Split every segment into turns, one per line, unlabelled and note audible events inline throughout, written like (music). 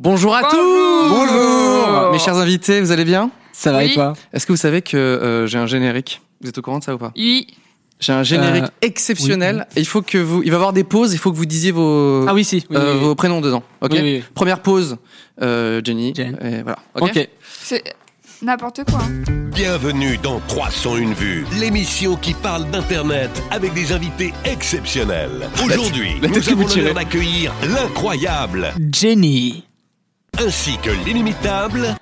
Bonjour à tous
Bonjour
Mes chers invités, vous allez bien
Ça va
Oui.
et toi
Est-ce que vous savez que euh, j'ai un générique Vous êtes au courant de ça ou pas
Oui.
J'ai un générique
Euh,
exceptionnel. Et il faut que vous, il va y avoir des pauses. Il faut que vous disiez vos,
Ah oui, si. Oui,
euh,
oui, oui.
vos prénoms dedans. Ok.
Oui, oui.
Première pause, euh, Jenny.
Jen.
Et voilà. Ok.
Ok.
C'est n'importe quoi. hein.
Bienvenue dans 301 vues, l'émission qui parle d'Internet avec des invités exceptionnels. Aujourd'hui,
la tête
nous
que vous
avons
tirez.
l'honneur d'accueillir l'incroyable
Jenny.
ainsi que l'inimitable.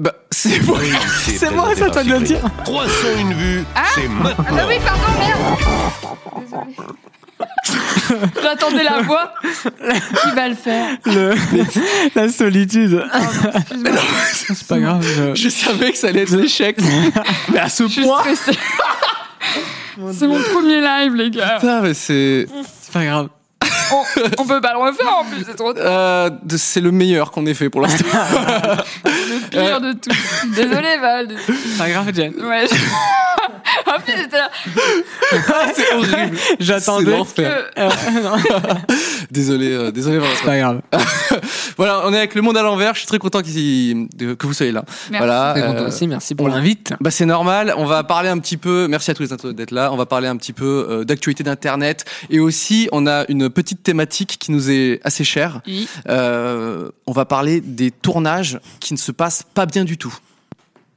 Bah, c'est (laughs) bon.
C'est moi,
peut-être
ça, toi, de le
ainsi
dire.
que- 301 vues, c'est
Ah
maintenant.
oui, pardon, merde Désolée. (laughs) J'attendais la voix qui va le faire.
Le- La solitude. Ah, C'est pas grave. je-
Je savais que ça allait être
(laughs)
l'échec. mais à ce
Je suis
point.
stressée. C'est mon premier live, les gars.
Putain, mais c'est,
C'est pas grave.
On, on peut pas le refaire en plus, c'est trop tard.
euh, c'est le meilleur qu'on ait fait pour l'instant.
(laughs)
le pire de tout. Désolée, Val.
C'est pas grave,
(laughs)
Jen.
Ouais. (laughs) je- En plus, j'étais là.
Ah, c'est horrible.
(laughs) J'attendais Euh,
C'est l'enfer.
(laughs)
que-
Désolé, euh, désolé. Valentin.
C'est pas grave.
Voilà, on est avec le monde à l'envers. Je suis très content qu'ici- de- que vous soyez là.
Merci.
Voilà.
Très content
euh,
aussi. Merci pour l'invite.
bah c'est normal, on va parler un petit peu, merci à tous les internautes d'être là, on va parler un petit peu euh, d'actualité d'Internet et aussi on a une petite thématique qui nous est assez chère,
Oui.
Euh, on va parler des tournages qui ne se passent pas bien du tout.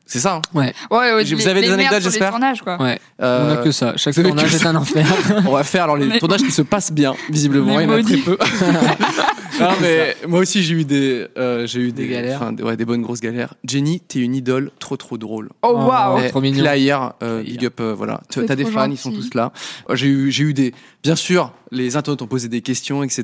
C'est ça, hein
Ouais.
Ouais, ouais,
Vous
les-
avez des
les merdes
anecdotes,
sur les
j'espère
tournages, quoi.
Ouais.
Euh,
On a que ça. Chaque
vous avez
tournage
que
est
ça.
un enfer. (laughs)
Euh, on va faire alors les
Mais-
tournages qui se passent bien, visiblement,
Mais
il y en a très
maudit.
peu.
(laughs)
Non, mais moi aussi j'ai eu des, euh, j'ai eu des,
Des galères.
enfin, des- ouais, des bonnes grosses galères. Jenny, t'es une idole trop trop drôle.
Oh, waouh.
Oh, trop mignon.
Là hier, euh, big up, euh, voilà. Tu-
C'est
T'as des
trop
fans, ils
gentil.
sont tous là. Euh, J'ai eu, j'ai eu des. Bien sûr, les internautes ont posé des questions, etc.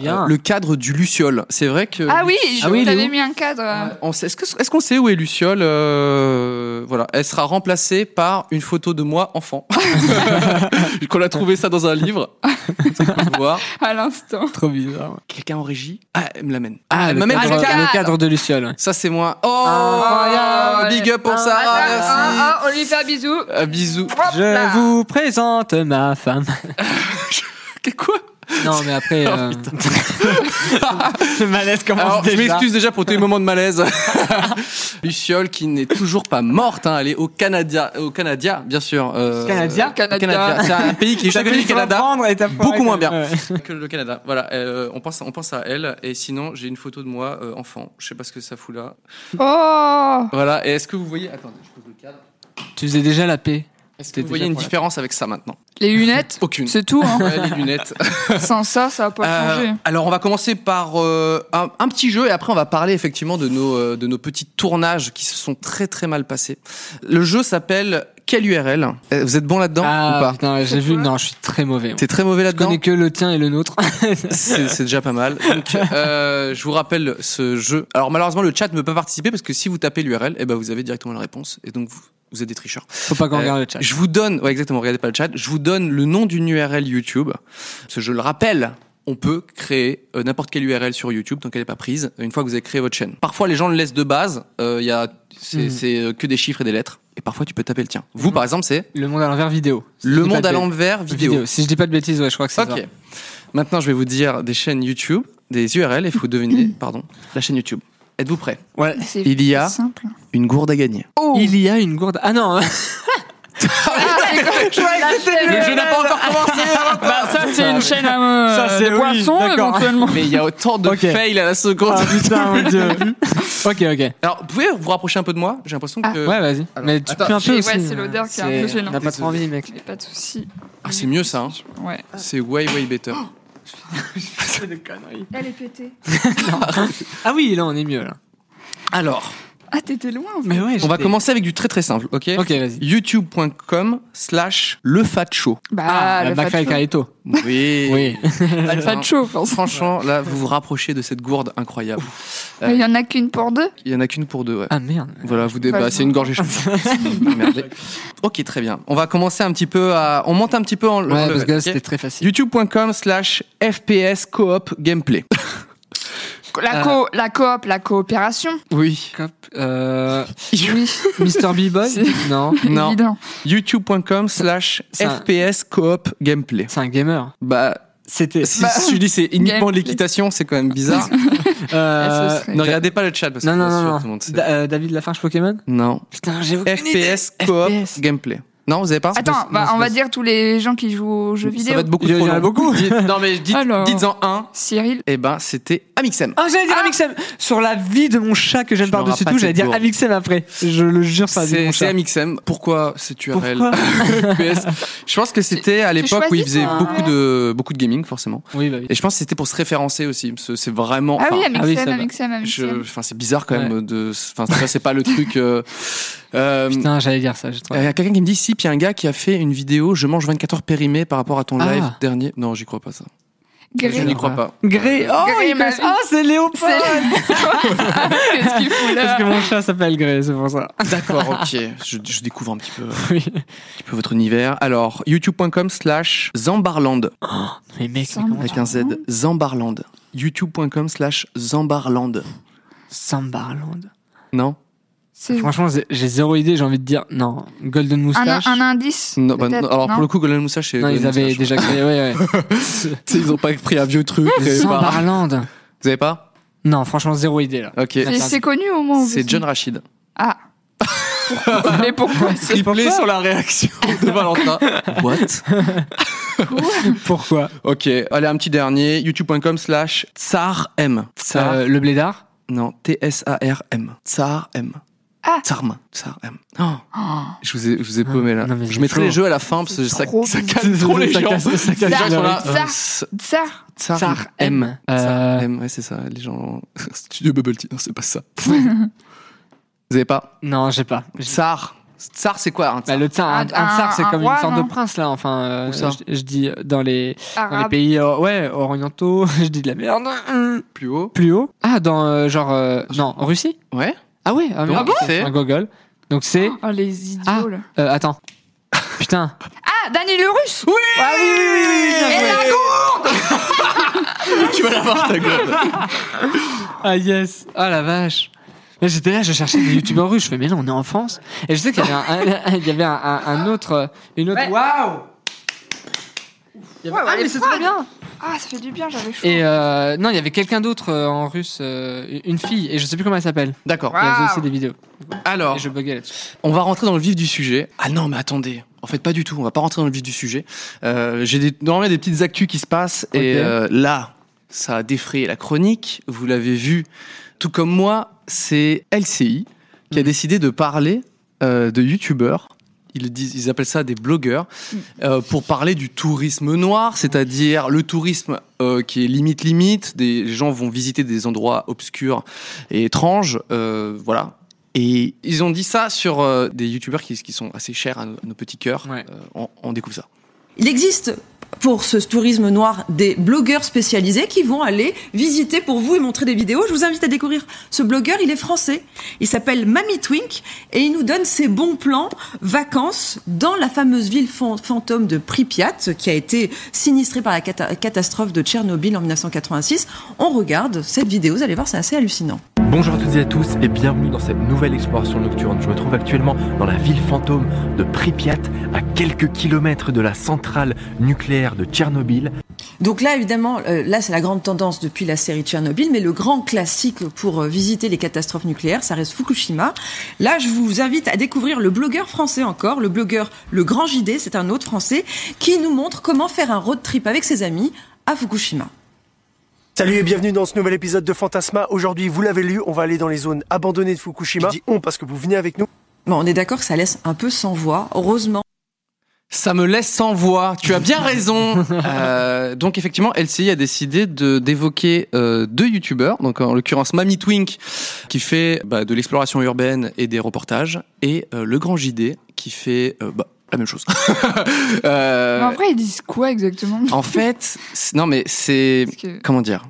Bien.
Euh, le cadre du Luciole, c'est vrai que.
Ah oui, je
Ah oui, il est
t'avais
où
mis un cadre. euh,
On sait- est-ce que- est-ce qu'on sait où est Luciole euh, Voilà, elle sera remplacée par une photo de moi
(laughs)
enfant. (laughs) Qu'on a trouvé ça dans un livre. Ça, on peut voir.
à l'instant.
Trop bizarre.
Quelqu'un en régie Ah, elle me l'amène. Ah,
Ah,
elle
le
m'amène
cadre,
le cadre.
le cadre de Luciole. ouais.
Ça c'est moi. Oh,
Ah, ouais.
big up pour Sarah.
Attends,
merci.
ah, ah, on lui fait un bisou. Hop
Ah, bisous.
là.
Je vous présente ma femme.
Quoi
Non, mais après.
(laughs) Oh,
euh, (laughs) le malaise commence
(laughs) Alors, je
déjà.
m'excuse déjà pour tous les moments de malaise. (laughs) Luciole qui n'est toujours pas morte, hein, elle est au Canada, au Canada, bien sûr. euh,
Canada
au Canada. C'est un pays qui est juste à côté du Canada. Beaucoup moins bien (laughs) que le Canada. Voilà, euh, on pense, on pense à elle. Et sinon, j'ai une photo de moi euh, enfant. Je sais pas ce que ça fout là.
Oh
Voilà. Et est-ce que vous voyez Attendez, je pose le cadre.
Tu faisais déjà la paix.
Est-ce que
C'était
vous voyez
déjà
une
pour la-
différence avec ça maintenant
Les lunettes,
Aucune.
c'est tout. Hein.
Ouais, les lunettes.
Sans ça, ça va pas
Euh,
changer.
alors on va commencer par euh, un, un petit jeu et après on va parler effectivement de nos euh, de nos petits tournages qui se sont très très mal passés. Le jeu s'appelle quelle URL Euh, Vous êtes bon là-dedans ou
Ah
pas
putain, j'ai vu. Non, je suis très mauvais.
T'es très mauvais
Je
là-dedans.
connais que le tien et le
(laughs)
nôtre.
C'est c'est déjà pas mal.
(laughs)
Donc, euh, je vous rappelle ce jeu. Alors malheureusement le chat ne peut pas participer parce que si vous tapez l'URL, eh ben vous avez directement la réponse et donc vous, vous êtes des tricheurs.
Faut pas qu'on
Euh,
regarde le chat.
Je vous donne, ouais, exactement, regardez pas le chat. Je vous donne le nom d'une URL YouTube. Parce que je le rappelle, on peut créer euh, n'importe quelle URL sur YouTube tant qu'elle n'est pas prise. Une fois que vous avez créé votre chaîne. Parfois, les gens le laissent de base. Euh, Il y a, c'est,
Mhm.
c'est, euh, que des chiffres et des lettres. Et parfois, tu peux taper le tien. Vous, par exemple, c'est
Le monde à l'envers vidéo. Si je
Le
dis pas
Monde
de
à
bê-
l'envers vidéo.
Si je dis pas de bêtises, ouais, je crois que c'est
Ok. Maintenant, je vais vous dire des chaînes YouTube, des URL, et faut
(clears throat)
deviner, pardon, la chaîne YouTube. Êtes-vous prêts
Ouais.
C'est
il y a-
simple.
Une gourde à gagner.
Oh
Il y a une gourde. Ah non. (laughs)
Ah, c'est quoi
Le jeu n'a pas encore commencé.
(laughs) Bah, ça, c'est une chaîne à euh,
Ça, c'est-
de
oui,
poissons,
d'accord.
éventuellement.
Mais il y a autant de
Ok.
fails à la seconde.
(laughs) Ah putain, (laughs) mon dieu. Ok, ok.
Alors, vous pouvez vous rapprocher un peu de moi J'ai l'impression
Ah.
que.
Ouais, vas-y.
alors,
Mais tu
attends,
peux un peu
j'ai-
aussi.
ouais, c'est l'odeur qui est un peu gênante.
On n'a pas trop envie, mec.
Mais pas de soucis.
Ah, c'est mieux ça, hein.
Ouais.
C'est way, way better.
Oh.
Elle est pétée.
Ah oui, là, on est mieux, là.
Alors,
Ah, t'étais loin. en fait.
Mais ouais,
On va
j'étais-
commencer avec du très très simple, ok
Ok, vas-y.
YouTube.com slash le fat show.
Bah,
Ah, la
le fat
McFly
show.
Carito.
Oui.
Oui.
Le fat show, enfin, c'est-
Franchement, là, vous vous rapprochez de cette gourde incroyable.
Mais Il y en a qu'une pour deux.
Il y en a qu'une pour deux, ouais.
(laughs) Ah merde.
Voilà, vous débattez.
Bah,
c'est une
(laughs)
gorgée chaude. Merde. Ok, très bien. On va commencer un petit peu à. On monte un petit peu en.
Ouais, parce que là,
ok
c'était très facile.
YouTube.com slash FPS Coop Gameplay.
La, co la coop, la coopération.
Oui.
Cop, (laughs) euh,
Oui,
Mr. B-Boy
C'est-
Non.
Non.
évident.
YouTube.com slash
Ça-
FPS Coop Gameplay.
C'est un gamer.
Bah,
C'était.
si je dis c'est uniquement
Gameplay.
l'équitation, c'est quand même bizarre. (laughs)
Euh,
ce serait-
ne regardez pas le chat parce que
non, non,
bien sûr,
non.
tout le
non.
monde sait.
Da- euh, David Lafarge Pokémon
Non.
Putain, j'ai aucune idée.
FPS Coop
FPS.
Gameplay. Non, vous avez pas
Attends,
c'est
bah,
pas-
on va dire tous les gens qui jouent aux jeux vidéo.
Ça va être beaucoup
Il y
trop
en a
long.
beaucoup.
(laughs) Dites- non, mais dites,
Alors.
dites-en un.
Cyril.
Eh ben, c'était Amixem.
Ah, j'allais dire Amixem Sur la vie de mon chat que j'aime
Tu n'auras
par-dessus
pas
tout,
cette
j'allais dire
gourde.
Amixem après. Je le jure, ça vie de
C'est
mon
c'est
chat.
Amixem. Pourquoi cette URL (laughs)
Pourquoi
FPS? Je pense que c'était à
Tu- tu
l'époque où ils
choisis
faisaient
ton-
beaucoup de beaucoup de gaming forcément.
Oui, bah oui.
Et je pense que c'était pour se référencer aussi. parce que C'est vraiment.
Ah oui,
enfin,
ah oui,
Amixem,
ça va.
Amixem,
je-
Amixem.
enfin, c'est bizarre quand même de. Enfin, ça c'est pas le truc. (laughs) euh, euh,
Putain, j'allais dire ça, j'ai trop.
Il Euh, y a quelqu'un qui me dit si, puis il y a un gars qui a fait une vidéo Je mange 24 heures périmée par rapport à ton
Ah.
live dernier. Non, j'y crois pas ça. Je
Gré.
n'y crois pas.
Gré Oh,
Gré,
il
ma
connaît-
vie.
Ah, c'est Léopold
Qu'est-ce qu'il fout là
(laughs) Parce que mon chat s'appelle Gré, c'est pour ça.
D'accord,
(laughs)
ok. Je, je découvre un petit peu, un
(laughs) Oui.
petit peu votre univers. Alors, youtube.com slash Zambarland.
Mais mec,
Ça
mais comment
Avec un Z.
Ah.
Zambarland. youtube.com slash Zambarland.
Sambarland.
Non
C'est
Franchement, j'ai- j'ai zéro idée, j'ai envie de dire non. Golden
un,
Moustache.
un indice
non, bah, non.
peut-être,
Alors,
non
pour le coup, Golden Moustache, c'est.
non, ils
Golden
avaient
Moustache.
déjà créé, ouais, (laughs) ouais.
Tu sais, (laughs) ils ont pas pris un vieux truc. euh, vous avez pas-
Sambarland.
Vous avez pas
Non, franchement, zéro idée (laughs) là.
Ok.
C'est- C'est connu au moins. en
C'est
plus.
John Rachid.
Ah. Pourquoi
(laughs)
Mais pourquoi c'est
Triplé sur la réaction de Valentin. What
Pourquoi
Ok, allez, un petit dernier. youtube.com slash tsarm. Tsar.
Euh, Le blédard
Non, T-S-A-R-M. Tsarm.
Ah.
Tsarm. Tsarm. Oh. Je vous ai, je vous ai paumé là.
non, mais
je
c'est
mettrai
chaud.
les jeux à la fin parce que ça,
trop
ça
bizarre.
calme trop les
Ça
gens.
casse- ça casse
Les gens
la
sont là.
raison.
euh,
ça
Tsar.
Tsar
M.
M.
Tsar
Euh.
M, ouais, c'est ça. Les gens. (laughs) Studio Bubble Tea. Non, c'est pas
(laughs)
ça. vous avez pas
Non, j'ai pas. J'ai-
Tsar. Tsar, c'est quoi un
Bah,
tsar
le tsar, un,
Un-
un tsar, c'est
un
comme
roi,
une sorte
non
de prince là. Enfin, euh,
Où ça
je, je dis dans les, dans les
Arabe.
pays euh, ouais orientaux. (laughs) Je dis de la merde. Hum.
plus haut
Plus haut. Ah, dans euh, genre euh, non, en Russie.
Ouais.
Ah ouais. Ah, merde,
bon
c'est un gogol. Donc c'est
Oh, les idiots,
ah
là.
euh, attends. Putain.
Ah, Daniel le Russe Oui
Ah oui oui oui oui. bien
Et
joué.
la
tu vas l'avoir ta gueule.
(laughs) Ah yes. Ah la vache. Là, J'étais là, je cherchais des youtubeurs russes. Je fais, mais là, on est en France. Et je sais qu'il y avait un, un- un- il y avait un, un- un autre, une autre.
Ouais.
Waouh! Il y avait-
Ouais, ouais,
ah,
elle
mais
est
c'est
froide.
trop bien!
Ah, ça fait du bien, j'avais chaud.
Et euh, non, il y avait quelqu'un d'autre euh, en russe, euh, une fille, et je sais plus comment elle s'appelle.
D'accord.
Elle faisait
Waouh.
aussi des vidéos.
Alors,
Et je buguais là-dessus.
on va rentrer dans le vif du sujet. Ah non, mais attendez. En fait, pas du tout. On va pas rentrer dans le vif du sujet. Euh, J'ai des, normalement des petites actus qui se passent. Et
Ok.
euh, là, ça a défrayé la chronique. Vous l'avez vu. Tout comme moi, c'est LCI qui a décidé de parler euh, de youtubeurs. Ils, disent, ils appellent ça des blogueurs euh, pour parler du tourisme noir, c'est-à-dire le tourisme euh, qui est limite limite. Des gens vont visiter des endroits obscurs et étranges, euh, voilà. Et ils ont dit ça sur euh, des youtubeurs qui, qui sont assez chers à nos, à nos petits cœurs.
Ouais.
Euh, on, on découvre ça.
Il existe pour ce tourisme noir des blogueurs spécialisés qui vont aller visiter pour vous et montrer des vidéos. Je vous invite à découvrir ce blogueur, il est français. Il s'appelle Mamie Twink et il nous donne ses bons plans vacances dans la fameuse ville fan- fantôme de Pripyat qui a été sinistrée par la cata- catastrophe de Tchernobyl en 1986. On regarde cette vidéo, vous allez voir, c'est assez hallucinant.
Bonjour à toutes et à tous et bienvenue dans cette nouvelle exploration nocturne. Je me trouve actuellement dans la ville fantôme de Pripyat, à quelques kilomètres de la centrale nucléaire de Tchernobyl.
Donc là, évidemment, euh, là, c'est la grande tendance depuis la série Tchernobyl, mais le grand classique pour euh, visiter les catastrophes nucléaires, ça reste Fukushima. Là, je vous invite à découvrir le blogueur français encore, le blogueur Le Grand JD, c'est un autre français, qui nous montre comment faire un road trip avec ses amis à Fukushima.
Salut et bienvenue dans ce nouvel épisode de Fantasma. Aujourd'hui, vous l'avez lu, on va aller dans les zones abandonnées de Fukushima. Je dis on parce que vous venez avec nous.
Bon, on est d'accord que ça laisse un peu sans voix. Heureusement,
Ça me laisse sans voix. Tu as bien raison. Euh, donc effectivement, LCI a décidé de d'évoquer euh, deux youtubeurs, donc en l'occurrence Mamie Twink qui fait bah, de l'exploration urbaine et des reportages, et euh, le Grand JD qui fait euh, bah, la même chose. (laughs) Euh,
Mais en vrai, ils disent quoi exactement (laughs)
en fait, c'est- non mais c'est
Parce que-
comment dire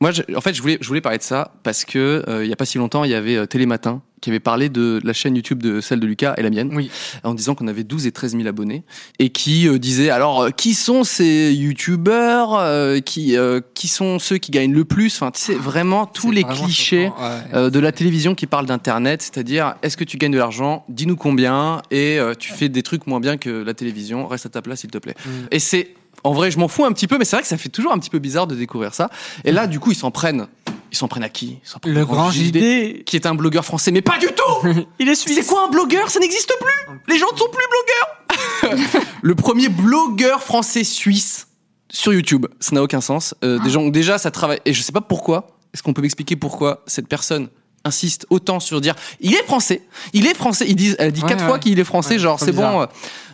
Moi, je- en fait, je voulais je voulais parler de ça parce que euh, il y a pas si longtemps, il y avait euh, Télématin qui avait parlé de la chaîne YouTube de celle de Lucas et la mienne,
Oui.
en disant qu'on avait 12 et 13 000 abonnés et qui euh, disait alors euh, qui sont ces youtubeurs euh, qui euh, qui sont ceux qui gagnent le plus Enfin, tu sais vraiment tous
C'est
les
vraiment
clichés.
choquant, ouais.
euh, de la télévision qui parle d'internet, c'est-à-dire est-ce que tu gagnes de l'argent, dis-nous combien et euh, tu fais des trucs moins bien que la télévision, reste à ta place s'il te
Mm.
plaît. Et c'est en vrai, je m'en fous un petit peu, mais c'est vrai que ça fait toujours un petit peu bizarre de découvrir ça. Et là, du coup, ils s'en prennent. Ils s'en prennent à qui Ils s'en prennent
Le
au
grand JD.
qui est un blogueur français, mais pas du tout
(laughs) Il est
C'est
suisse.
quoi un blogueur Ça n'existe plus Les gens ne sont plus blogueurs Le premier blogueur français suisse sur YouTube, ça n'a aucun sens. Euh,
Ah.
des gens, déjà, ça travaille. Et je sais pas pourquoi. Est-ce qu'on peut m'expliquer pourquoi cette personne insiste autant sur dire il est français, il est français. Ils disent, elle dit
Ouais,
quatre
ouais.
fois qu'il est français.
Ouais,
genre
trop
c'est bon.
bizarre.
euh,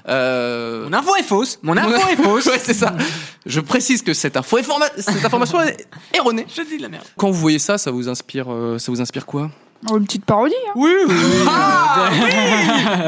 euh,
Mon info est fausse. Mon info est
(laughs)
fausse.
ouais, c'est ça. Je précise que cette info est forma- cette information est erronée.
Je dis de la merde.
Quand vous voyez ça, ça vous inspire, euh, ça vous inspire
(laughs)
quoi
Oh, Une petite parodie. hein.
Oui, oui.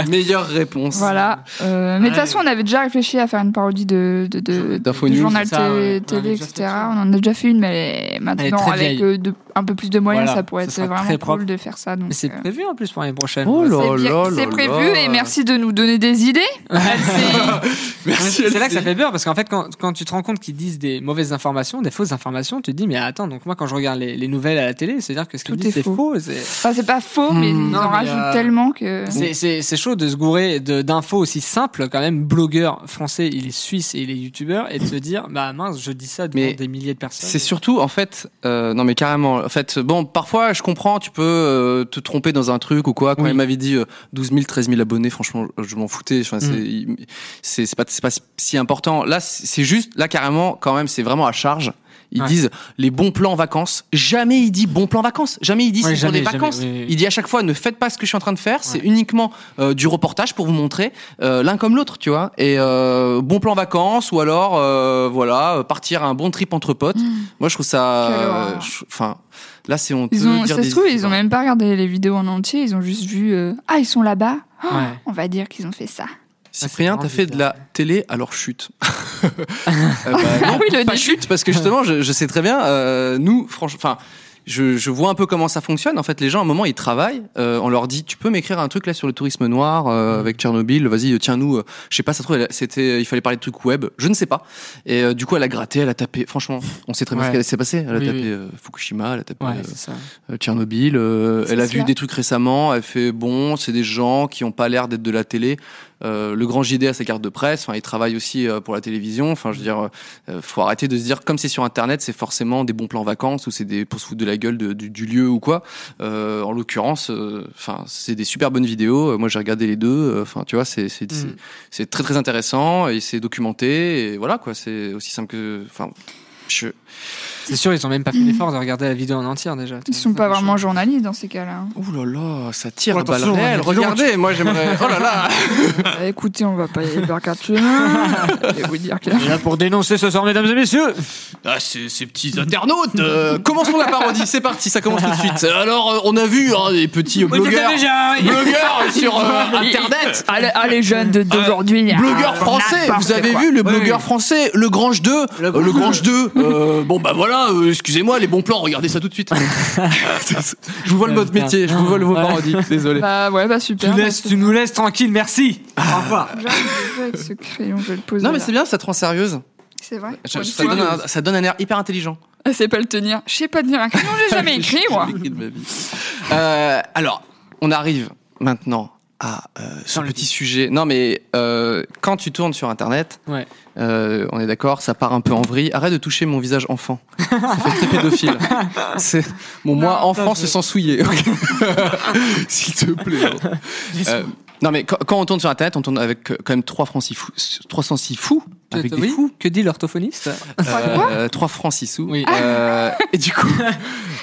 Meilleure réponse.
Voilà. Euh, mais de toute façon, on avait déjà réfléchi à faire une parodie de, de, de,
D'info
de
news,
journal
c'est ça,
télé,
ouais. On en a déjà
télé, etc.
fait ça.
On en a déjà fait une, mais maintenant,
très
avec
vieille.
euh, de- un peu plus de moyens,
Voilà,
ça pourrait
ça
être
sera
vraiment
très
cool
propre.
de faire ça. Donc,
Mais c'est
euh,
prévu en plus pour l'année prochaine.
Oh là.
c'est bien- c'est prévu et merci de nous donner des
(laughs)
idées.
Merci.
C'est là que ça fait peur parce qu'en fait, quand, quand tu te rends compte qu'ils disent des mauvaises informations, des fausses informations, tu te dis, mais attends, donc moi quand je regarde les, les nouvelles à la télé, c'est-à-dire que ce qu'ils
Tout
disent c'est
est faux.
faux. c'est-
Enfin, c'est pas faux, mais
Hmm.
ils
Non,
en
mais,
rajoutent
euh,
tellement que.
C'est- C'est c'est chaud de se gourer de- d'infos aussi simples, quand même. Blogueur français, il est suisse et il est youtubeur, et de se dire, bah mince, je dis ça devant
Mais
des milliers de personnes.
C'est surtout en fait, euh, non mais carrément. En fait, bon, parfois je comprends, tu peux euh, te tromper dans un truc ou quoi. Quand
Oui.
il m'avait dit euh, 12 000, 13 000 abonnés, franchement, je m'en foutais. Enfin, c'est-
Mm.
il- c'est c'est pas c'est pas si important. Là, c'est juste là carrément quand même, c'est vraiment à charge. Ils
Ouais.
disent les bons plans vacances. Jamais il dit bons plans vacances. Jamais il dit
Ouais,
c'est pour
jamais,
des
jamais,
vacances.
oui, oui, oui.
Il dit à chaque fois ne faites pas ce que je suis en train de faire. C'est
Ouais.
uniquement euh, du reportage pour vous montrer euh, l'un comme l'autre, tu vois. Et euh, bon plan vacances ou alors euh, voilà euh, partir à un bon trip entre potes. Moi je trouve ça,
Hmm. Quelle
euh,
horreur.
je- enfin là c'est on
Ils ont,
dire
ça
des-
se trouve, ils ont même pas regardé les vidéos en entier, ils ont juste vu euh, Ah, ils sont là-bas. Oh,
Ouais.
On va dire qu'ils ont fait ça.
Cyprien,
Ah, c'est
t'as fait de la télé alors chute. Euh, bah, non,
(laughs) Oui, le
pas
début.
chute parce que justement je, je sais très bien euh, nous franchement enfin je, je vois un peu comment ça fonctionne. En fait, les gens, à un moment, ils travaillent. euh, on leur dit, tu peux m'écrire un truc là sur le tourisme noir
Mm.
euh, avec Tchernobyl. Vas-y, tiens-nous. euh, je sais pas, ça se trouve, elle- c'était, il fallait parler de trucs web. Je ne sais pas. Et euh, du coup, elle a gratté, elle a tapé. Franchement, on sait très bien
Ouais.
ce qu'elle s'est passé. Elle a
Oui,
tapé
oui.
euh, Fukushima, elle a tapé
Ouais,
euh,
c'est ça.
euh, Tchernobyl. euh,
C'est
elle a
cela.
vu des trucs récemment. Elle fait bon, c'est des gens qui ont pas l'air d'être de la télé. Euh, le grand JD a sa carte de presse. Enfin, il travaille aussi euh, pour la télévision. Enfin, je veux dire, euh, faut arrêter de se dire comme c'est sur Internet, c'est forcément des bons plans vacances ou c'est des pour se foutre de la gueule de- du, du lieu ou quoi. Euh, en l'occurrence, euh, enfin, c'est des super bonnes vidéos. Euh, Moi, j'ai regardé les deux. Euh, Enfin, tu vois, c'est c'est c'est-
Mm.
c'est très très intéressant et c'est documenté et voilà quoi. C'est aussi simple que enfin. Je...
C'est sûr, ils ont même pas fait l'effort de regarder la vidéo en entière déjà.
Hmm. Ils sont pas vraiment journalistes dans ces cas-là. hein.
Ouh là là, ça tire Eh,
Oh,
à balles
attention,
réelles.
dis donc,
Regardez, (laughs) moi j'aimerais. Oh là là.
Bah, écoutez, on va pas y aller vers quatre
(laughs)
chemins. Je vais vous dire que.
Là pour dénoncer ce soir, mesdames et messieurs.
Ah, ces, ces (laughs) petits internautes euh, Commençons la parodie, c'est parti, ça commence tout de suite. Alors, euh, on a vu hein, les petits euh, blogueurs, blogueurs
(laughs)
sur euh, Internet Euh,
Allez, allez jeunes de-
Ah,
d'aujourd'hui.
Blogueur
euh,
français,
n'importe
vous avez
quoi.
vu le blogueur
oui.
français, le Grange 2,
Le-
euh, le Grange 2. euh, bon bah voilà, euh, excusez-moi les bons plans, regardez ça tout de
(laughs)
suite. je vous vole
Ouais,
votre
putain.
métier, je vous vole vos
Ouais.
parodies, désolé.
(laughs)
Bah ouais, bah
Tu,
super. bah,
laisses,
c'est-
tu nous laisses tranquille, merci. Au revoir.
J'arrive déjà avec ce crayon, je vais le poser.
Non mais
là.
c'est bien, ça te rend sérieuse.
C'est vrai.
Ça,
Ouais,
ça donne un, ça donne un air hyper intelligent.
Ah, c'est pas le tenir. Je sais pas tenir un crayon, j'ai jamais (laughs) écrit, moi.
Euh, alors, on arrive maintenant à euh, ce
Dans le
petit
vif.
sujet. Non, mais euh, quand tu tournes sur Internet,
Ouais.
euh, on est d'accord, ça part un peu en vrille. Arrête de toucher mon visage enfant. Ça fait très
(laughs)
pédophile. C'est mon moi
Non,
enfant
non,
se
je-
sent souillé. ok. (laughs) S'il te plaît. hein. Euh, non, mais quand, quand on tourne sur Internet, on tourne avec euh, quand même 3 francs 6 fous. 306 fous. Avec des
Oui,
fous.
Que dit l'orthophoniste
Euh, 3 francs 6 sous.
Oui.
Euh, et du
(laughs)
coup,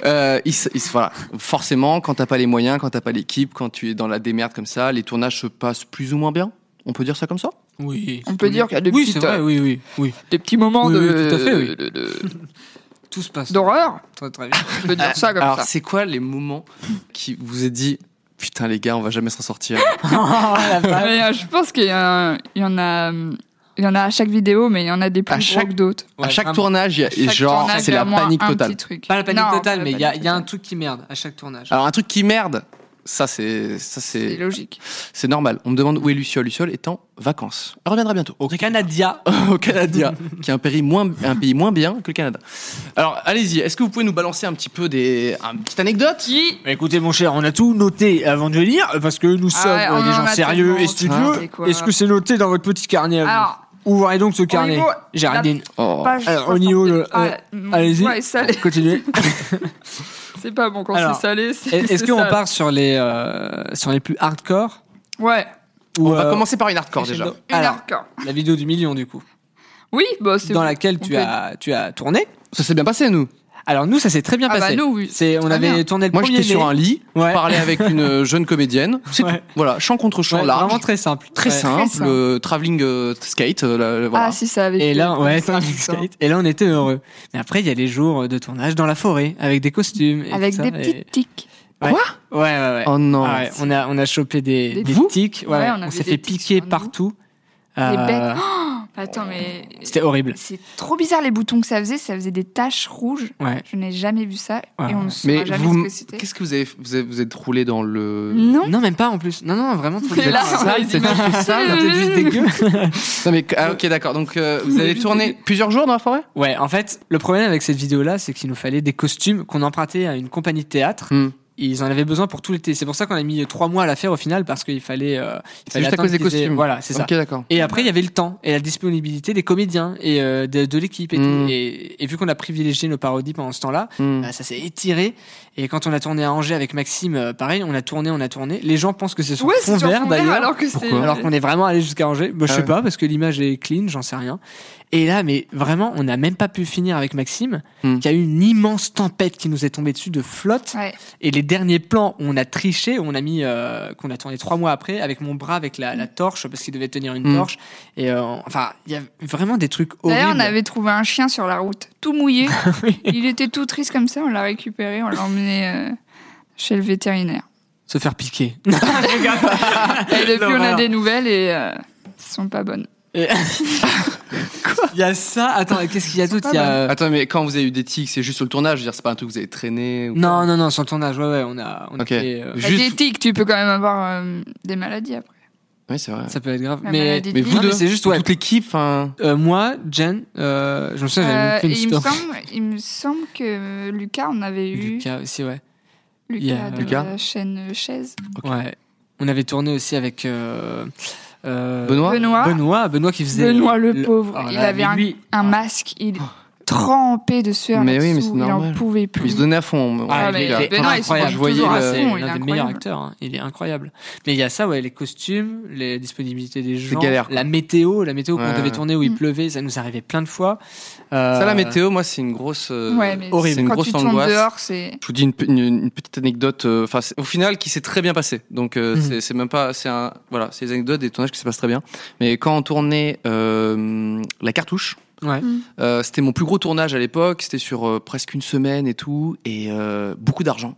euh, il, se- il se- voilà. forcément, quand t'as pas les moyens, quand t'as pas l'équipe, quand tu es dans la démerde comme ça, les tournages se passent plus ou moins bien. On peut dire ça comme ça
Oui.
On peut dire qu'il y a des
oui,
petites,
c'est vrai,
euh,
oui, oui, oui.
Des petits moments
Oui,
de,
oui, tout à fait, oui. (laughs)
de- de-
Tout se passe.
d'horreur.
Très, très bien.
On peut dire ça comme
Alors,
ça.
c'est quoi les moments qui vous est dit Putain, les gars, on va jamais s'en sortir.
Mais, euh, je pense qu'il y, a- il y en a, hum, il y en a à chaque vidéo, mais il y en a des plus
À
gros
chaque-
que d'autres.
à
Ouais,
chaque
vraiment.
tournage, il y a- et
Chaque
genre,
tournage,
c'est
il y a
la
au moins
panique
un
totale.
petit truc.
Pas la panique
Non,
totale,
pas la
mais il y, a-
panique
il y a un
totale.
truc qui merde à chaque tournage.
Alors, un truc qui merde, ça, c'est ça
C'est
c'est
logique.
c'est normal. On me demande où est Luciole. Luciole est en vacances. Elle reviendra bientôt.
Au Canada.
(laughs) au Canada, qui est un pays moins, un pays moins bien que le Canada. Alors, allez-y, est-ce que vous pouvez nous balancer un petit peu des. une petite anecdote
Qui
Bah, Écoutez, mon cher, on a tout noté avant de venir parce que nous
Ah
sommes
ouais, on
euh, des
en
gens
a
sérieux
tellement
et studieux.
noté, quoi.
Est-ce que c'est noté dans votre petit carnet à vous
Alors,
Ouvrez donc ce carnet,
niveau-
Géraldine.
Oh.
page
Alors, au niveau de-
62. Ah,
euh,
mon
Allez-y.
doigt
(laughs)
est salé.
Continuez.
(laughs) C'est pas bon quand
Alors,
c'est salé. c'est-
Est- Est-ce
c'est
qu'on
sale.
part sur les euh, sur les plus hardcore
Ouais,
ou,
On va
euh,
commencer par une hardcore déjà.
crescendo
une
Alors,
hardcore.
la vidéo du million du coup,
Oui, bah c'est
dans
bon.
laquelle
On
tu
peut-
as tu as tourné.
Ça s'est bien passé, nous.
Alors nous, ça s'est très bien
Ah bah,
passé.
nous, oui,
C'est on
très
avait
bien.
tourné le
Moi,
premier.
j'étais sur
mai.
un lit,
Ouais.
parlais avec
(laughs)
une jeune comédienne. C'est
Ouais.
tout. Voilà, champ contre champ,
Ouais,
large.
vraiment très simple.
Très
Ouais.
simple,
simple.
euh, travelling euh, skate, euh, la- la- voilà.
Ah si ça avait.
Et
été
là,
comme
ouais, (laughs)
ça,
c'est un big
putain.
skate. Et là, on était heureux. Mais après, il y a les jours de tournage dans la forêt avec des costumes. et
Avec
tout
des
ça,
petites
et-
tiques.
Ouais.
Quoi
Ouais, ouais, ouais.
Oh non.
Ah ouais, on a on a chopé des
Des
des
vous
tiques. Ouais,
Ouais,
ouais.
on
on,
avait
s'est
des
fait
tiques
piquer
sur nous.
partout.
Des
Euh,
bêtes. Attends mais.
(gasps) C'était horrible.
C'est trop bizarre les boutons que ça faisait. Ça faisait des taches rouges.
Ouais.
Je n'ai jamais vu ça
Ouais.
et on ne saura
Mais
jamais
vous,
ce que c'était.
qu'est-ce que vous avez, vous avez- vous êtes roulé dans le.
Non.
Non, même pas en plus. Non, non, vraiment. trop
Et
bizarre.
là, on a
Sale,
les
c'était
images.
juste sale, c'était juste dégueu.
(laughs)
Non, mais ah, ok, d'accord. Donc euh,
(laughs)
vous avez
juste
tourné plusieurs jours dans la forêt
Ouais, en fait, le problème avec cette vidéo-là, c'est qu'il nous fallait des costumes qu'on empruntait à une compagnie de théâtre.
Hmm.
Ils en avaient besoin pour tout l'été. C'est pour ça qu'on a mis trois mois à la faire au final parce qu'il fallait.
C'est
euh, il fallait
juste à
attendre
cause des
qu'ils aient-
costumes.
Voilà, c'est ça.
Ok, d'accord.
Et après, il y avait le temps et la disponibilité des comédiens et euh, de, de l'équipe. Et, tout.
Hmm.
et, et vu qu'on a privilégié nos parodies pendant ce temps-là,
Hmm.
bah, ça s'est étiré. Et quand on a tourné à Angers avec Maxime, euh, pareil, on a tourné, on a tourné. Les gens pensent que c'est sur
Ouais,
fond
c'est sur
vert
fond vert
d'ailleurs.
alors que c'est.
Pourquoi
Alors qu'on est vraiment allé jusqu'à Angers bah, Je
Ah
sais
ouais.
pas, parce que l'image est clean, j'en sais rien. Et là, mais vraiment, on n'a même pas pu finir avec Maxime,
Hmm.
qui a eu une immense tempête qui nous est tombée dessus de flotte.
Ouais.
Et les derniers plans, on a triché, on a mis, euh, qu'on a tourné trois mois après, avec mon bras, avec la, la
Hmm.
torche, parce qu'il devait tenir une
Mm.
torche. Et euh, enfin, il y a vraiment des trucs
D'ailleurs,
horribles.
on avait trouvé un chien sur la route,
(laughs)
tout mouillé. Il était tout triste comme ça. On l'a récupéré, on l'a emmené euh, chez le vétérinaire.
Se faire piquer. (laughs)
Et depuis, on a
Ah, L'horreur.
des nouvelles et euh, elles sont pas bonnes.
Et- Il y a ça. Attends, qu'est-ce qu'il y a d'autre Il y a, euh,
Attends, mais quand vous avez eu des tics, c'est juste sur le tournage, je veux dire, c'est pas un truc que vous avez traîné ou
Non, non, non, sans tournage. Ouais, ouais, on a. On a
Ok.
fait, euh,
Juste-
Avec des tics, tu peux quand même avoir euh, des maladies après.
Oui, c'est vrai.
Ça peut être grave.
La
mais
Bah, maladie de
Mais
Lyme.
vous
Non, mais
deux,
c'est juste, ouais.
toute l'équipe, enfin.
euh, moi, Jen, euh, je me souviens, j'avais
Euh,
même fait
et
une
il me,
story.
semble, il me semble que euh, Lucas, on avait eu Lucas,
Lucas aussi, ouais. il y a-
de
Lucas.
la chaîne Chaise.
Ouais. On avait tourné aussi avec. euh, euh,
Benoît
Benoît.
Benoît, Benoît qui faisait. Oh
Benoît le pauvre, il avait
mais
un-
lui-
Un masque, il trempé de sueur.
Mais oui, mais
là-dessous,
c'est
Il en
normal.
pouvait
Puis Ils se
plus.
donnaient à fond. on-
Ah,
Ah,
on-
mais
mais
on-
Benoît, il se
incroyable.
prend
je voyais
toujours à
le-
C'est
fond. Il est
l'un des meilleurs
incroyable.
acteurs. hein. Il est incroyable. Mais il y a ça, ouais, les costumes, les disponibilités des gens,
galère, quoi.
la météo, la météo
Ouais,
qu'on devait
ouais.
tourner où il
Mm.
pleuvait, ça nous arrivait plein de fois. Euh,
Ça, la météo, moi, c'est une grosse. euh,
Ouais, mais
horrible.
C'est une
quand
grosse
tu tombes
angoisse.
dehors, c'est.
Je vous dis une, pe- une- une petite anecdote, euh, enfin, c'est- au final, qui s'est très bien passé. Donc, euh,
Mhm.
c'est- c'est même pas, c'est un, voilà, c'est des anecdotes des tournages qui se passent très bien. Mais quand on tournait euh, la cartouche,
Ouais.
Mm.
euh, c'était mon plus gros tournage à l'époque. C'était sur euh, presque une semaine et tout, et euh, beaucoup d'argent.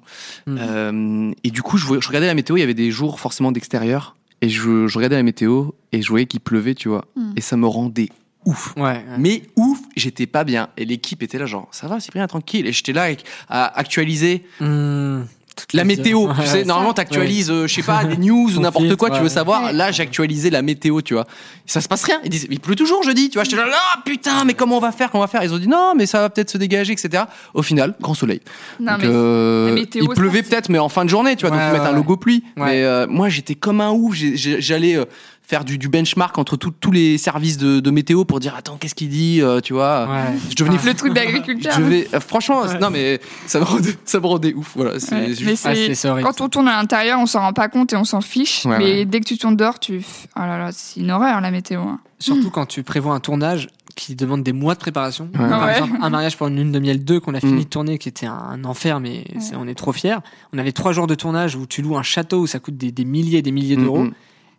Mhm.
Euh, et du coup, je, voyais- je regardais la météo. Il y avait des jours forcément d'extérieur, et je, je regardais la météo et je voyais qu'il pleuvait, tu vois,
Mhm.
et ça me rendait ouf.
Ouais, ouais.
Mais ouf, j'étais pas bien. Et l'équipe était là, genre, ça va, Cyprien, tranquille. Et j'étais là avec- à actualiser euh,
Mm, toutes
la
les-
météo.
Ouais,
tu sais,
ouais.
normalement, t'actualises, euh, je sais
(laughs)
pas, des news ou
Ton
n'importe
filtre,
quoi, tu
ouais.
veux savoir.
Ouais.
Là, j'ai actualisé la météo, tu vois. Ça se passe rien. Ils disent, il pleut toujours jeudi, tu vois. J'étais là, là, putain, mais comment on va faire, comment on va faire? Ils ont dit, non, mais ça va peut-être se dégager, etc. Au final, grand soleil.
Non,
Donc,
mais
euh,
la météo,
il
ça,
pleuvait
c'est-
peut-être, mais en fin de journée, tu vois,
Ouais,
donc mettre
ouais,
un
ouais.
logo pluie.
Ouais.
Mais euh, moi, j'étais comme un ouf. J'ai- j'ai- J'allais euh, faire du, du benchmark entre tout- tous les services de, de météo pour dire, attends, qu'est-ce qu'il dit, euh, tu vois.
Ouais.
Je devenais fou.
le truc d'agriculture.
Je vais, euh, franchement,
Ouais.
non, mais ça me rendait, ça me rendait ouf. Voilà, c'est
Ouais,
juste-
mais
Ah,
c'est-
c'est c'est horrible.
Quand on tourne à l'intérieur, on s'en rend pas compte et on s'en fiche.
Ouais,
mais
ouais.
dès que tu tournes dehors, tu. Oh là là, c'est une horreur la météo. hein.
Surtout quand tu prévois un tournage qui demande des mois de préparation. Par
Ouais.
exemple, un mariage pour une lune de miel 2 qu'on a fini
Mm.
de tourner, qui était un, un enfer, mais c'est- on est trop fiers. On avait trois jours de tournage où tu loues un château où ça coûte des, des milliers et des milliers
Mm,
d'euros.
mm.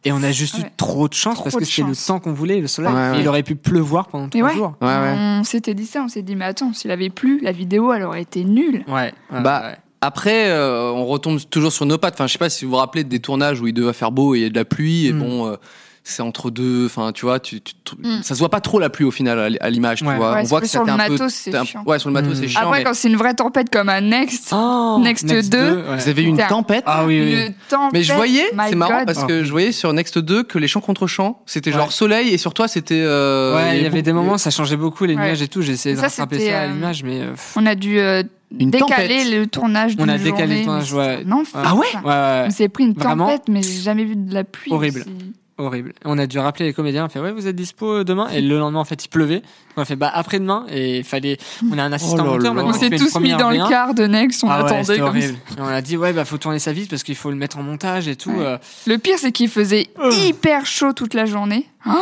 Et on a juste eu
Ouais.
trop de chance
Trop
parce que
de
c'était le
chance.
temps qu'on voulait, le soleil.
Ouais,
Et
ouais.
Il aurait pu pleuvoir pendant
Mais
trois
ouais,
jours.
Ouais, ouais.
on s'était dit ça, on s'est dit, mais attends, s'il avait plu, la vidéo, elle aurait été nulle.
Ouais. ouais,
Bah,
ouais.
Après, euh, on retombe toujours sur nos pattes. Enfin, je sais pas si vous vous rappelez des tournages où il devait faire beau et il y a de la pluie. Et
Mm.
bon, euh, c'est entre deux. Enfin, tu vois, tu, tu- tu-
Mm.
ça se voit pas trop la pluie au final à l- à l'image.
Ouais.
Tu vois,
Ouais,
on
c'est
voit que
plus sur
c'était
le
un peu-
matos, c'est
c'était un-
chiant. Ah
Ouais, sur le matos,
Mm.
c'est chiant.
Après,
mais Ah
quand c'est une vraie tempête comme un Next, Next 2,
Oh, ouais.
Vous avez eu une
Putain.
tempête.
Ah oui, oui.
le tempête.
Mais je voyais,
my
c'est marrant
God.
parce
Ah.
que je voyais sur Next 2 que les champs contre champs, c'était
Ouais.
genre soleil et sur toi c'était. euh,
ouais, il y avait
beaucoup-
des moments, ça changeait beaucoup, les
Ouais.
nuages et tout. J'ai essayé de
Ça,
rattraper
c'était,
ça à
euh,
l'image, mais. euh, pff,
On a dû euh,
Une
décaler
tempête.
le tournage
On
d'une
a décalé le
journée,
tournage,
mais
ouais.
c'est un enfer,
Ah
ça.
Ouais, ouais,
On s'est pris une
Vraiment.
tempête, mais j'ai jamais vu de la pluie.
Horrible.
aussi.
horrible. On a dû rappeler les comédiens, on fait ouais, vous êtes dispo euh, demain et le lendemain en fait il pleuvait. On a fait bah après-demain et il fallait on a un
là
assistant
là.
monteur maintenant
Oh On
qui
s'est
fait une
tous mis
première
dans le
V1.
quart de Next, on
Ah ouais,
attendait
c'était
comme ça.
horrible. Et on a dit ouais bah faut tourner ça vite parce qu'il faut le mettre en montage et tout.
Ouais.
euh.
Le pire, c'est qu'il faisait
Oh.
hyper chaud toute la journée. (gasps)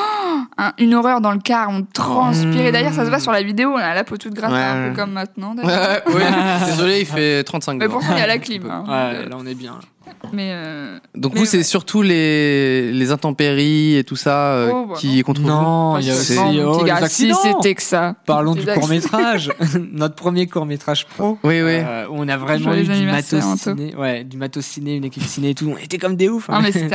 Ah, un- une horreur dans le car, on transpire. Et d'ailleurs, ça se voit sur la vidéo, on a la peau toute gratte,
Hmm. Ouais,
un
ouais.
peu comme maintenant.
Ouais,
d'ailleurs.
(laughs) ouais, ouais. désolé, il fait 35
Mais
dehors.
pourtant, il y a la clim. hein.
Ouais, là on est bien.
Mais euh,
Donc
Mais
vous, c'est
ouais.
surtout les, les intempéries et tout ça euh,
Oh, bah
qui est contre vous.
Non,
parce
il y a
que
aussi
bon, mon
oh,
petit
les
gars, si
accidents.
c'était que ça.
Parlons du
Les accidents.
court
(laughs)
métrage, (laughs) notre premier court métrage pro.
Oui, oui.
Euh, où on a vraiment
Joyeux
eu du
anniversaire,
matos
Anto.
ciné, ouais, du matos ciné, une équipe ciné et tout. On était comme des ouf. hein.
Ah, mais c'était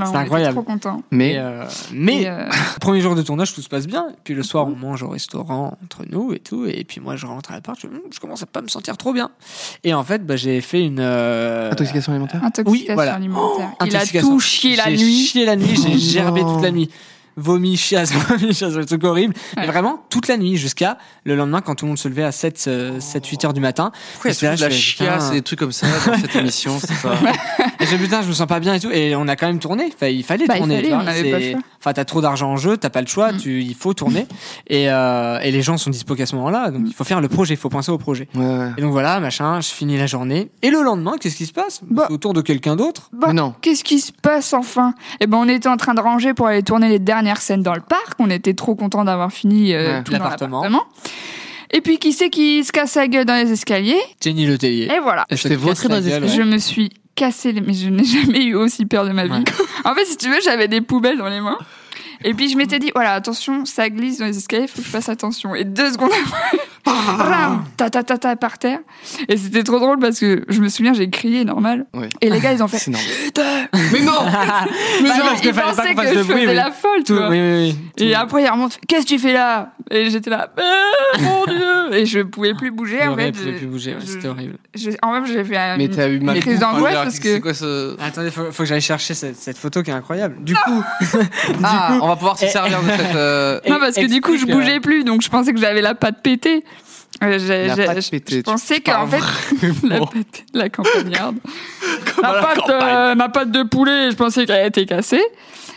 (laughs)
hein,
C'était
on
incroyable.
était trop contents.
Mais
Mais, euh, mais
Et, euh,
Premier jour de tournage, tout se passe bien. Puis le soir,
Mhm.
on mange au restaurant entre nous et tout. Et puis moi, je rentre à l'appart. Je, Hum, je commence à pas me sentir trop bien. Et en fait, bah, j'ai fait une euh,
intoxication alimentaire.
intoxication
voilà.
alimentaire. il a
intoxication.
tout chié la
J'ai
nuit.
chié la nuit. J'ai
Oh
gerbé
non.
toute la nuit. Vomi, chiasse, (laughs) vomi, chiasse, le truc horrible.
Ouais.
Et vraiment, toute la nuit, jusqu'à le lendemain, quand tout le monde se levait à 7, euh, 7 8 heures du matin.
Pourquoi il y
Et
a
là,
toujours de la
je fais,
chiasse
putain.
et des trucs comme ça dans
(laughs)
cette émission c'est pas-
Et j'ai dit, putain, je me sens pas bien et tout. Et on a quand même tourné. Enfin, il fallait
Bah, il
tourner.
fallait,
tu vois.
on avait pas le
C'est-
choix.
Enfin, t'as trop d'argent en jeu, t'as pas le choix.
Mm.
Tu, il faut tourner. Et, euh, et les gens sont dispo qu'à ce moment-là. Donc, il faut faire le projet. Il faut penser au projet.
Ouais, ouais.
Ah.
Et donc voilà, machin. Je finis la journée. Et le lendemain, qu'est-ce qui se passe
Bah.
C'est autour de quelqu'un d'autre.
Bon,
Mais non.
Qu'est-ce qui se passe enfin Eh ben, on était en train de ranger pour aller tourner les dernières scènes dans le parc. On était trop contents d'avoir fini euh,
Ouais.
tout dans
L'appartement.
l'appartement. Et puis, qui c'est qui se casse la gueule dans les escaliers
Jenny Letellier.
Et voilà.
Elle
Je
se
t'ai
casse
vautré
la
dans les
gueule,
Je
ouais.
me suis cassé les... Mais je n'ai (laughs) jamais eu aussi peur de ma vie.
Ouais.
(laughs) en fait, si tu veux, j'avais des poubelles dans les mains. Et puis, je m'étais dit, voilà, attention, ça glisse dans les escaliers, faut que je fasse attention. Et deux secondes
(laughs) Ah.
après, ram, ta, ta, ta, ta, par terre. Et c'était trop drôle parce que je me souviens, j'ai crié, normal.
Ouais.
Et les gars, ils
(laughs)
ont fait...
C'est normal.
Mais non
Mais
Bah,
c'est
non,
parce
ils
qu'il fallait pas
pensaient
qu'on fasse
que
de
je
bruit,
faisais
oui.
la folle, tu
Tout,
vois.
oui, oui, oui.
Et après, il remonte, qu'est-ce que tu fais là Et j'étais là, Ah,
(laughs)
mon dieu Et je pouvais plus bouger, en
J'aurais
fait.
pu- pu bouger, ouais,
je-
c'était horrible.
je- en même, j'ai fait un-
Mais t'as eu ma
une crise
Enfin,
d'angoisse
je veux dire,
parce
C'est
que.
quoi ce.
Attendez, faut, faut que j'aille chercher cette, cette photo qui est incroyable. Du coup, (laughs)
Ah, on va pouvoir se
Et-
servir de cette. euh,
Non, parce que du coup, je
Explique, euh,
bougeais plus, donc je pensais que j'avais la patte pétée. Euh, j'ai-
La
j'ai-
patte
je-
pétée,
je
tu
pensais qu'en fait, (laughs) la, patte-
(laughs)
la campagnarde, la,
la
patte,
campagne.
euh, ma patte de poulet, je pensais qu'elle était cassée.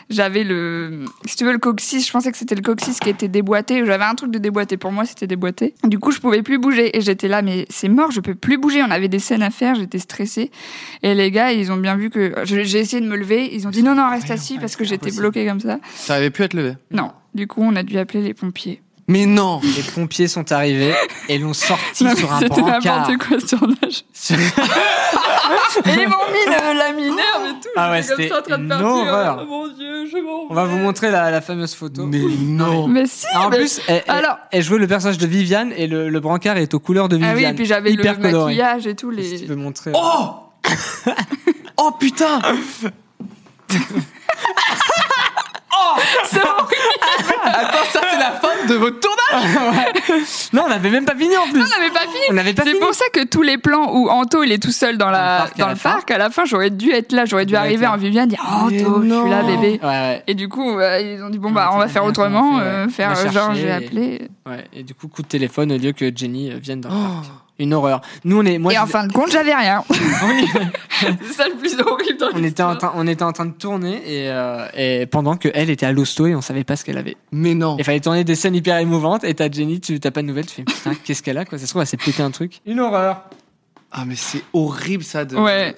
J'avais le, si tu veux, le coccyx, je pensais que c'était le coccyx qui était déboîté. J'avais un truc de déboîté, pour moi c'était déboîté. Du coup, je pouvais plus bouger et j'étais là, mais c'est mort, je peux plus bouger. On avait des scènes à faire, j'étais stressée. Et les gars, ils ont bien vu que je- j'ai essayé de me lever. Ils ont dit non, non, reste assis parce que j'étais
impossible.
bloquée comme ça.
Ça avait pu être levé.
Non. Du coup, on a dû appeler les pompiers.
Mais non.
les pompiers sont arrivés et l'ont sorti
Non, mais
sur un
C'était
brancard.
n'importe quoi ce tournage. (laughs) Et ils m'ont mis le- la minerve et tout.
Ah ouais,
J'étais comme
c'était
ça en train de
une
partir.
horreur.
Oh mon dieu, je m'en
(laughs) On va
vais.
vous montrer la, la fameuse photo.
Mais non.
Mais si.
Ah, en
mais-
plus, elle, elle-
alors-
elle jouait le personnage de Viviane et le, le brancard est aux couleurs de
ah
Viviane.
oui, et puis j'avais le
hyper coloré.
maquillage et tout.
Si tu
Les...
peux montrer.
Oh. Oh putain.
C'est horrible.
Attends, ça c'est la fin de votre tournage.
(laughs) Non, on n'avait même pas fini en plus.
on n'avait pas fini.
On n'avait pas
Ah, C'est
fini.
pour ça que tous les plans où Anto il est tout seul dans,
Dans le
la,
parc à
dans
la
le
fin.
parc, à la fin j'aurais dû être là, j'aurais dû
J'aurais été
arriver
là.
en Viviane dire
Mais
Anto, Oh, je suis là
non.
bébé.
Ouais, ouais.
Et du coup euh, ils ont dit bon bah
On
on va
s'est
faire
bien
autrement,
fait, ouais.
euh,
On
faire
a
euh, genre
cherché
j'ai
et-
appelé.
Ouais, et du coup, coup de téléphone au lieu que Jenny euh, vienne dans le
Oh.
parc. Une horreur. Nous, on est. Moi,
et
je-
en fin de compte j'avais rien.
(laughs) Oui.
(laughs) C'est ça le plus horrible dans (laughs)
on était en
l'histoire.
train, on était en train de tourner et, euh, et pendant que elle était à l'hosto et on savait pas ce qu'elle avait.
Mais non.
Il fallait tourner des scènes hyper émouvantes et t'as Jenny, tu t'as pas de nouvelles, tu fais (laughs) putain, qu'est-ce qu'elle a quoi Ça se trouve, elle s'est pété un truc. Une horreur.
Ah mais c'est horrible ça de.
Ouais.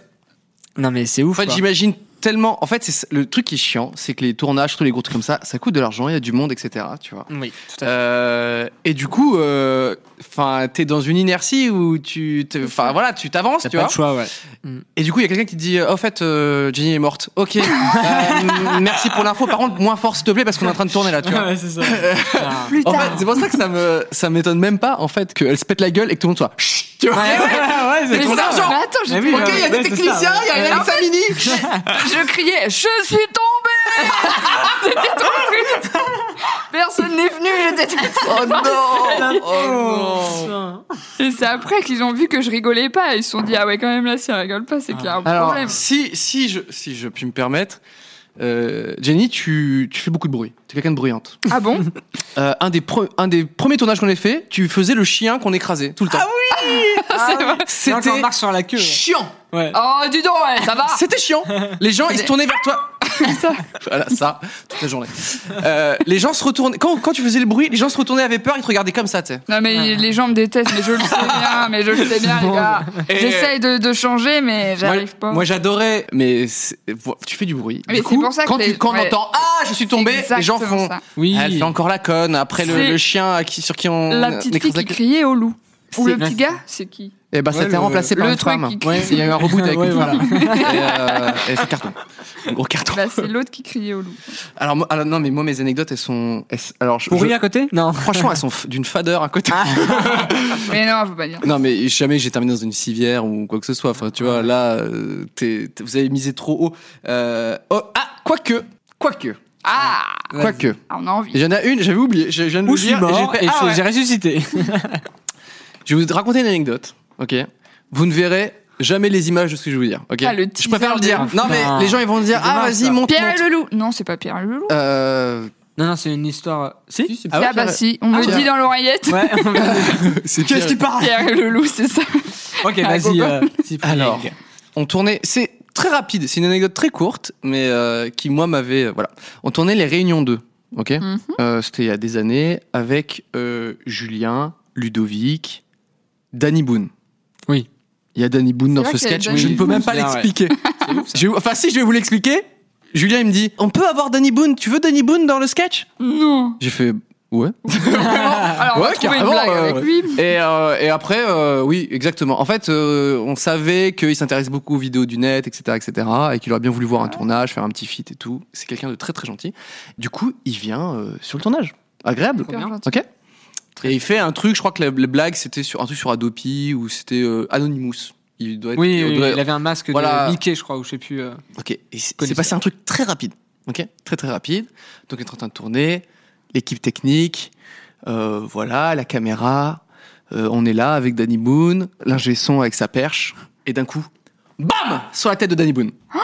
Non mais c'est
En
ouf.
fait,
quoi.
j'imagine tellement. En fait, c'est le truc qui est chiant, c'est que les tournages, tous les gros trucs comme ça, ça coûte de l'argent, il y a du monde, etc. Tu vois.
Oui, tout à fait.
Euh, et du coup, euh, enfin, t'es dans une inertie où tu, t'es- enfin voilà, tu t'avances,
T'as
tu
pas
vois.
le (laughs) choix, ouais.
Et du coup, il y a quelqu'un qui te dit, euh, au fait, euh, Jenny est morte. Ok. (laughs) Euh, merci pour l'info. Par contre, moins fort, s'il te plaît, parce qu'on est en train de tourner là, tu vois.
Ouais, c'est ça. Ah.
Plus
En
tard.
fait, c'est pour ça que ça me, ça m'étonne même pas, en fait, qu'elle se pète la gueule et que tout le monde soit, chut, tu vois.
Ouais, ouais, ouais, c'est (laughs)
Mais
pour
ça,
ça.
genre,
Mais attends,
Mais
j'étais-
oui,
Ok, il y a
ouais,
des
c'est ça.
techniciens, il y a
Ouais.
Alexa Mini.
je criais Je suis tombée
(laughs)
C'était trop triste Personne n'est venu, j'étais triste.
Oh non! Oh non!
Et c'est après qu'ils ont vu que je rigolais pas. Ils se sont dit Ah ouais, quand même, là, si elle rigole pas, c'est qu'il y a un
Alors,
problème.
si, si, je, si je puis me permettre, euh, Jenny, tu, tu fais beaucoup de bruit. Tu es quelqu'un de bruyante.
Ah bon
Euh, un, des pre- un des premiers tournages qu'on ait fait, tu faisais le chien qu'on écrasait tout le temps.
C'est vrai.
Là, quand on
C'était
marche sur la queue. ouais.
chiant.
Ouais.
Oh, dis donc, ouais, ça va
C'était chiant. Les gens, ils se tournaient vers toi. (laughs) voilà, ça, toute la journée. Euh, les gens se retournaient. Quand, quand tu faisais le bruit, les gens se retournaient, avaient peur, ils te regardaient comme ça, tu sais.
Non, mais les gens me détestent, mais je le sais bien, mais je le sais bien, les gars. J'essaye de, de changer, mais j'arrive
Moi,
pas.
moi, j'adorais, mais c'est- tu fais du bruit.
Mais
Du
c'est
coup,
pour ça que
quand,
les-
tu, quand on
ouais.
entend Ah, je suis tombé, les gens
Exactement
font Ah,
ça.
Oui.
Elle fait encore la conne après le,
C'est-
le chien à qui, sur qui on.
La petite fille qui criait au loup. Ou
C'est-
le petit gars, c'est qui
Et bah, ça a
Ouais,
été
le-
remplacé par
le
une
truc
femme.
qui crie.
Ouais, il y a eu un (laughs) reboot avec
Ouais,
une
voilà.
femme. Et, euh, et c'est carton. Un (laughs) gros carton.
Bah, c'est l'autre qui criait au loup.
Alors, moi- alors, non, mais moi, mes anecdotes, elles sont. elles- alors, je-
Pour
je-
à côté Non.
Franchement, elles sont f- d'une fadeur à côté.
Mais non, faut pas dire.
(laughs) Non, mais jamais j'ai terminé dans une civière ou quoi que ce soit. Enfin, tu vois, là, euh, t'es- t'es- vous avez misé trop haut. Euh, oh, ah, quoique. Quoique.
Ah,
Quoique.
ah, on a envie.
Il y en a une, j'avais oublié. Je, je viens de
Ou
vous
je suis
dire. et
mort
j'ai fait,
et
ah
je-
ouais.
j'ai ressuscité.
Je vais vous raconter une anecdote, ok Vous ne verrez jamais les images de ce que je vais vous dire, ok
Ah, le
Je préfère
teaser
le dire.
de ouf.
Non, mais
Non.
les gens, ils vont dire,
C'est
ah,
dommage,
vas-y,
ça.
monte,
Pierre
monte.
et le loup. Non, c'est pas Pierre et le loup.
Euh,
(laughs) Non, non, c'est une histoire. euh, Si, c'est
Ah ouais,
ah bah
Pierre-
si, on me
Pierre-
dit dans l'oreillette.
Ouais. (laughs)
c'est
Qu'est-ce qui
Pierre-
parle
(laughs) Pierre et le loup, c'est ça.
Ok,
Ah,
vas-y.
Gogo.
euh, (laughs) Cyprien.
Alors, on tournait. C'est très rapide. C'est une anecdote très courte, mais euh, qui moi m'avait. euh, voilà. On tournait les réunions 2. Ok.
Mhm.
Euh, C'était il y a des années avec euh, Julien, Ludovic, Danny Boone.
Oui.
Il y a Danny Boone
C'est
dans
vrai
ce
qu'il y a
sketch.
Danny
je ne peux
Boone.
même pas
C'est bien, ouais.
l'expliquer. Je- enfin, si, je vais vous l'expliquer. Julien, il me dit On peut avoir Danny Boone Tu veux Danny Boone dans le sketch
Non.
(laughs) J'ai fait Ouais.
Alors on va
Ouais,
trouver une
carrément,
blague
euh,
avec lui.
(laughs) Et, euh, et après, euh, oui, exactement. En fait, euh, on savait qu'il s'intéresse beaucoup aux vidéos du net, etc., etc., et qu'il aurait bien voulu voir un tournage, faire un petit feat et tout. C'est quelqu'un de très très gentil. Du coup, il vient euh, sur le tournage, agréable.
Super gentil.
Ok. Et il fait un truc. Je crois que la- les blagues c'était sur un truc sur Adopi ou c'était euh, Anonymous. Il doit être.
Oui,
il
oui,
doit-
il avait un masque
Voilà.
de Mickey, je crois, ou je sais plus. euh.
Ok, et c'est
Connaisseur.
c'est passé un truc très rapide. Ok, très très rapide. Donc, il est en train de tourner, l'équipe technique, euh, voilà, la caméra. euh, on est là avec Danny Boone, l'ingé son avec sa perche, et d'un coup, bam Sur la tête de Danny Boone.
Hein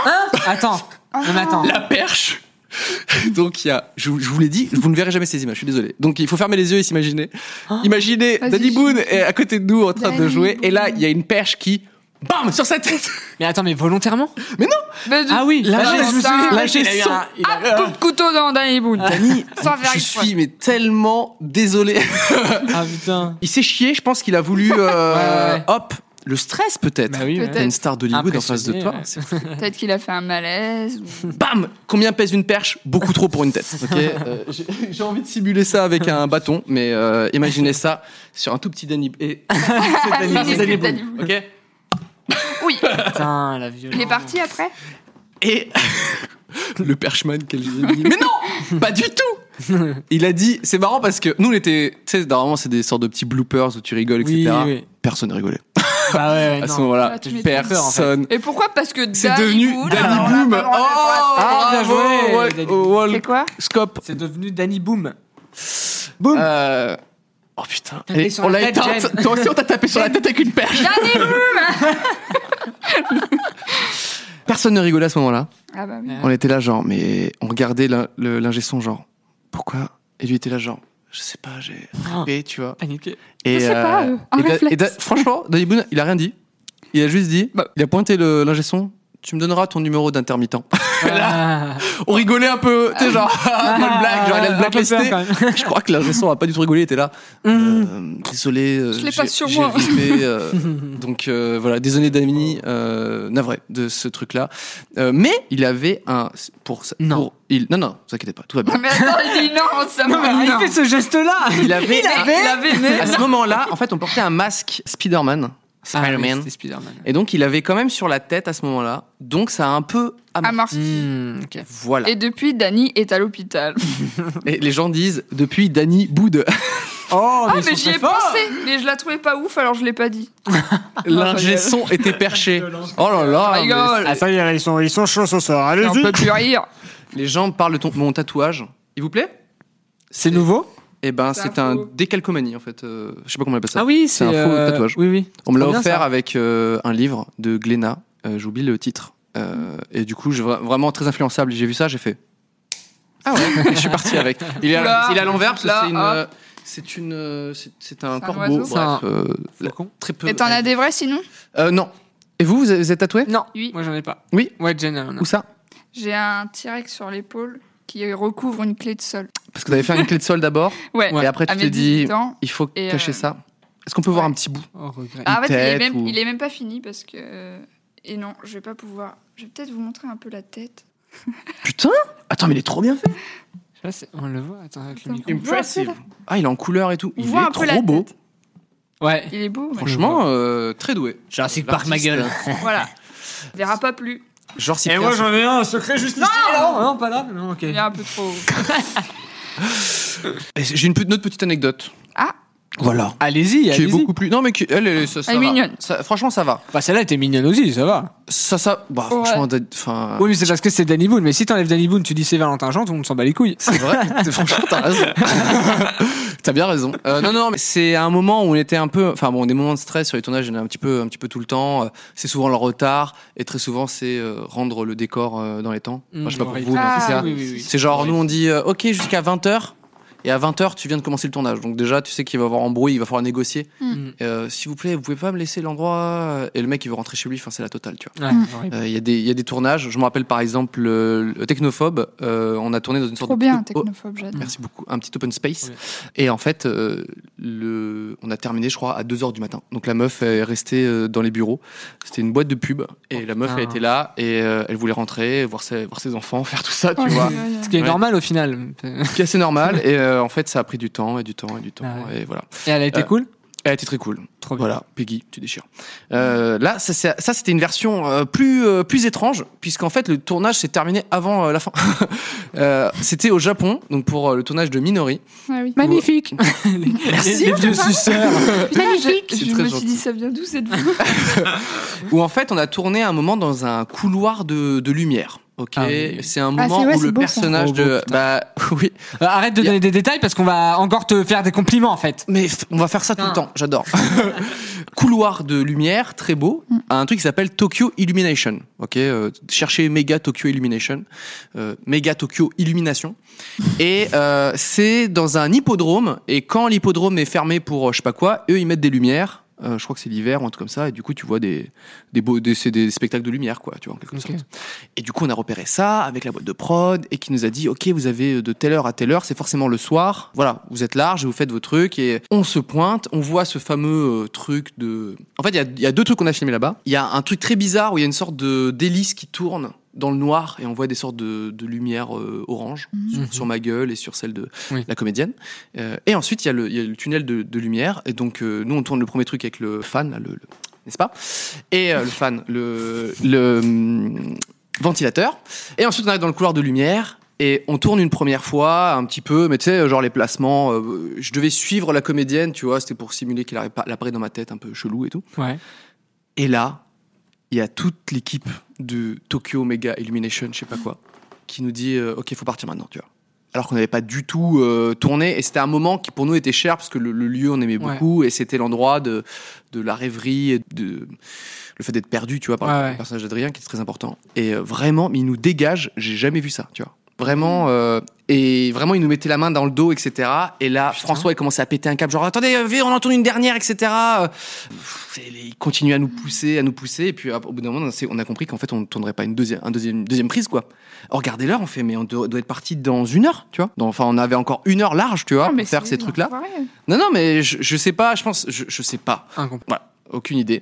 Attends, non, mais attends.
La perche (laughs) Donc, il y a, je, vous- je vous l'ai dit, vous ne verrez jamais ces images, je suis désolé. Donc, il faut fermer les yeux et s'imaginer. Imaginez,
Oh, Vas-y,
Danny
je-
Boone est à côté de nous en train de
Danny
jouer, et là,
Boone.
il y a une perche qui, bam Sur sa tête
Mais attends, mais volontairement
Mais du-
Ah oui,
Là,
ah,
j'ai-
je me
ça,
souviens,
là,
il
j'ai
a eu
son-
un- il a-
Ah, coup de couteau dans Danny Boone.
Dani,
Sans faire
(laughs) je
exprès.
suis mais tellement désolé.
Ah putain.
Il s'est chié, je pense qu'il a (laughs) voulu. euh,
Ouais, ouais.
Hop, le stress peut-être.
Bah oui, ouais.
T'as une star d'Hollywood en face de
Impressionné,
toi.
ouais.
C'est-
Peut-être qu'il a fait un malaise. ou-
Bam Combien pèse une perche Beaucoup trop pour une tête. ok Euh, J'ai (laughs) j'ai envie de simuler ça avec un bâton, mais euh, imaginez ça sur un tout petit Danny. Et...
(laughs)
C'est
Minuscule
Danny
Danny
Boone, ok
Oui.
Putain, la violence.
Il est parti après
Et (laughs) le perchman qu'elle lui a dit, Mais non Pas du tout Il a dit, c'est marrant parce que nous on était, tu sais, normalement c'est des sortes de petits bloopers où tu rigoles, etc.
Oui, oui.
Personne ne rigolait.
Bah ouais, ouais,
à
non.
ce moment-là,
Ah, tu m'étonnes.
personne.
Et pourquoi Parce que
C'est
Danny
devenu
Boone-
Danny
Alors, on l'a
Boom.
pas
Oh,
le droit de faire la tête.
Ah, bien
bravo,
joué,
Wal-
Danny.
Wal-
C'est quoi
oh, Scope.
C'est devenu Danny Boom. Boom.
Euh, Oh putain.
Tapé
Et
sur
on
la
l'a
tête,
éteinte.
Jen.
Toi aussi, on t'a tapé sur la tête avec une perche.
(laughs)
Danny Boone
Personne ne rigolait à ce moment-là.
Ah bah oui.
On était là, genre, mais on regardait l'in- le- l'ingé son, genre, pourquoi Et lui était là, genre, je sais pas, j'ai
Ah.
rêvé, tu vois.
Paniqué.
Et,
sais pas, euh, un
et da-
réflexe.
et da- franchement, Danny Boone, il a rien dit. Il a juste dit,
Bah.
il a pointé le- l'ingé son. Tu me donneras ton numéro d'intermittent. (laughs)
Ah.
On rigolait un peu, tu sais, genre, (laughs) bonne blague, genre, il a le
Ah, un peu
blacklisté.
peur,
(laughs)
quand même. Hum.
Je crois que l'ingé son a pas du tout rigolé, il était là. euh, désolé, euh,
Je l'ai
j'ai-
pas sur (laughs)
j'ai
moi.
rêvé, euh, Donc euh, voilà, désolé Damini, euh, navré de ce truc-là. Euh, mais il avait un pour ça.
Non.
pour- il, non, non, ne vous inquiétez pas, tout va bien.
(laughs) Mais attends, il dit non, ça
Non, mais
me
il fait ce geste-là
(laughs) Il avait,
Il avait- Ah,
il avait- à ce moment-là, en fait, on portait un masque Spider-Man. Spider-Man.
C'était Spider-Man.
et donc, il avait quand même sur la tête à ce moment-là. Donc, ça a un peu amorti.
Amorti.
Hmm, ok.
Voilà.
Et depuis, Dany est à l'hôpital.
Et les gens disent, depuis Danny Boude,
(laughs)
Oh,
Ah,
mais, ils
mais
sont
j'y ai
très forts.
pensé, mais je la trouvais pas ouf, alors je l'ai pas dit.
(laughs) l'ingé son était
(laughs)
perché. Oh là là.
Je
mais-
rigole.
Ah, ça y est, ils sont, ils sont chauds ce soir.
Et on
Allez-y.
peut
(laughs)
plus rire.
Les gens parlent de ton- mon tatouage. Il vous plaît
C'est nouveau
Eh ben,
C'est
c'est
un
un
faux.
décalcomanie, en fait. euh, je sais pas comment on appelle ça.
oui,
c'est un faux
euh,
tatouage.
Oui, oui.
On me l'a
Trop bien,
offert
ça.
avec euh, un livre de Glénat. Euh, J'oublie le titre. Euh, et du coup, je, vra- vraiment très influençable. J'ai vu ça, j'ai fait. Ah ouais. (laughs) Et je suis parti avec. Il est
Oula,
à, il est à l'envers parce que
là,
c'est une.
hop.
euh, C'est une. euh, c'est- C'est un
C'est un
corbeau.
oiseau.
Bref,
C'est un-
euh, la-
Faucon.
très peu.
Et t'en as des vrais sinon
Euh, Non. Et vous, vous êtes vous êtes tatoué
Non,
Oui.
moi j'en ai pas.
Oui.
Ouais, Jen, elle en a.
Où ça
J'ai un T-Rex sur l'épaule qui recouvre une clé de sol.
Parce que vous avez fait une clé de sol d'abord.
(laughs) Ouais, Ah,
Et après, tu
à
t'es
mes
dit-
18 ans.
Il faut
Et,
cacher
euh,
ça. Est-ce qu'on peut voir
ouais.
un petit bout
Oh, regret.
Ah, en fait, il est,
tête
même,
ou-
il est même pas fini parce que. euh, Et non, je vais pas pouvoir. Je vais peut-être vous montrer un peu la tête.
Putain Attends, mais il est trop bien fait.
Je sais pas si on le voit, attends, avec le
Attends.
micro.
Impressive. Ah, il est en couleur et tout.
On
Il
voit un
est
peu la
trop beau.
tête.
Ouais.
Il est beau, mais
Franchement, euh, très doué.
Jurassic
Park, ma gueule.
voilà. On verra pas plus.
Genre si
Et moi j'en ai un, un secret juste ici. Non, non, pas là. Non, ok.
Il est un peu
(laughs)
trop.
j'ai une, pe- une autre petite anecdote.
Ah.
Voilà.
Allez-y,
Qui est
allez-y.
beaucoup plus. Non mais qui- elle, elle, ça, ça
Elle est
va.
mignonne.
Ça- franchement, ça va.
Bah, celle-là était mignonne aussi, ça va.
Ça, ça. Bah,
Ouais.
franchement, d'être- enfin.
Oui, mais c'est parce que c'est Danny Boone. Mais si t'enlèves Danny Boone, tu dis c'est Valentin Jean, tout le monde s'en bat les couilles.
C'est vrai, T'es- franchement, t'as raison. (laughs) t'as bien raison. Euh, non, non, mais c'est un moment où on était un peu, enfin bon, des moments de stress sur les tournages, il y en a un petit peu, un petit peu tout le temps. Euh, C'est souvent le retard et très souvent c'est euh, rendre le décor euh, dans les temps. Enfin, je sais pas pour
Horrible.
vous, mais
Ah,
c'est ça.
oui, oui, oui.
C'est genre, nous on dit, euh, ok, jusqu'à 20h. Et à 20h, tu viens de commencer le tournage. Donc déjà, tu sais qu'il va y avoir embrouille, il va falloir négocier.
Mm.
Euh, S'il vous plaît, vous pouvez pas me laisser l'endroit. Et le mec, il veut rentrer chez lui. Enfin, c'est la totale, tu vois.
Ouais, horrible.
Euh, Il y, a des- il y a des tournages. Je me rappelle par exemple euh, le Technophobe. euh, on a tourné dans une sorte
Trop
de.
bien,
oh,
technophobe, j'adore.
Merci beaucoup. Un petit open space.
Oui.
Et en fait, euh, le... on a terminé, je crois, à 2h du matin. Donc la meuf est restée euh, dans les bureaux. C'était une boîte de pub. Et la meuf,
putain.
elle était là. Et euh, elle voulait rentrer, voir ses, voir ses enfants, faire tout ça, tu
Oh,
vois.
ouais, ouais, ouais.
Ce qui est
Ouais.
normal au final. Et
Ce qui est assez normal. Et euh, en fait, ça a pris du temps, et du temps, et du temps.
Ah ouais.
Et voilà.
elle a été
Euh,
cool
Elle était très cool.
Trop bien.
Voilà, Peggy, tu déchires. Euh, là, ça, c'est- ça, c'était une version euh, plus, euh, plus étrange, puisqu'en fait, le tournage s'est terminé avant euh, la fin. (laughs) Euh, c'était au Japon, donc pour euh, le tournage de Minori.
Ah oui.
Magnifique
Les, les vieux suceurs.
Magnifique.
(laughs) C'est
Je
très
me suis
gentil.
dit, ça vient d'où cette vidéo
Où en fait, on a tourné un moment dans un couloir de, de lumière. Ok,
Ah oui.
c'est un
Ah,
moment
c'est- ouais,
où
c'est
le
beau, ça.
personnage
Oh, beau,
de. bah (laughs) oui,
Euh, arrête de
Y a-
donner des détails parce qu'on va encore te faire des compliments en fait.
mais f- on va faire ça tout le temps, j'adore. (laughs) couloir de lumière, très beau, à un truc qui s'appelle Tokyo Illumination. Ok, euh, cherchez méga Tokyo Illumination, euh, méga Tokyo Illumination. Et euh, c'est dans un hippodrome. Et quand l'hippodrome est fermé pour euh, je sais pas quoi, eux ils mettent des lumières. Euh, je crois que c'est l'hiver ou un truc comme ça. Et du coup, tu vois des des beaux, des, c'est des spectacles de lumière, quoi. Tu vois en quelque
Ok.
sorte. Et du coup, on a repéré ça avec la boîte de prod et qui nous a dit, ok, vous avez euh, de telle heure à telle heure, c'est forcément le soir. Voilà, vous êtes large, vous faites vos trucs et on se pointe. On voit ce fameux euh, truc de. En fait, il y a, il y a deux trucs qu'on a filmé là-bas. Il y a un truc très bizarre où il y a une sorte de d'hélice qui tourne dans le noir et on voit des sortes de, de lumières euh, orange
Mm.
sur, sur ma gueule et sur celle de
Mhm. Oui.
la comédienne. Euh, et ensuite, il y, a le- il y a le tunnel de, de lumière. Et donc, euh, nous, on tourne le premier truc avec le fan, là, le, le- n'est-ce pas Et euh, le fan, le, le hum, ventilateur. Et ensuite, on arrive dans le couloir de lumière. Et on tourne une première fois, un petit peu, mais tu sais, genre les placements. euh, je devais suivre la comédienne, tu vois, c'était pour simuler qu'elle appara- elle apparaît dans ma tête un peu chelou et tout.
Mm. Ouais.
Et là, il y a toute l'équipe de Tokyo Mega Illumination, je sais pas quoi, qui nous dit euh, Ok, faut partir maintenant, tu vois. Alors qu'on n'avait pas du tout euh, tourné, et c'était un moment qui pour nous était cher, parce que le, le lieu on aimait
Ouais.
beaucoup, et c'était l'endroit de, de la rêverie, et de le fait d'être perdu, tu vois, par
Ouais,
le
ouais.
personnage d'Adrien, qui est très important. Et euh, vraiment, mais il nous dégage, j'ai jamais vu ça, tu vois. Vraiment, euh, et vraiment, il nous mettait la main dans le dos, etc. Et là, François, il commençait à péter un câble, genre, attendez, euh, venez, on en tourne une dernière, etc. Euh, pff, et Il continue à nous pousser, à nous pousser. Et puis, au bout d'un moment, on s'est- on a compris qu'en fait, on ne tournerait pas une deuxième, un deuxième, une deuxième prise, quoi. Alors, regardez l'heure, on fait, mais on doit doit être parti dans une heure, tu vois. Donc, Enfin, on avait encore une heure large, tu vois,
Non, Ah, mais
pour faire
c'est
ces
nul,
trucs-là.
on voit rien.
Non, non, mais je, je sais pas, je pense, je, je sais pas.
Incompl-
Voilà. Aucune idée.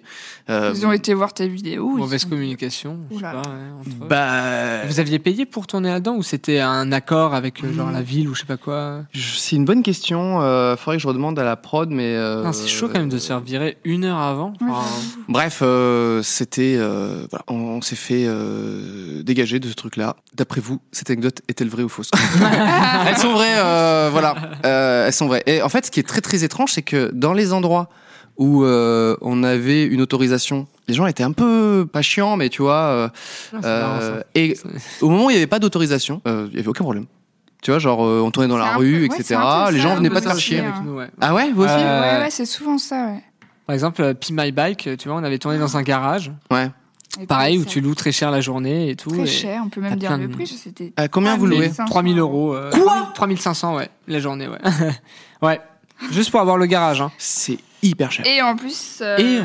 Euh,
Ils ont été voir tes vidéos. ils
Mauvaise
sont-
communication. je sais
Oula.
pas, ouais, entre eux.
Bah,
Vous aviez payé pour tourner là-dedans ou c'était un accord avec euh, genre la ville ou je sais pas quoi
je- c'est une bonne question. Euh, faudrait que je redemande à la prod, mais. euh,
Putain, C'est chaud quand même de se faire virer une heure
(laughs)
avant. Enfin,
Bref, euh, c'était. euh, voilà, on, on s'est fait euh, dégager de ce truc-là. D'après vous, cette anecdote est-elle vraie ou
(laughs)
fausse Elles sont vraies, euh, voilà. Euh, elles sont vraies. Et en fait, ce qui est très très étrange, c'est que dans les endroits où euh, on avait une autorisation, les gens étaient un peu pas chiants, mais tu vois. euh,
c'est marrant, ça.
euh, et au moment où il n'y avait pas d'autorisation, euh, il y avait aucun problème. Tu vois, genre, euh, on tournait dans
C'est
la
un
rue,
peu- ouais, c'est
etc.
un peu
les
ça,
gens
un
venaient
peu hein.
pas te faire
ça.
chier.
Avec
nous, ouais.
Ah ouais, vous aussi
Euh,
Ouais, ouais, c'est souvent ça, ouais.
Par exemple, euh, Pee My Bike, euh, tu vois, on avait tourné dans un garage.
Ouais.
Et
Pareil, où
c'est
tu loues très cher la journée et tout.
Très
et
cher, on peut
t'as
même dire
plein
le
de-
prix. je- C'était
À combien vous louez
3500.
3000 euros. euh,
Quoi
3500, ouais, la journée, ouais. (laughs) ouais, juste pour avoir le garage. hein.
C'est hyper cher.
Et en plus. euh,
Et-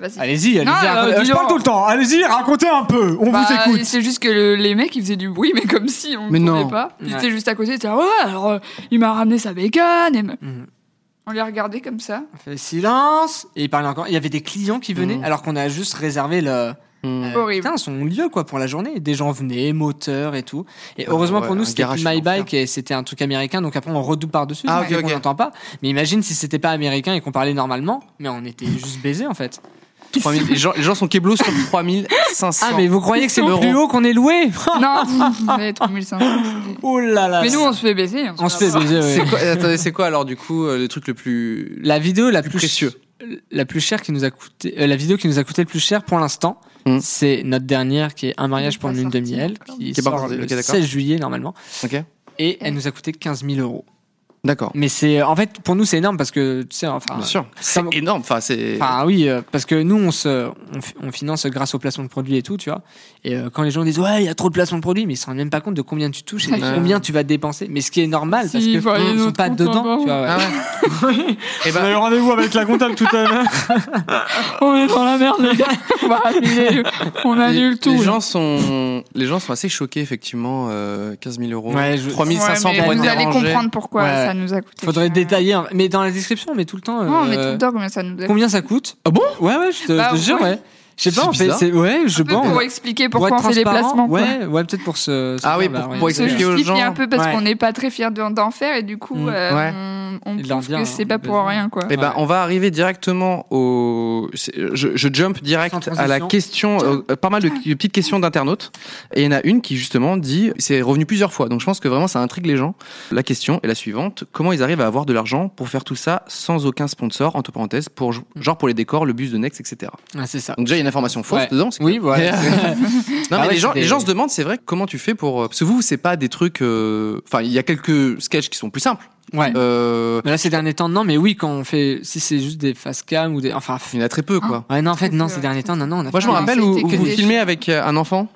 Vas-y.
Allez-y, allez-y.
Non,
raconte-
euh,
je parle
dis-leur.
tout le temps. Allez-y, racontez un peu. On
Bah,
vous écoute.
C'est juste que le- les mecs ils faisaient du bruit, mais comme si on
Mais
ne
non.
pouvait pas. Ils
Ouais.
étaient juste à côté, ils étaient ah ouais, alors euh, il m'a ramené sa bacon. Et me-
Mhm.
On les regardait comme ça.
On fait Euh, silence. Et il parlait encore. Il y avait des clients qui venaient, alors qu'on a juste réservé le. euh,
Horrible.
putain, son lieu quoi pour la journée. Des gens venaient, moteurs et tout. Et heureusement
ouais,
pour
un
nous, c'était
garage,
Pee
c'est
My
l'enfer.
Bike et c'était un truc américain. Donc après, on redouble par dessus.
Ah,
donc
ok,
on
ok.
n'entend pas. Mais imagine si c'était pas américain et qu'on parlait normalement. Mais on était juste baisés en fait.
3000 les, gens, les gens sont keblos sur 3500.
Ah mais vous croyez que c'est le plus haut qu'on est loué
non, (laughs) vous avez 3500. c'était-
Oh là là.
Mais nous on se fait baiser. hein,
on Ah, se fait
avoir.
baiser. ouais.
C'est quoi, attendez, c'est quoi alors du coup euh, le truc le plus.
La vidéo la plus,
précieux.
la plus chère qui nous a coûté, euh, la vidéo qui nous a coûté le plus cher pour l'instant,
Mm.
c'est notre dernière qui est Un mariage pour
Pas
une lune de
sortie
miel,
encore.
qui,
Qui est pas
sort
sortie,
le
ok, d'accord.
16 juillet normalement,
Ok.
et elle nous a coûté 15 000 euros.
D'accord.
Mais c'est, euh, en fait, pour nous c'est énorme parce que, tu sais, enfin,
Bien sûr. C'est
ça-
énorme. Enfin, c'est.
Enfin oui, euh, parce que nous on se, on, fi- on finance grâce au placement de produits et tout, tu vois. Et euh, quand les gens disent ouais, il y a trop de placement de produits, mais ils se rendent même pas compte de combien tu touches et de
Ouais.
combien tu vas dépenser. Mais ce qui est normal
Si,
parce que
voyez
ils sont
notre
pas
compte
dedans,
là-bas.
tu vois. ouais.
Ah
(laughs)
ouais. Eh ben,
rendez-vous avec la comptable tout à l'heure.
On est dans la merde, les gars. On va annuler, on annule
les,
tout.
les
là.
gens sont, les gens sont assez choqués effectivement. euh, 15 000 euros,
Ouais, je-
3500
Ouais,
pour
mais
être
Vous allez
dérangé.
comprendre pourquoi
Ouais.
ça nous a coûté.
Faudrait
cher.
détailler, hein. mais dans la description, on met tout le temps.
Non, on met tout
euh,
dedans combien ça nous a coûté.
Combien ça coûte
Ah bon
Ouais, ouais, je te,
Bah,
je te jure,
ouais.
ouais. Je sais pas,
C'est
en fait,
bizarre.
c'est- ouais, je pense.
Pour
pour
expliquer
être
pourquoi on fait des
transparent,
placements. quoi.
Ouais, ouais, peut-être pour ce. ce
Ah oui,
terme-là,
pour-
ouais.
pour
On se
expliquer aux
justifie
gens.
un peu parce
Ouais.
qu'on n'est pas très fiers d'en d'en faire et du coup
Mm.
euh,
Ouais.
on, on
Il leur
prouve
vient,
que c'est
hein,
pas
il
pour
leur vient.
rien quoi.
Eh ben,
Ouais.
on va arriver directement au. c'est- Je, je jump direct
Sans
à la
transition.
question, euh, pas mal de, de petites questions d'internautes. Et il y en a une qui justement dit, c'est revenu plusieurs fois. Donc je pense que vraiment ça intrigue les gens. La question est la suivante comment ils arrivent à avoir de l'argent pour faire tout ça sans aucun sponsor entre parenthèses, pour
Mm.
genre pour les décors, le bus de Next, etc.
Ah, c'est ça.
Donc déjà il y a une information fausse
Ouais.
dedans. c'est que-
Oui, voilà.
(laughs) non,
Ah
mais
ouais,
les, gens,
c'est
les
des-
gens se demandent, c'est vrai, comment tu fais pour. euh, Parce que vous, c'est pas des trucs. euh, Enfin, il y a quelques sketchs qui sont plus simples.
ouais.
Euh,
Mais là, ces derniers temps, non, mais oui, quand on fait. Si c'est juste des face cam ou des. Enfin. f-
il y en a très peu, quoi.
Ouais, non, en fait,
Parce
non,
que-
ces derniers temps, non, non, on a
Moi, je me
Ah,
rappelle
c'était
où, où
que
vous
des-
filmez avec euh, un enfant,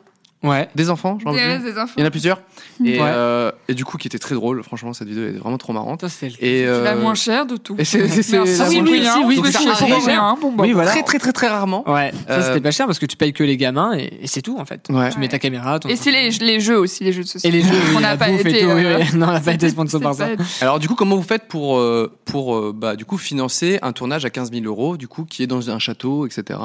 Ouais.
des enfants, je m'en rappelle
Des-
plus.
des enfants.
Il y en a plusieurs. Et,
Ouais.
euh, et du coup, qui était très drôle. Franchement, cette vidéo est vraiment trop marrante.
Toi, c'est le-
Et,
C'est la
euh,
moins chère de tout.
et c'est- c'est- c'est
Merci,
la
oui,
moins-
oui,
hein,
si, oui,
parce
donc
que
ça
c'est
arrive.
rien, bon, bah,
Oui, voilà.
Très, très, très, très rarement.
Ouais, ça,
Euh,
c'était pas cher parce que tu payes que les gamins et, et c'est tout, en fait.
Ouais.
Tu mets ta caméra. ton-
Et c'est les, les jeux aussi, les jeux de
Et
(laughs) société.
les jeux, oui,
On
la
n'a pas
bouffe
été,
et tout, oui, oui.
euh, (laughs)
(laughs) Non, on n'a pas été
C'est
sponsor par ça.
pas-
Alors, du coup, comment vous faites pour, euh, pour euh, bah, du coup, financer un tournage à 15 000 euros, du coup, qui est dans un château, etc.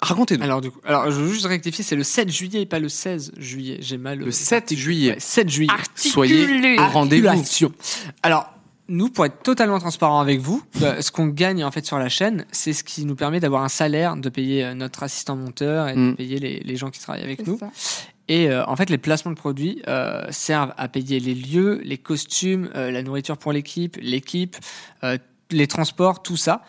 Racontez-nous.
Alors, du coup, alors, je veux juste rectifier, c'est le 7 juillet et pas le 16 juillet. J'ai mal.
Le 7
Ouais,
juillet,
7 juillet.
soyez au
Articulation.
rendez-vous.
Alors, nous, pour être totalement transparent avec vous, euh, ce qu'on gagne en fait sur la chaîne, c'est ce qui nous permet d'avoir un salaire, de payer euh, notre assistant monteur et
Mm.
de payer les, les gens qui travaillent avec
C'est
nous.
ça.
Et euh, en fait, les placements de produits euh, servent à payer les lieux, les costumes, euh, la nourriture pour l'équipe, l'équipe, euh, les transports, tout ça.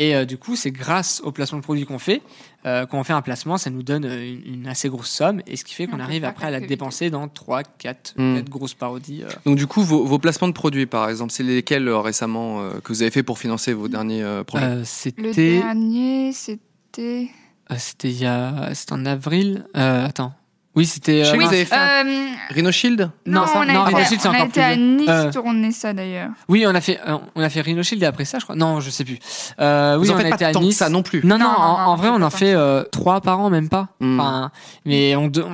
Et euh, du coup, c'est grâce aux placements de produits qu'on fait, euh, quand on fait un placement, ça nous donne euh, une, une assez grosse somme, et ce qui fait
Et on
qu'on
peut
arrive
faire
après à la
quelques
dépenser dans 3, 4,
Mm.
grosses parodies. euh.
Donc du coup, vos, vos placements de produits, par exemple, c'est lesquels euh, récemment euh, que vous avez fait pour financer vos derniers euh, projets
Euh,
Le
c'était
dernier, c'était.
euh, c'était il y a c'était en avril. Euh, attends. Oui, c'était euh,
Je sais que
mince.
vous avez fait un-
Euh,
Rhino Shield
Non,
Non, ça-
on a
non,
été,
Rhino Shield, c'est
on a
encore
été
plus
à
vieux.
Nice
Euh,
tourner ça d'ailleurs.
Oui, on a fait euh, on a fait Rhino Shield et après ça, je crois. Non, je sais plus. Euh, oui,
Vous en
on
faites
a
pas
été à
tant que
Nice.
ça non plus.
Non, non,
Non, non,
en, en
non,
vrai,
on
on
fait
en
pas
fait euh, trois par an, même pas.
Hmm.
Enfin, mais on. de-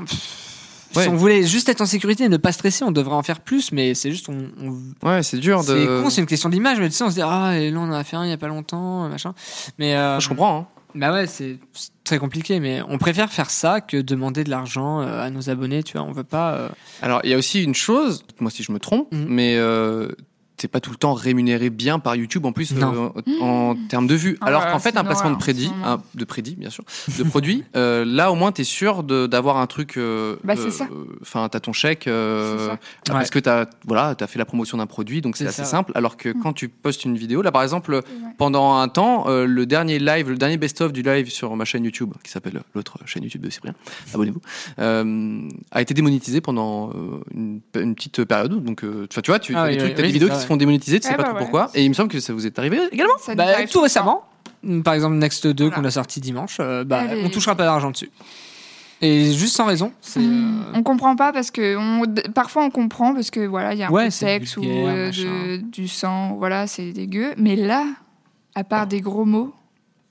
Si
Ouais.
on voulait juste être en sécurité et ne pas stresser, on devrait en faire plus, mais c'est juste. On, on-
Ouais, c'est dur
C'est
de.
con, c'est une question d'image, mais tu sais, on se dit, ah, et là, on en a fait un il y a pas longtemps, machin. Mais. euh,
Je comprends. hein.
Bah ouais, c'est c'est très compliqué, mais on préfère faire ça que demander de l'argent euh, à nos abonnés, tu vois. On veut pas. euh,
Alors, il y a aussi une chose, moi si je me trompe,
Mhm.
mais euh, t'es pas tout le temps rémunéré bien par YouTube en plus euh,
Non.
en, en termes de vues.
Ah
Alors
ouais,
qu'en fait,
c'est
un
une
placement de
horreur en ce
prédit,
moment.
un, de prédit bien sûr, de produit, euh, là au moins t'es sûr de- d'avoir un truc. euh,
Bah, c'est
euh,
ça.
Enfin, t'as ton chèque euh,
C'est ça.
parce que t'as voilà, t'as fait la promotion d'un produit, donc c'est
C'est
assez
ça.
simple. Alors que
Hmm.
quand tu postes une vidéo, là par exemple,
vrai.
pendant un temps, euh, le dernier live, le dernier best-of du live sur ma chaîne YouTube, qui s'appelle l'autre chaîne YouTube de Cyprien, abonnez-vous euh, a été démonétisé pendant euh, une, une petite période. Donc, euh, enfin, tu vois, tu
Ah
as
oui,
des, trucs,
oui,
t'as des
oui,
vidéos
c'est
qui
ça,
se font démonétiser, tu
Eh
sais pas
bah
trop
ouais.
pourquoi. Et il me semble que ça vous est arrivé également.
Ça nous
Bah,
arrive
tout récemment, mm, par exemple Next 2
Voilà.
qu'on a sorti dimanche, euh, bah,
Elle est-
on touchera pas d'argent dessus. Et juste sans raison. C'est,
Hmm,
euh,
On comprend pas parce que on- d- parfois on comprend parce que voilà il y a un
Ouais,
peu de
c'est
sexe ou
vulgaire,
euh, de- du sang voilà c'est dégueu mais là à part des gros mots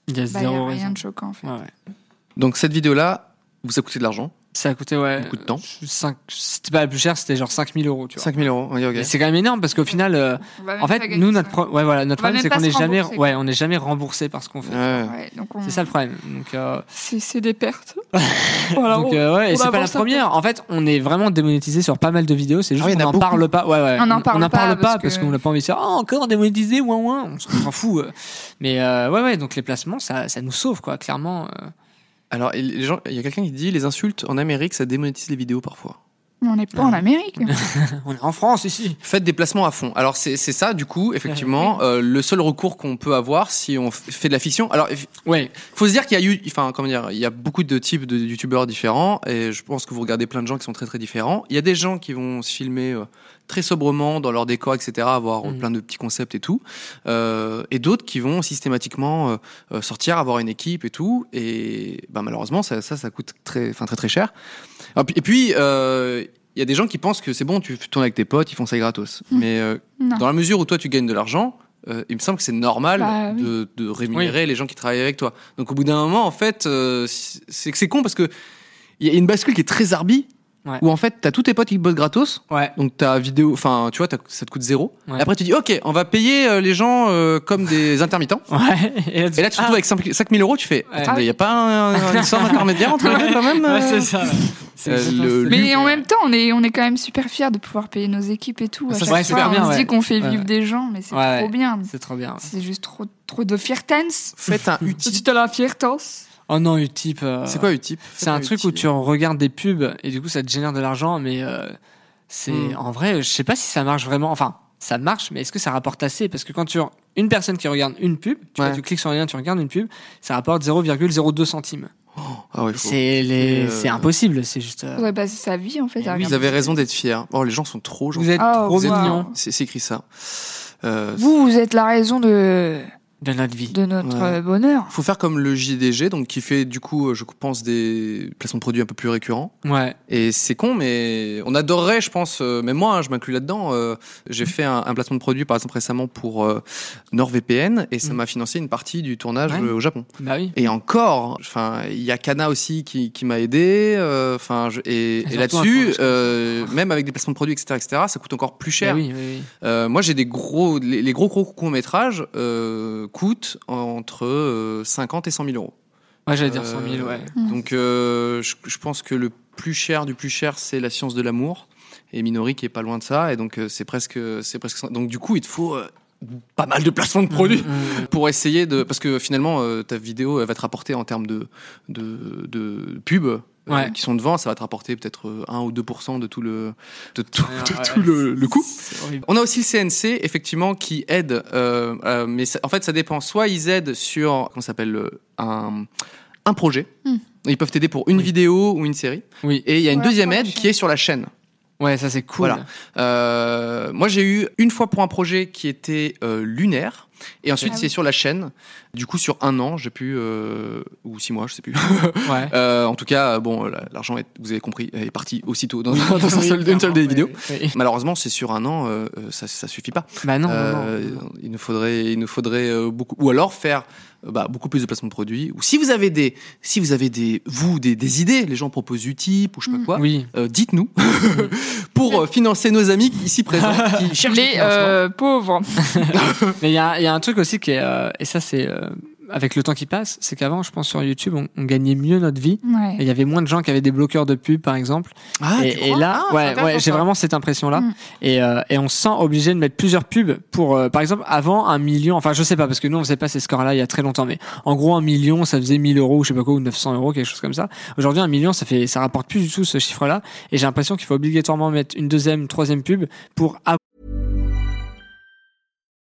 Il y a
il bah, y a
zéro
rien
raison.
de choquant en fait
Ouais, ouais.
Donc, cette vidéo-là vous a coûté de l'argent,
Ça a coûté ouais,
Beaucoup de temps.
euh, cinq- C'était pas la plus chère, c'était genre 5000 euros. Tu vois.
5000 euros. oui, ok.
Mais C'est quand même énorme parce qu'au final, euh,
On va même
en
pas
fait,
gagner
nous
ça.
notre, pro- ouais, voilà, notre
On va
problème
même
c'est
pas
qu'on
se
n'est jamais,
rembourser, quoi.
ouais, on n'est jamais remboursé par ce qu'on fait.
Ouais.
Ouais, donc on-
C'est ça le problème. Donc, euh,
c'est c'est
(laughs)
des pertes Voilà,
donc
Bah, on-
euh, ouais, et
on
c'est pas la
avance un peu.
première. En fait, on est vraiment démonétisé sur pas mal de vidéos. C'est juste
Ah oui, il y en a
qu'on n'en
beaucoup.
parle pas. Ouais, ouais.
On n'en parle pas
parle
parce
pas parce
que-
qu'on n'a pas envie de dire Ah, encore démonétisé, ouin ouin. On s'en fout. euh. Mais euh, ouais, ouais. Donc les placements, ça, ça nous sauve quoi. Clairement. euh.
Alors, il les gens- il y a quelqu'un qui dit les insultes en Amérique, ça démonétise les vidéos parfois.
Mais on n'est pas
(laughs)
en Amérique
On est en France ici.
Faites des placements à fond. Alors, c'est c'est ça, du coup, effectivement, euh, le seul recours qu'on peut avoir si on f- fait de la fiction. Alors,
Ouais.
Faut se dire qu'il y a eu, enfin, comment dire, il y a beaucoup de types de youtubeurs différents et je pense que vous regardez plein de gens qui sont très très différents. Il y a des gens qui vont se filmer euh, très sobrement dans leur décor, etc., avoir euh,
Mhm.
plein de petits concepts et tout, Euh, et d'autres qui vont systématiquement euh, euh, sortir, avoir une équipe et tout, et bah, malheureusement ça, ça ça coûte très, enfin très très cher. Ah, puis- Et puis euh, il y a des gens qui pensent que c'est bon, tu tournes avec tes potes, ils font ça gratos. Mais euh,
Mmh. Non.
dans la mesure où toi tu gagnes de l'argent, euh, il me semble que c'est normal
Bah oui.
de, de rémunérer les gens qui travaillent avec toi. Donc au bout d'un moment, en fait, euh, c'est c'est con parce que il y a une bascule qui est très arbi,
Ouais.
où en fait t'as tous tes potes qui bossent gratos.
Ouais.
Donc ta vidéo, enfin tu vois, t'as- ça te coûte zéro.
Ouais.
Et après tu dis ok, on va payer euh, les gens euh, comme des intermittents.
Ouais. (laughs) Et là,
Et là tu te retrouves avec 5 5000 euros, tu fais
Ah. Ouais. Ah
attendez, il y a pas un, une somme intermédiaire entre les deux quand même.
(laughs) Ouais,
euh
c'est ça. C'est
Euh,
exactement
le-
ça.
mais en même temps on est on est quand même super fiers de pouvoir payer nos équipes et tout à
Ça,
chaque
c'est
fois,
super
on
bien,
se
ouais.
dit qu'on fait
Ouais.
vivre des gens mais c'est
Ouais.
trop bien
C'est trop bien.
c'est juste trop trop de fiertens
Faites un Utip.
tu à la fiertance
Oh non, Utip. euh,
C'est quoi Utip
C'est un truc où tu regardes des pubs et du coup ça te génère de l'argent, mais euh, c'est
Hmm.
en vrai, je sais pas si ça marche vraiment. Enfin, ça marche, mais est-ce que ça rapporte assez Parce que quand tu une personne qui regarde une pub, tu, vois,
Ouais.
tu cliques sur un lien, tu regardes une pub, ça rapporte 0,02 centimes.
Ah ouais, faut-
C'est les,
Et, euh,
c'est impossible. C'est juste. euh,
faudrait passer sa vie en fait
Mais
à
oui,
Vous
regarder
avez raison d'être fier. Oh, les gens sont trop gentils.
Ah, vous êtes
Oh,
trop
wow.
mignons
C'est c'est écrit ça. Euh,
Vous, vous êtes la raison de,
de notre vie.
de notre
Ouais.
euh, bonheur.
faut faire comme le JDG, donc qui fait du coup, euh, je pense, des placements de produits un peu plus récurrents.
Ouais.
Et c'est con, mais on adorerait, je pense, euh, même moi, hein, je m'inclus là-dedans. euh, J'ai fait un, un placement de produit, par exemple, récemment pour euh, NordVPN, et ça
Mhm.
m'a financé une partie du tournage
Ouais.
euh, au Japon.
Bah oui.
Et encore, enfin, il y a Kana aussi qui, qui m'a aidé. euh, Enfin, je- et, et
Elles ont tout un hein,
là-dessus,
compte,
euh, même avec des placements de produits, etc., etc., ça coûte encore plus cher.
Bah oui, oui, oui.
Euh, moi, j'ai des gros, les, les gros gros courts métrages euh, coûtent entre euh, 50 et 100 000 euros.
Ouais, j'allais dire
Euh,
100
(laughs)
000, ouais.
Donc, euh, je, je pense que le plus cher du plus cher, c'est la science de l'amour. Et Minori qui est pas loin de ça. Et donc, euh, c'est presque, c'est presque. ça. Donc, du coup, il te faut euh, pas mal de placements de produits
Mm,
pour essayer de, parce que finalement, euh, ta vidéo, elle va te rapporter en termes de de, de pub. euh,
Ouais.
qui sont devant, ça va te rapporter peut-être euh, 1 ou 2% de tout le, de tout,
Ouais,
(laughs) de
ouais,
tout le, le coût.
c'est horrible.
On a aussi le CNC, effectivement, qui aide, euh, euh, mais ça- en fait, ça dépend. Soit ils aident sur, qu'on s'appelle, euh, un, un projet.
Hmm.
Ils peuvent t'aider pour une
Oui.
vidéo ou une série.
Oui.
Et il y a une
Voilà,
deuxième
sur la
aide
chaîne.
qui est sur la chaîne.
Ouais, ça c'est cool.
Voilà. Euh, moi, j'ai eu une fois pour un projet qui était euh, lunaire. Et ensuite,
Ah
c'est
oui.
sur la chaîne. Du coup, sur un an, j'ai pu, euh, ou six mois, je sais plus. (laughs)
Ouais.
Euh, en tout cas, euh, bon, la- l'argent, est- vous avez compris, est parti aussitôt dans, (laughs) dans un seul- une seule des vidéos. Malheureusement, c'est sur un an, euh, euh, ça, ça suffit pas.
Bah non, non,
Euh,
non, non.
Il nous faudrait, il nous faudrait euh, beaucoup, ou alors faire euh, bah, beaucoup plus de placements de produits. Ou si vous avez des, si vous avez des, vous des, des idées, les gens proposent Utip ou je sais
Mm.
pas quoi.
Oui.
euh, Dites-nous (laughs) pour euh, financer nos amis ici présents
(laughs)
qui cherchent des
euh,
Les
financements.
euh, pauvres.
Mais il y a, il y a un truc aussi qui est. euh, et ça, c'est. euh, avec le temps qui passe, c'est qu'avant, je pense, sur YouTube, on, on gagnait mieux notre vie.
Ouais.
Et Il y avait moins de gens qui avaient des bloqueurs de pub, par exemple.
Ah,
et,
tu
et
crois
là,
Ah,
ouais,
intéressant,
ouais, j'ai
ça. Hmm.
vraiment cette impression-là.
Mm.
Et, euh, et on se sent obligé de mettre plusieurs pubs pour, euh, par exemple, avant un million. Enfin, je sais pas, parce que nous, on faisait pas ces scores-là il y a très longtemps, mais en gros, un million, ça faisait 1000 euros, ou je sais pas quoi, ou 900 euros, quelque chose comme ça. Aujourd'hui, un million, ça fait, ça rapporte plus du tout ce chiffre-là. Et j'ai l'impression qu'il faut obligatoirement mettre une deuxième, troisième pub pour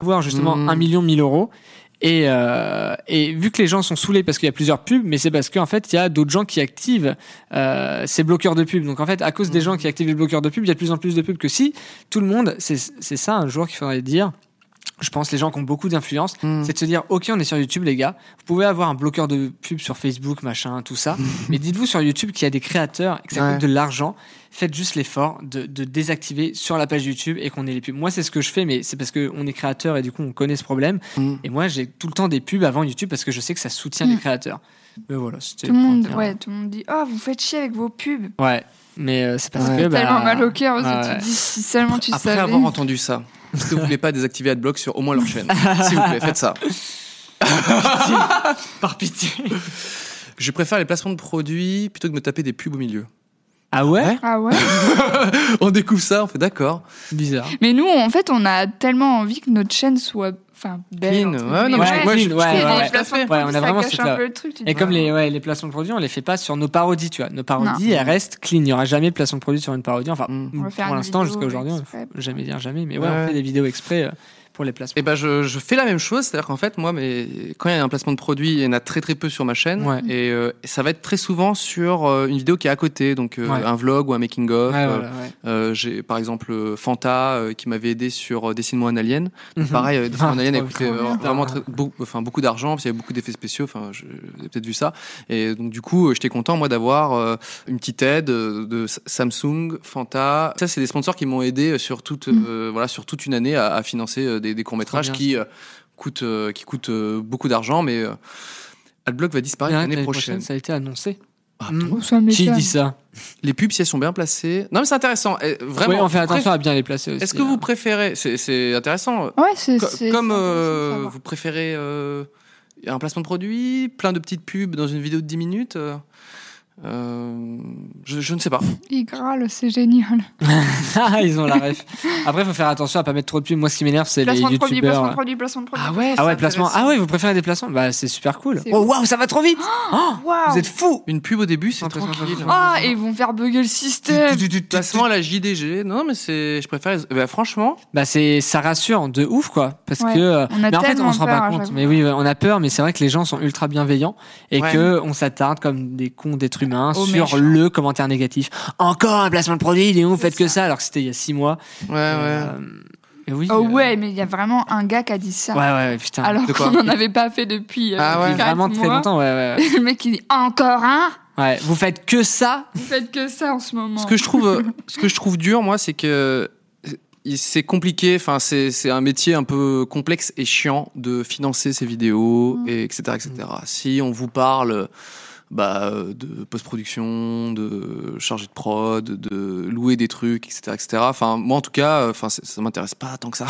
avoir justement
Mm.
1 million 1000 euros. Et, euh, et vu que les gens sont saoulés parce qu'il y a plusieurs pubs, mais c'est parce qu'en fait, il y a d'autres gens qui activent euh, ces bloqueurs de pubs. Donc en fait, à cause
Mmh.
des gens qui activent les bloqueurs de pubs, il y a de plus en plus de pubs que si tout le monde, c'est c'est ça un jour qu'il faudrait dire. Je pense les gens qui ont beaucoup d'influence,
Mmh.
c'est de se dire ok on est sur YouTube les gars, vous pouvez avoir un bloqueur de pub sur Facebook machin tout
(laughs)
ça, mais dites-vous sur YouTube qu'il y a des créateurs et que ça
Ouais.
coûte de l'argent, faites juste l'effort de, de désactiver sur la page YouTube et qu'on ait les pubs. Moi c'est ce que je fais mais c'est parce que on est créateur et du coup on connaît ce problème
Mmh.
et moi j'ai tout le temps des pubs avant YouTube parce que je sais que ça soutient les créateurs. Mais voilà c'était
Tout le
pour
monde,
dire-
ouais, tout le monde dit Oh, vous faites chier avec vos pubs.
Ouais. mais euh, c'est parce
Ouais.
que bah,
Tellement mal au cœur, parce que
ouais,
tu te dis si seulement tu
Après
savais.
avoir entendu ça, est-ce que vous voulez pas désactiver AdBlock sur au moins leur chaîne S'il vous plaît, faites ça.
par pitié.
Je préfère les placements de produits plutôt que de me taper des pubs au milieu.
Ah ouais,
Ah ouais
On découvre ça, on fait d'accord.
bizarre.
Mais nous, en fait, on a tellement envie que notre chaîne soit. Enfin, belle.
Clean,
entre
ouais, non,
guillemets.
mais je- ouais,
clean, ouais,
Et les
ouais, ouais.
placements de
Ouais,
produits,
on a
ça
vraiment
cache
cette-
un peu le truc. tu
Et
te
comme
dis,
les, ouais, les placements de produits, on les fait pas sur nos parodies, tu vois. Nos parodies, elles restent clean. Il y aura jamais de placement de produits sur une parodie. Enfin,
Mm.
On va faire
pour
une
l'instant,
vidéo
jusqu'à aujourd'hui, on
exprès.
faut jamais dire jamais. Mais ouais, on
Ouais.
fait des vidéos exprès euh, pour les placements.
Et ben je, je fais la même chose, c'est-à-dire qu'en fait moi, mais quand il y a un placement de produit, il y en a très très peu sur ma chaîne,
Ouais.
et euh, ça va être très souvent sur euh, une vidéo qui est à côté, donc euh,
Ouais.
un vlog ou un making of.
Ouais,
euh,
voilà, ouais.
euh, J'ai par exemple euh, Fanta euh, qui m'avait aidé sur euh, dessine-moi un alien.
Mhm.
(laughs) Pareil, euh, Destiny
Ah,
on Alien a
trop
coûté
bien.
euh,
Trop bien.
vraiment très- beau- enfin, beaucoup d'argent, parce qu'il y avait beaucoup d'effets spéciaux, enfin, je, vous avez peut-être vu ça. Et donc, du coup, euh, j'étais content, moi, d'avoir euh, une petite aide euh, de S- Samsung, Fanta. Ça, c'est des sponsors qui m'ont aidé sur toute, euh, voilà, sur toute une année à, à financer euh, des, des courts-métrages
Mm. Trop bien,
qui, euh, coûtent, euh, qui coûtent euh, beaucoup d'argent, mais euh, Adblock va disparaître
Ouais,
l'année
l'année
prochaine.
ça a été annoncé.
Ah,
Mm.
Oh, ça
Qui
m'étonne.
dit ça
Les pubs, si elles sont bien placées. Non, mais c'est intéressant. Eh, Vraiment.
Ouais, on fait
vous
attention
préférez-
à bien les placer aussi. hein.
Est-ce que
(laughs)
vous préférez. c'est- C'est intéressant.
Ouais, c'est.
Co-
c'est-
comme
c'est
euh,
intéressant de savoir.
vous préférez euh, un placement de produit, plein de petites pubs dans une vidéo de 10 minutes euh, euh, je, je ne sais pas.
Il râle, c'est génial.
Ah, ils ont la ref. Après, faut faire attention à pas mettre trop de pubs. Moi, ce qui m'énerve, c'est les
Placement de produit, placement de
youtubeurs. euh.
produit, placement de produit.
Ah ouais, placement. Ah ouais, vous préférez des placements Bah, c'est super cool.
C'est
Oh, waouh, ça va trop vite Oh,
Waouh.
Vous êtes fous
Une pub au début, c'est
Un placement de
tranquille.
produit.
Ah, et ils vont faire bugger le système.
Placement à la JDG. Non, mais c'est. Je préfère. bah, franchement,
Bah c'est ça rassure de ouf quoi parce
Ouais.
que euh,
On a
mais en fait on
tellement
se rend
peur
pas
à
compte
chaque
mais oui on a peur mais c'est vrai que les gens sont ultra bienveillants et
Ouais.
que on s'attarde comme des cons d'êtres humains
Aux
sur
méchants.
le commentaire négatif encore un placement de produit il est où faites que ça alors que c'était il y a six mois
ouais, Ah ouais.
Euh, mais oui
Oh
euh,
ouais, mais il y a vraiment un gars qui a dit ça.
ouais ouais putain
Alors
De quoi
qu'on n'en avait pas fait depuis. euh,
Ah ouais.
depuis quatre
vraiment très
mois.
longtemps ouais, ouais ouais
(laughs) Le mec il dit encore un.
Ouais, vous faites que ça
Vous faites que ça en ce moment.
Ce que je trouve, euh, ce que je trouve dur, moi, c'est que il- c'est compliqué. Enfin, c'est c'est un métier un peu complexe et chiant de financer ces vidéos
Mm.
et etc etc. Si on vous parle bah, euh, de post-production, de chargé de prod, de louer des trucs, etc., etc. Enfin, moi en tout cas, euh, enfin, c'est- ça m'intéresse pas tant que
(laughs)
ça.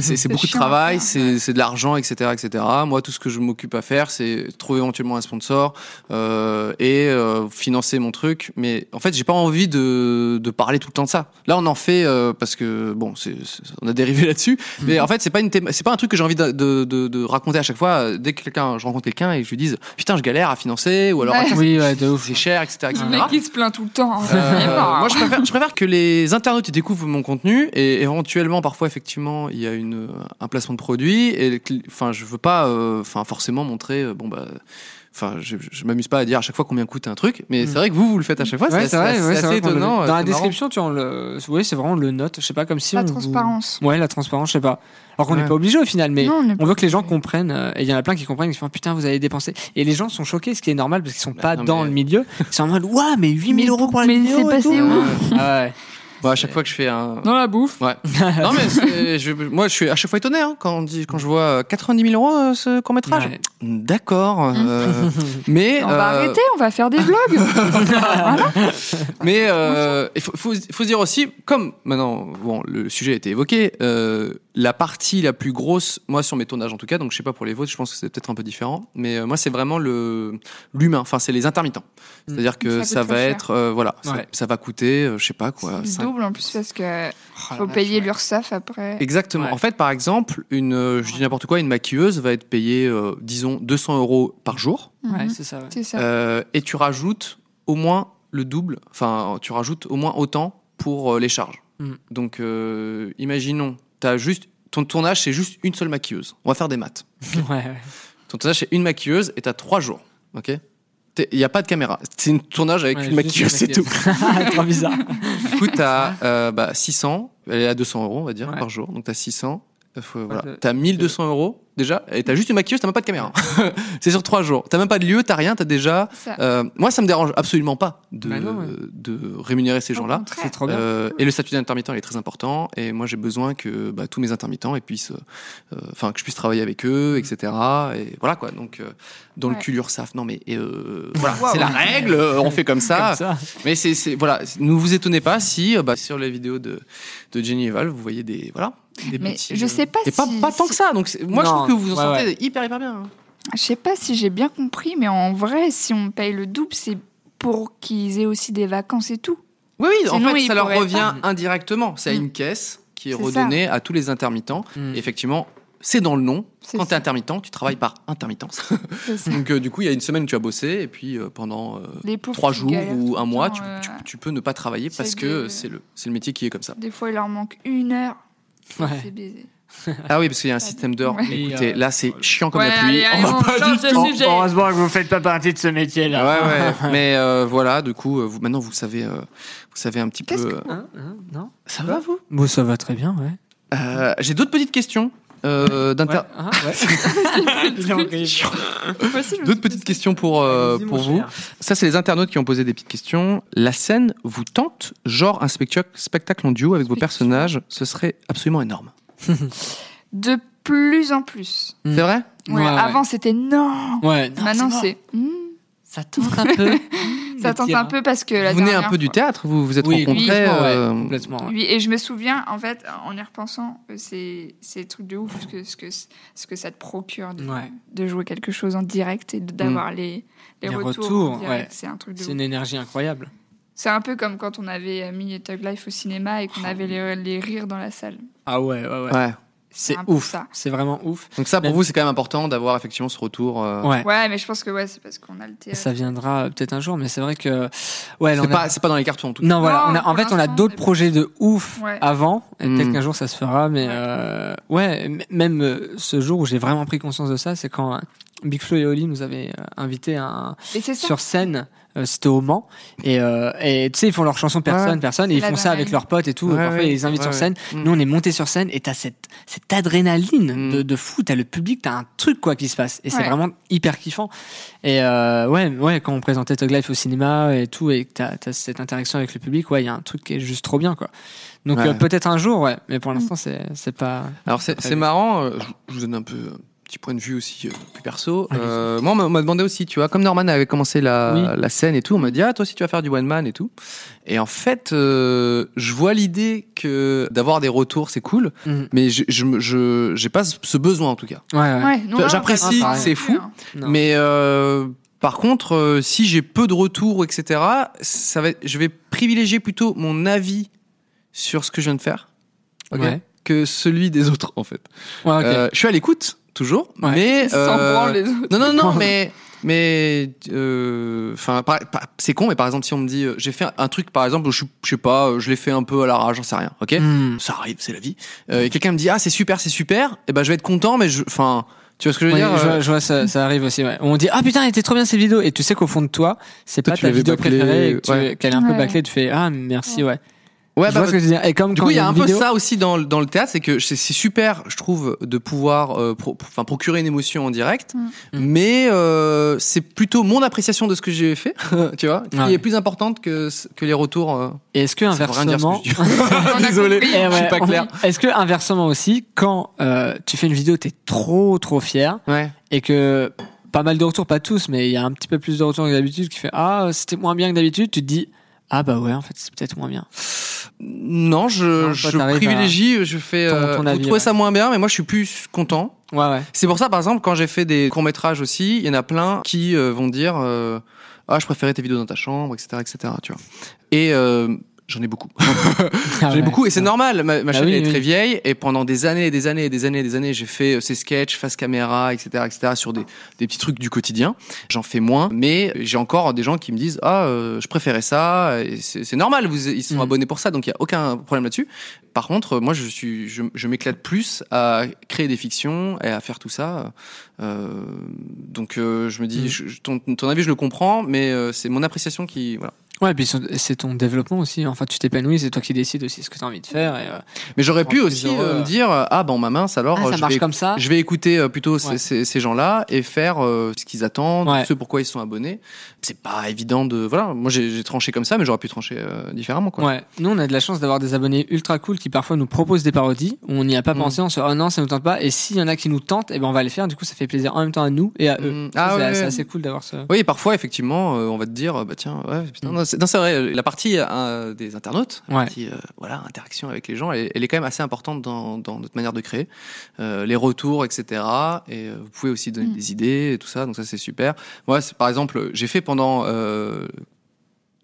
c'est c'est beaucoup de
chiant à
travail,
faire.
c'est c'est de l'argent, etc., etc. Moi, tout ce que je m'occupe à faire, c'est trouver éventuellement un sponsor euh, et euh, financer mon truc. Mais en fait, j'ai pas envie de, de parler tout le temps de ça. Là, on en fait euh, parce que bon, c'est c'est- on a dérivé là-dessus. Mais en fait, c'est pas une théma- c'est pas un truc que j'ai envie de, de, de- de raconter à chaque fois. Dès que quelqu'un, je rencontre quelqu'un et que je lui dise putain, je galère à financer ou alors
Ouais.
attends,
Oui,
c'est- c'est cher, etc. etc.
Le mec qui se plaint tout le temps. hein.
Euh,
Vraiment.
moi, je préfère, je préfère que les internautes ils découvrent mon contenu et éventuellement, parfois, effectivement, il y a une, un placement de produit. Et que- enfin, je veux pas, euh, enfin, forcément montrer, euh, bon bah. Enfin, je, je m'amuse pas à dire à chaque fois combien coûte un truc, mais c'est vrai que vous, vous le faites à chaque fois.
Mm. Ouais,
c'est
c'est
assez,
vrai, ouais,
c'est
c'est
assez
vrai qu'on le-
étonnant. euh, c'est
Dans la
marrant.
description, tu en le... oui, c'est vraiment on le note. Je sais pas, comme si
La
on vous-
transparence.
Ouais, la transparence, je sais pas. Alors qu'on n'est
Ouais.
pas obligé au final, mais
Non, on n'est
on veut que les gens comprennent. euh, Et il y en a plein qui comprennent, qui font putain, vous avez dépensé. Et les gens sont choqués, ce qui est normal parce qu'ils sont pas
non,
dans
mais-
le milieu. Ils sont en (laughs) mode, waouh, mais 8000
Mais
euros pour la
mais
vidéo.
c'est
et
passé
tout.
où
Ah ouais.
Bon, à chaque fois que je fais un,
Dans la bouffe. (laughs)
Ouais. non mais c'est- je- moi je suis à chaque fois étonné hein, quand on dit quand je vois euh, 90 000 euros euh, ce court métrage.
Ouais.
D'accord.
(laughs)
euh, mais
On va
euh,
arrêter, on va faire
(laughs)
des vlogs. voilà.
mais euh, il faut, faut, faut se dire aussi comme maintenant bon le sujet a été évoqué euh, la partie la plus grosse moi sur mes tournages en tout cas donc je sais pas pour les vôtres je pense que c'est peut-être un peu différent mais euh, moi c'est vraiment le l'humain enfin c'est les intermittents c'est-à-dire que
Mm. Ça coûte
ça, va
très cher.
être euh, voilà ça,
Ouais.
ça va coûter euh, je sais pas quoi
C'est
cinq-
double en plus parce que
Oh la
faut
vache,
payer
ouais.
l'URSSAF après.
Exactement.
Ouais.
En fait, par exemple, une, euh, je dis n'importe quoi, une maquilleuse va être payée, euh, disons, 200 euros par jour,
(laughs) Ouais,
Mhm.
c'est ça. ouais.
C'est ça.
Euh, et tu rajoutes au moins le double, enfin, tu rajoutes au moins autant pour euh, les charges.
Mhm.
Donc, euh, imaginons, as juste, ton tournage, c'est juste une seule maquilleuse. On va faire des maths.
Ouais, ouais.
Ton tournage, c'est une maquilleuse et tu as trois jours. OK T'es- Il n'y a pas de caméra. C'est un tournage avec
Ouais,
une
juste
maquilleuse, c'est tout.
(laughs) Trop bizarre.
Du coup, tu
(laughs)
bah, 600, elle est à 200 euros, on va dire,
Ouais.
par jour. Donc, tu as 600, euh, faut- voilà.
de- Mm.
T'as 1200 euros déjà, et t'as juste une maquilleuse, t'as même pas de caméra. (laughs) c'est sur trois jours. T'as même pas de lieu, t'as rien, t'as déjà.
Ça.
Euh, moi, ça me dérange absolument pas de,
Bah non, ouais.
de rémunérer ces
Au
gens-là.
contraire.
C'est trop bien.
Euh, et le statut d'intermittent il est très important. Et moi, j'ai besoin que bah, tous mes intermittents et puissent, euh, euh, enfin, que je puisse travailler avec eux,
Mm.
etc. Et voilà quoi. Donc, euh, dans le
Ouais.
cul URSAF. Non mais
(laughs)
euh, voilà, c'est la règle. euh, On fait comme ça.
Comme ça.
Mais c'est, c'est- voilà, ne vous étonnez pas si euh, bah, sur les vidéos de, de Jenny et Val, vous voyez des voilà. Des
Mais
petits,
je sais pas
et pas,
si-
pas tant que ça. Donc c'est- moi je
Non,
trouve que vous vous en
ouais,
sentez hyper hyper bien. hein.
Je sais pas si j'ai bien compris, mais en vrai, si on paye le double, c'est pour qu'ils aient aussi des vacances
(laughs)
et tout.
Oui oui. en
Sinon,
fait,
ils
ça leur
pourraient
revient
pas.
indirectement. C'est à
Mm.
une caisse qui est,
C'est
redonnée à tous les intermittents.
Mm.
Et effectivement, c'est dans le nom.
C'est
Quand t'es
ça.
intermittent, tu travailles par intermittence. (laughs)
C'est ça.
Donc euh, du coup, il y a une semaine où tu as bossé et puis euh, pendant euh,
Les pauvres
trois
qui
jours
galèrent tout
ou
le
un mois,
temps,
tu,
euh,
tu- tu peux ne pas travailler
c'est
parce
des-
que c'est le c'est le métier qui est comme ça.
Des fois, il leur manque une heure.
Ouais. euh,
C'est baisé.
Ah oui, parce qu'il y a un système d'heures.
Ouais.
Mais Écoutez, là c'est chiant comme
Ouais,
la pluie.
allez, allez,
On va
on
pas
change
du
de
tout.
sujet.
Heureusement que vous faites pas partie de ce métier-là.
Ouais,
(laughs)
ouais. Mais euh, voilà, du coup, euh, vous, maintenant vous savez, euh, vous savez un petit peu.
Qu'est-ce que-
euh,
Hein, hein, non
Ça va vous
Bon, ça va très bien, ouais.
Euh, J'ai d'autres petites questions. euh, d'inter-
Ah, ouais. Il est horrible.
Moi aussi, je me
D'autres
suis
petites
dit
questions pour, (laughs) euh,
Allez-y, mon
pour vous.
cher.
Ça, c'est les internautes qui ont posé des petites questions. La scène vous tente, genre un spectac- spectacle en duo avec vos
Spectacle.
personnages, ce serait absolument énorme.
ça. De plus en plus.
Mm.
C'est vrai
Ouais,
Ouais, ouais.
avant, c'était non.
Ouais, non,
Maintenant,
mort.
c'est. hmm.
Ça tente un peu. (laughs)
Ça tente
hein.
un peu parce que la
Vous venez un
dernière
peu du
fois-
théâtre, vous vous êtes
Oui,
rencontrés.
complètement, ouais,
euh,
complètement, ouais.
Oui, et je me souviens, en fait, en y repensant, euh, c'est c'est des trucs de ouf ce que, ce que, ce que ça te procure de,
Ouais.
de jouer quelque chose en direct et de- d'avoir les, les,
Les
retours.
retours,
en direct.
ouais.
C'est un truc de
C'est
ouf.
une énergie incroyable.
C'est un peu comme quand on avait euh, mis Tug Life au cinéma et qu'on avait les, les rires dans la salle.
Ah ouais, ouais, ouais.
ouais.
C'est
un peu
ouf.
ça.
C'est vraiment ouf.
Donc ça, pour
La-
vous, c'est quand même important d'avoir effectivement ce retour. euh,
Ouais.
Ouais, mais je pense que ouais, c'est parce qu'on a le théâtre.
Ça viendra euh, peut-être un jour, mais c'est vrai que. Ouais, là,
C'est
on a-
pas, c'est pas dans les cartons en tout cas.
Non, voilà.
Non,
on a- en
pour
fait, on a
l'instant,
d'autres
c'est-
projets de ouf
Ouais.
avant. et Peut-être
Mm.
qu'un jour ça se fera, mais euh, ouais, m- même euh, ce jour où j'ai vraiment pris conscience de ça, c'est quand euh, Big Flo et Oli nous avaient euh, invité à un,
Et c'est ça.
sur scène. euh, C'était au Mans et euh, et tu sais ils font leur chanson personne
Ouais.
personne et
C'est
ils
la
font ça avec
dinguerie.
leurs potes et tout
Ouais,
et parfois
ouais.
ils les invitent
Ouais,
sur
ouais.
scène
Mm.
nous on est monté sur scène et t'as cette cette adrénaline
Mm.
de, de fou t'as le public t'as un truc quoi qui se passe et c'est
Ouais.
vraiment hyper kiffant et euh, ouais ouais quand on présentait Tug Life au cinéma et tout et que t'as t'as cette interaction avec le public ouais il y a un truc qui est juste trop bien quoi donc
Ouais.
euh, peut-être un jour ouais mais
Mm.
pour l'instant c'est c'est pas
Alors c'est
Après,
c'est
oui.
marrant, euh, je vous donne un peu un petit point de vue aussi euh, plus perso. Euh, moi, on m'a- on m'a demandé aussi, tu vois, comme Norman avait commencé la,
Oui.
la scène et tout, on m'a dit, ah, toi aussi tu vas faire du one man et tout. Et en fait, euh, je vois l'idée que d'avoir des retours, c'est cool,
Mhm.
mais je je me- je- j'ai pas ce- ce besoin en tout cas.
ouais, ouais.
Ouais, nous, là, on
J'apprécie,
va-
c'est fou.
Non.
Mais euh, par contre, euh, si j'ai peu de retours, etc., ça va, être- je vais privilégier plutôt mon avis sur ce que je viens de faire ok,
Ouais.
que celui des autres, en fait.
Ouais, ok.
Euh, je Euh, suis à l'écoute, toujours,
Ouais.
mais...
(laughs)
Ils s'en
euh,
branlent, les autres.
Non, non, non, mais Mais euh, enfin, c'est con. Mais par exemple, si on me dit, euh, j'ai fait un truc, par exemple, où je, je sais pas, euh, je l'ai fait un peu à l'arrache, j'en sais rien. Ok,
Mm.
ça arrive, c'est la vie. Euh, et quelqu'un me dit, ah, c'est super, c'est super. Et ben, je vais être content, mais je, enfin, tu vois ce que je veux
Ouais,
dire
je, vois,
euh,
je vois, ça, ça arrive aussi. ouais. On dit ah putain, elle était trop bien cette vidéo, et tu sais qu'au fond de toi, c'est
Toi,
pas
tu
ta
l'avais
vidéo
bâclée,
préférée, et que tu-
ouais.
qu'elle est un peu
Ouais.
bâclée, tu fais ah merci ouais.
Ouais,
je
bah,
vois ce que je veux dire. Et comme
Du
quand
coup, il y a
une
un peu
vidéo-
ça aussi dans, le- dans le théâtre, c'est que c'est c'est super, je trouve, de pouvoir euh, pro- enfin, procurer une émotion en direct, Mm. mais euh, c'est plutôt mon appréciation de ce que j'ai fait, (laughs) tu vois, qui
Ouais.
est plus importante que, ce- que les retours. euh.
Et est-ce que
Ça veut rien dire, ce
inversement,
que je dis. désolé,
(laughs) Eh
je suis
ouais,
pas
on-
clair.
Est-ce que inversement aussi, quand euh, tu fais une vidéo, t'es trop trop fier
(laughs)
et que pas mal de retours, pas tous, mais il y a un petit peu plus de retours que d'habitude qui fait ah c'était moins bien que d'habitude, tu te dis ah bah ouais en fait c'est peut-être moins bien.
Non, je,
Non, toi,
je
t'arrives à
privilégie, je fais.
ton-
euh,
ton
vous
avis,
trouvez
ouais.
ça moins bien, mais moi, je suis plus content.
Ouais ouais.
C'est pour ça, par exemple, quand j'ai fait des courts métrages aussi, il y en a plein qui euh, vont dire euh, ah je préférais tes vidéos dans ta chambre, etc., etc. Tu vois. Et euh, j'en ai beaucoup. (laughs)
Ah
J'en ai
ouais,
beaucoup et c'est
putain.
normal. Ma, ma
Bah
chaîne
oui,
elle est
oui.
très vieille et pendant des années, et des années, et des années, et des années, j'ai fait euh, ces sketchs face caméra, etc., etc. sur des, des petits trucs du quotidien. J'en fais moins, mais j'ai encore des gens qui me disent ah euh, je préférais ça. Et C'est c'est normal, vous, ils sont
Mm.
abonnés pour ça, donc il y a aucun problème là-dessus. Par contre, euh, moi je suis, je, je m'éclate plus à créer des fictions et à faire tout ça. Euh, donc euh, je me
Mm.
dis je- je- ton, ton avis je le comprends, mais euh, c'est mon appréciation qui voilà.
Ouais, et puis c'est- c'est ton développement aussi. Enfin, tu t'épanouis, c'est toi qui décides aussi ce que tu as envie de faire. Et, euh,
Mais j'aurais pu
Plus
aussi
heureux,
euh,
euh.
me dire euh, ah ben ma mince alors
Ah, ça
je,
marche
vais,
comme ça.
je vais écouter euh, plutôt ces-
Ouais.
ces, ces gens-là et faire euh, ce qu'ils attendent,
Ouais.
ce pourquoi ils sont abonnés. C'est pas évident de voilà, moi j'ai j'ai tranché comme ça mais j'aurais pu trancher euh, différemment quoi.
Ouais, nous on a de la chance d'avoir des abonnés ultra cool qui parfois nous proposent des parodies. On n'y a
Mm.
pas pensé, on se dit oh non ça nous tente pas. Et s'il y en a qui nous tentent, et ben on va les faire. Du coup ça fait plaisir en même temps à nous et à eux.
Ah
euh, Ça, c'est
ouais,
assez-
ouais.
assez cool d'avoir ça.
Oui, parfois effectivement, euh, on va te dire euh, bah tiens, ouais,
Mmh.
putain, non, c'est non, c'est vrai, euh, la partie euh, des internautes, la
Ouais.
partie, euh, voilà, interaction avec les gens, elle, elle est quand même assez importante dans, dans notre manière de créer, Euh, les retours, etc. Et euh, vous pouvez aussi donner des idées et tout ça, donc ça c'est super. Moi, c'est- par exemple, j'ai fait pendant euh,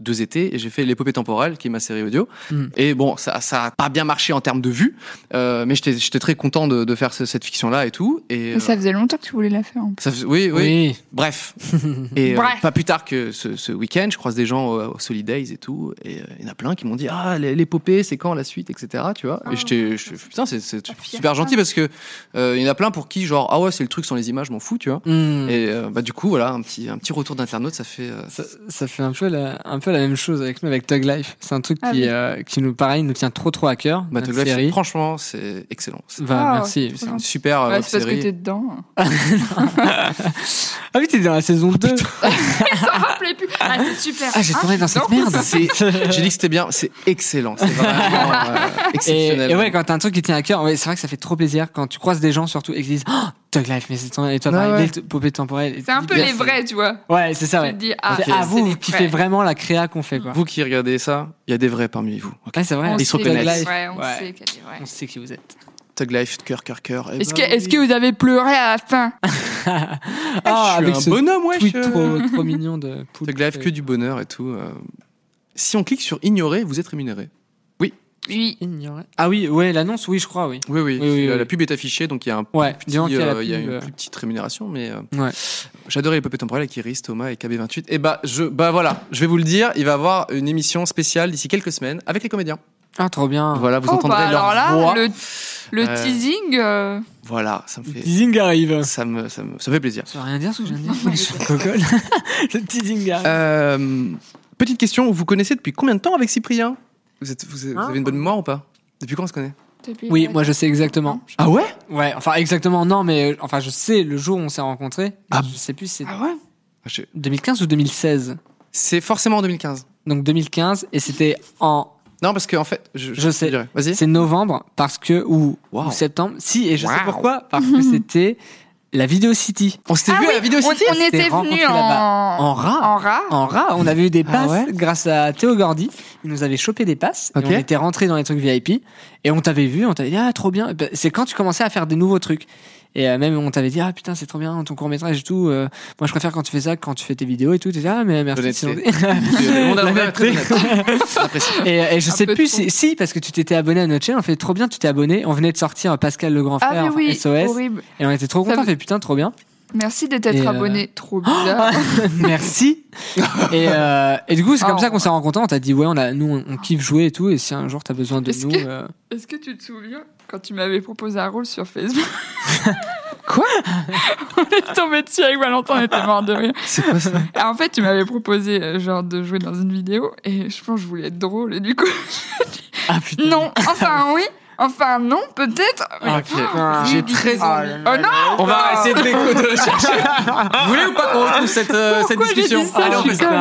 deux étés et j'ai fait l'épopée temporelle qui est ma série audio
Mm.
et bon ça ça a pas bien marché en termes de vues euh, mais j'étais j'étais très content de, de faire ce- cette fiction là et tout et
Mais ça
euh,
faisait longtemps que tu voulais la faire. en plus.
ça fais- oui, oui
Oui. (laughs)
bref et euh,
Bref.
pas plus tard que ce, ce week-end, je croise des gens euh, au Solid Days et tout, et euh, il y en a plein qui m'ont dit Ah, l'é- l'épopée, c'est quand la suite, etc. Tu vois
Ah.
Et j'étais, je- putain, c'est c'est super gentil parce que euh, il y en a plein pour qui, genre, ah ouais, c'est le truc sans les images, je m'en fous, tu vois.
Mm.
Et euh, bah, du coup, voilà, un petit, un petit retour d'internaute, ça fait. euh,
Ça, ça fait un peu, la, un peu la même chose avec nous, avec Tug Life. C'est un truc
Ah
qui,
oui.
euh, qui nous, pareil, nous tient trop trop à cœur.
bah,
notre
Toggle Life,
série.
franchement, c'est excellent. C'est
Bah,
Ah,
merci.
trop
C'est
gentil.
une super euh,
Ouais,
web
c'est parce
(laughs)
que
série.
t'es dedans. (laughs)
Ah oui, t'es dans la saison
Oh,
2.
Ça rappelait plus. Ah, c'est super.
Ah, j'ai tourné dans cette merde. (laughs)
J'ai dit que c'était bien, c'est excellent, c'est vraiment euh,
Et,
exceptionnel.
et ouais, quand t'as un truc qui tient à cœur, ouais, c'est vrai que ça fait trop plaisir quand tu croises des gens surtout et qu'ils disent oh, Tug Life, mais c'est ton... et toi,
Ah
pareil,
ouais.
l'épopée temporelle. Et
C'est un
tu
peu
dis,
les vrais, tu vois.
Ouais, c'est ça,
Tu
ouais.
te dis, ah,
C'est-
ok,
ah, vous
c'est les
qui
vrais.
fait vraiment la créa qu'on fait, quoi.
Vous qui regardez ça, il y a des vrais parmi vous.
Ouais, c'est vrai.
On
Ils se
sait qu'elle est
reconnaissent.
vraie, on
Ouais.
sait qu'elle est vraie.
On sait qui vous êtes.
Tug Life, cœur, cœur, cœur. Eh
Est-ce
ben
que, est-ce
oui.
que vous avez pleuré à la fin
je
(laughs) Ah,
suis
avec
un
ce
bonhomme, euh. ouais.
tweet
je-
trop, trop mignon de Poulpe.
Tug Life, que du bonheur et tout. euh. Si on clique sur ignorer, vous êtes rémunéré.
Oui.
Ignoré. Ah oui, ouais, l'annonce, oui, je crois, oui.
Oui, euh, oui.
Oui, oui,
la,
oui.
la pub est affichée, donc il y a un
Ouais,
petit,
disons qu'il y a la
euh, il y a
pub,
une
euh.
plus petite rémunération, mais euh,
Ouais.
j'adorais les pop temporelles avec Iris, Thomas et KB28. Et bah, je, bah voilà, je vais vous le dire, il va y avoir une émission spéciale d'ici quelques semaines avec les comédiens.
Ah, trop bien.
Voilà, vous
Oh,
entendrez
bah,
leur
alors là,
voix.
le, le
Euh,
teasing. euh,
Voilà, ça me fait, (laughs)
Teasing arrive.
ça me, ça me, ça me fait plaisir.
Ça veut rien dire ce que je viens de
(laughs)
dire. Je suis un cocole. (laughs) Le teasing arrive.
Euh, petite question, vous connaissez depuis combien de temps avec Cyprien vous, êtes, vous, vous
Hein
avez une bonne mémoire ou pas Depuis quand on se connaît
depuis-
Oui, moi je sais exactement.
Ah ouais
Ouais, enfin exactement, non, mais euh, enfin je sais le jour où on s'est rencontrés.
Ah.
Je sais plus si c'est
Ah ouais Je-
2015 ou 2016.
C'est forcément en 2015.
Donc 2015 et c'était en
Non, parce qu'en en fait, je,
Je sais.
te dirais. Vas-y.
c'est novembre parce que ou,
Wow.
ou septembre. Si et je sais
Wow.
pourquoi
(laughs)
parce que c'était la Vidéo City.
On s'était
Ah
vu à
oui,
la vidéo
on,
City
on était
rencontrés
venus
là-bas.
en...
En rat.
en rat.
En rat, on avait eu des
Ah
passes
ouais
grâce à Théo Gordy. Il nous avait chopé des passes.
Ok.
Et on était rentré dans les trucs VIP. Et on t'avait vu, on t'avait dit, ah, trop bien. Bah, C'est quand tu commençais à faire des nouveaux trucs. Et euh, même, on t'avait dit, ah, putain, c'est trop bien, ton court-métrage et tout. euh, moi, je préfère quand tu fais ça, que quand tu fais tes vidéos et tout. Tu dis, ah, mais merci.
L'honnêteté.
(laughs) sinon-
Le monde a ouvert à
(laughs)
tout le monde.
L'honnêteté.
J'apprécie.
Et, euh, et je
Un
sais
peu
plus
trop.
si, si, parce que tu t'étais abonné à notre chaîne. On fait trop bien, tu t'es abonné. On venait de sortir Pascal le grand
Ah,
frère,
mais oui,
SOS.
horrible.
Et on était trop
Ça
contents. On
me-
fait putain, trop bien.
Merci de t'être
Et, euh,
abonné. Trop bizarre.
Merci. Et, euh, et du coup, c'est
Ah,
comme ça
on-
qu'on s'est rencontrés. On t'a dit, ouais, on a, nous, on kiffe jouer et tout. Et si un jour t'as besoin de
Est-ce
nous.
que-
euh,
Est-ce que tu te souviens quand tu m'avais proposé un rôle sur Facebook
(laughs) Quoi
(laughs) On est tombé dessus avec Valentin, on était mort de rire.
(laughs) C'est quoi ça
Et en fait, tu m'avais proposé euh, genre de jouer dans une vidéo et je pense que je voulais être drôle et du coup. (laughs)
Ah putain.
Non, enfin oui, enfin non, peut-être.
Ah, ok. J'ai très envie.
Oh non
On va essayer de, l'éco- de le chercher. Vous voulez ou pas qu'on retrouve cette, euh, cette
Pourquoi j'ai
discussion
dit ça,
Allez, on
je
fait
suis comme-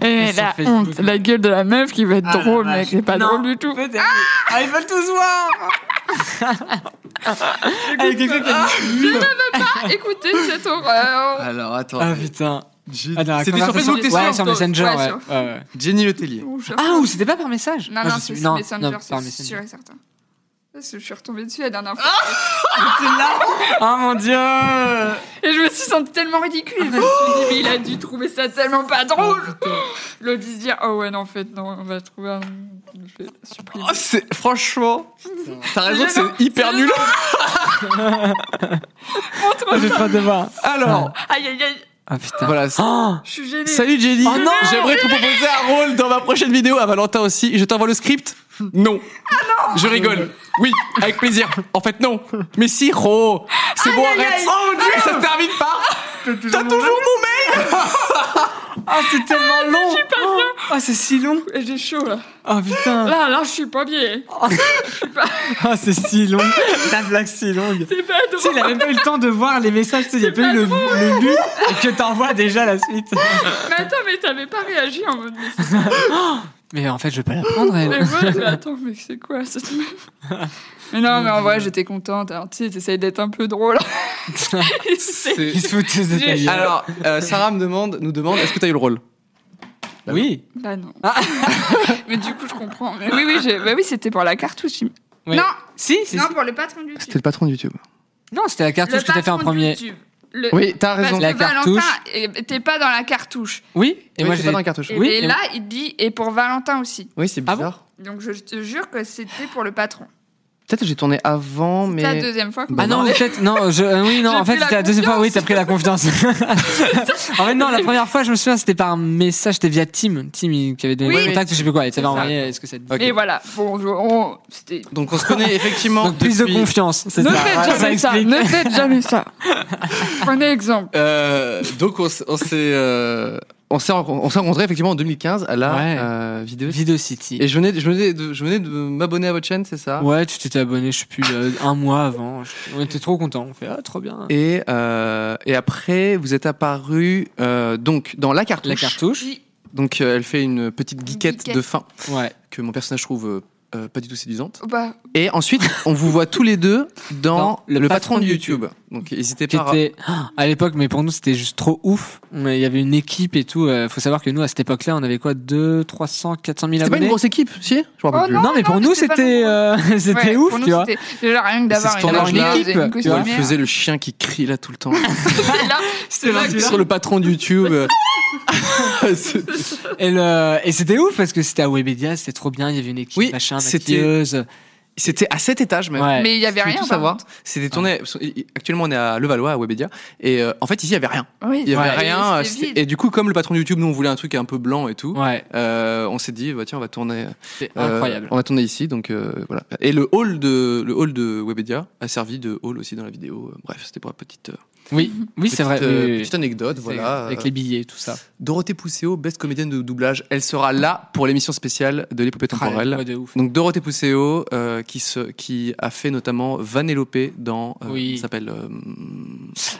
ça.
Et
sur
la
Facebook.
honte, la gueule de la meuf qui va être
Ah, la
drôle,
vache.
mais qui est pas
Non.
drôle du tout.
Peut-être. Ah, ils veulent tous
(laughs)
voir Avec quelqu'un qui a dit
Je ne veux pas écouter cette horreur.
Alors, attends.
Ah putain.
Je-
Ah, non, la
C'était sur
conversation-
Facebook, t'es
Ouais,
sûr
sur Messenger,
Ouais,
ouais.
sur-
ouais, ouais.
Jenny Letellier.
Ouh, je-
Ah, ou c'était pas par message
Non,
Moi,
non,
je
c'est
suis-
sur Messenger,
non,
c'est sûr et certain. Parce que Je suis retombée dessus la dernière fois.
Ah mon dieu
Et je me suis sentie tellement ridicule. Ah, Je me suis Oh, dit, mais il a dû trouver ça tellement pas drôle. (gasps) L'autre dit se dire, oh ouais, non, en fait, non, on va trouver un. Je vais supprimer.
Oh, c'est- franchement, t'as raison que
C'est gênant,
c'est hyper
c'est
nul.
Montre
J'ai trop de voir.
Alors,
Aïe, aïe, aïe,
Ah putain.
voilà. c'est-
Ah,
je suis gênée.
Salut Jenny.
Oh, non.
J'aimerais te proposer un rôle dans ma prochaine vidéo à Valentin aussi. Je t'envoie le script. Non. Je rigole. Oui, avec plaisir. En fait, non. Mais si, Ro. C'est bon,
aïe,
arrête.
Oh,
aïe.
Et ça se termine par. T'as toujours mon mail.
(laughs) Ah, c'est tellement long Oh, Ah, c'est si long
Et J'ai chaud là.
Ah putain
Là, là, je suis pas bien.
Ah, c'est si long La blague si longue
C'est pas
Tu sais,
drôle.
il avait pas eu le temps de voir les messages, tu sais, il n'y a pas eu le, le but et que t'envoies déjà la suite.
Mais attends, mais t'avais pas réagi en mode. Mais, c'est-
Mais en fait, je vais pas la prendre, elle.
mais moi, mais attends, mais c'est quoi cette (laughs) meuf Mais non, mais en vrai, j'étais contente. Alors, tu sais, t'essayes d'être un peu (laughs) drôle. C'est-
Ils se foutent tous de ta gueule.
Alors, euh, Sarah me demande, nous demande, est-ce que t'as eu le rôle
Oui
Bah non. (laughs) mais du coup, je comprends. Mais oui, oui, j'ai- bah oui, c'était pour la cartouche. il-
Oui.
Non,
Si, si, si.
non, pour le patron du
le patron de YouTube.
Non, c'était la cartouche que t'as fait en premier.
Le...
Oui, t'as raison.
Parce que
La cartouche.
Valentin, t'es pas dans la cartouche.
Oui Et
Oui,
moi,
c'est
j'ai.
pas dans la cartouche.
Et,
Oui,
et
et-
là, il dit, et pour Valentin aussi.
Oui, c'est
Ah
bizarre.
Donc je te jure que c'était pour le patron.
Peut-être que j'ai tourné avant,
C'est la deuxième fois qu'on
Ah non,
en
mais
parle.
peut-être, non, je, euh, oui, non,
Bah (laughs) J'ai
en fait,
pris la
c'était la deuxième fois, oui,
confiance.
t'as pris la confiance.
(laughs)
en fait, non, la première fois, je me souviens, c'était par un message, c'était via Tim, Tim, il- qui avait donné
Oui.
le contact, je sais plus quoi, il t'avait
ça.
envoyé, est-ce que ça te dit
Et voilà, bon, je- on- c'était.
Donc on se
(laughs)
connaît effectivement.
Donc, plus de
depuis-
confiance, c'est
Ne
ça.
faites
ça
jamais ça,
explique.
ne faites jamais ça. Prenez exemple.
Euh, donc on, s- on s'est euh, on s'est renco- on s'est rencontrés effectivement en 2015 à la
Ouais.
euh, vidéo.
Video City.
Et je venais je venais de, je venais de m'abonner à votre chaîne, c'est ça
Ouais, tu t'étais abonné, je sais plus, euh, un mois avant. Je- On était trop contents. On fait, ah, trop bien.
Et euh, et après vous êtes apparu euh, donc dans la cartouche.
la cartouche.
Donc euh, elle fait une petite geekette,
Geekette.
de fin
Ouais.
que mon personnage trouve euh, euh, pas du tout séduisante.
Bah,
Et ensuite on vous voit tous les deux dans,
Dans
le,
Le
patron,
Patron
de
de
YouTube. Donc n'hésitez
Qui
pas. à-
était, ah, à l'époque, mais pour nous, c'était juste trop ouf. On a- Il y avait une équipe et tout. euh, faut savoir que nous, à cette époque-là, on avait quoi 2, 300, 400 000
C'était pas une
abonnés.
grosse équipe, si Je me rappelle
Oh
plus.
non, mais
Non,
pour
mais
nous,
c'était pas
c'était, euh, (laughs) c'était
ouais,
ouf,
pour nous,
tu vois.
c'était déjà rien que d'avoir
C'est ce
une,
tournage-là,
tu vois.
costumière.
On
(laughs)
faisait le chien qui crie là tout le temps.
Et là,
C'était
là
là
que-
sur le patron de
(laughs)
YouTube. euh. C'est-
Et, le- et c'était ouf parce que c'était à Webedia, c'était trop bien. Il y avait une équipe,
Oui,
machin,
c'était-
maquilleuse.
C'était à cet étage même.
Ouais.
Mais il y avait
Faut
rien.
tout
par
savoir.
contre.
C'était tourné. Actuellement, on est à Levallois, à Webedia, et euh, en fait, ici, il y avait rien.
Oui,
Il y avait
Ouais.
rien. euh,
c'était
c'était-
vide.
Et du coup, comme le patron de YouTube, nous, on voulait un truc un peu blanc et tout.
Ouais,
euh, on s'est dit, bah, tiens, on va tourner.
c'était
euh,
incroyable.
On va tourner ici, donc euh, voilà. Et le hall de le hall de Webedia a servi de hall aussi dans la vidéo. Euh, Bref, c'était pour la petite. euh,
Oui, oui,
petite,
c'est vrai.
euh,
oui, oui, oui.
petite anecdote, voilà. euh,
Avec les billets, tout ça.
Dorothée Pousseau, best comédienne de doublage, elle sera là pour l'émission spéciale de l'épopée temporelle.
Ouais, de ouf.
Donc Dorothée Pousseau, euh, qui, se, qui a fait notamment Vanellope dans... euh,
Oui.
il s'appelle... euh,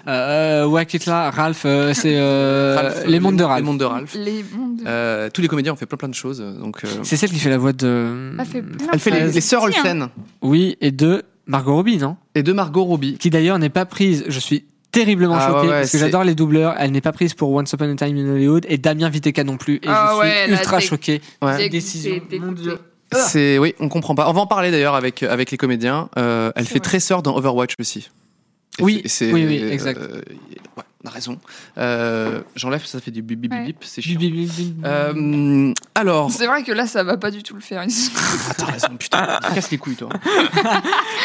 Euh, Wakitla, Ralph, euh, c'est euh,
Ralph,
Les Mondes de Ralph.
Les Mondes de Ralph.
Les mondes. de-
Euh, tous les comédiens ont fait plein plein de choses. Donc, euh,
C'est celle qui fait la voix de. euh,
Elle fait plein
elle fait les,
de
les sœurs
petits, hein.
Olsen
Oui, et de Margot Robbie, non
et de Margot Robbie.
Qui d'ailleurs n'est pas prise. Je suis terriblement
Ah
choqué
ouais, ouais,
parce que
c'est-
j'adore les doubleurs. Elle n'est pas prise pour Once Upon a Time in Hollywood et Damien Viteka non plus. Et
Ah
je
ouais,
suis
là,
ultra
c'est-
choqué.
Ouais.
Dégoûté,
Décision.
dégoûté.
Mon Dieu.
C'est oui, on comprend pas. On va en parler d'ailleurs avec avec les comédiens. Euh, elle
C'est
fait
vrai.
très sœur dans Overwatch aussi. Et
Oui,
c'est- et c'est-
oui, oui, exact.
euh, ouais. On a raison. Euh, J'enlève, ça fait du bip bip
Ouais.
bip, c'est chiant. Euh, alors,
C'est vrai que là, ça va pas du tout le
(laughs)
faire.
Ah, t'as raison, putain, (laughs) casse les couilles, toi.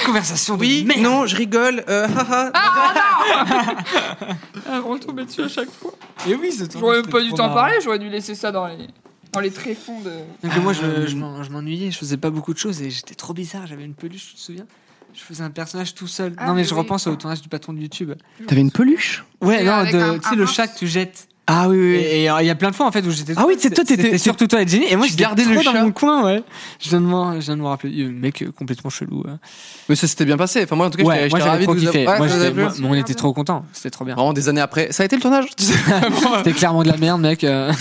Conversation
Oui, non, je rigole.
(laughs)
euh, haha.
Ah,
Ah,
Avant de tomber dessus à chaque fois.
Eh
Et oui, c'est ton-
J'aurais
c'est
pas du
trop
temps
marrant.
parler, j'aurais dû laisser ça dans les, dans les tréfonds de.
Donc, moi, je, je m'en- je m'ennuyais, je faisais pas beaucoup de choses et j'étais trop bizarre. J'avais une peluche, tu te souviens Je faisais un personnage tout seul.
Ah
non, mais
oui,
je
oui.
repense au tournage du patron de YouTube.
T'avais une peluche
Ouais,
Et
non,
avec un-
de- tu
un
sais, le
pince.
chat que tu jettes.
Ah oui, oui, oui.
Et et, euh, il y a plein de fois en fait où j'étais.
Ah oui, c'est toi, t'étais-
c'était surtout toi et Jenny. Et moi,
tu
je
gardais
gardais
le
le
chat.
dans mon coin, ouais. Je viens de me, je viens de me rappeler, euh, mec euh, complètement chelou. hein.
Mais ça s'était bien passé. Enfin, moi, en tout cas,
Ouais,
j'étais-
moi
j'étais
j'avais
ravi
trop
de vous
kiffé.
avoir-
Moi,
Ouais, ça
j'étais-
vous a
moi-
plu
mais on était trop contents, c'était trop bien.
Vraiment des années après. Ça a été le tournage
(laughs)
bah.
C'était clairement de la merde, mec. euh.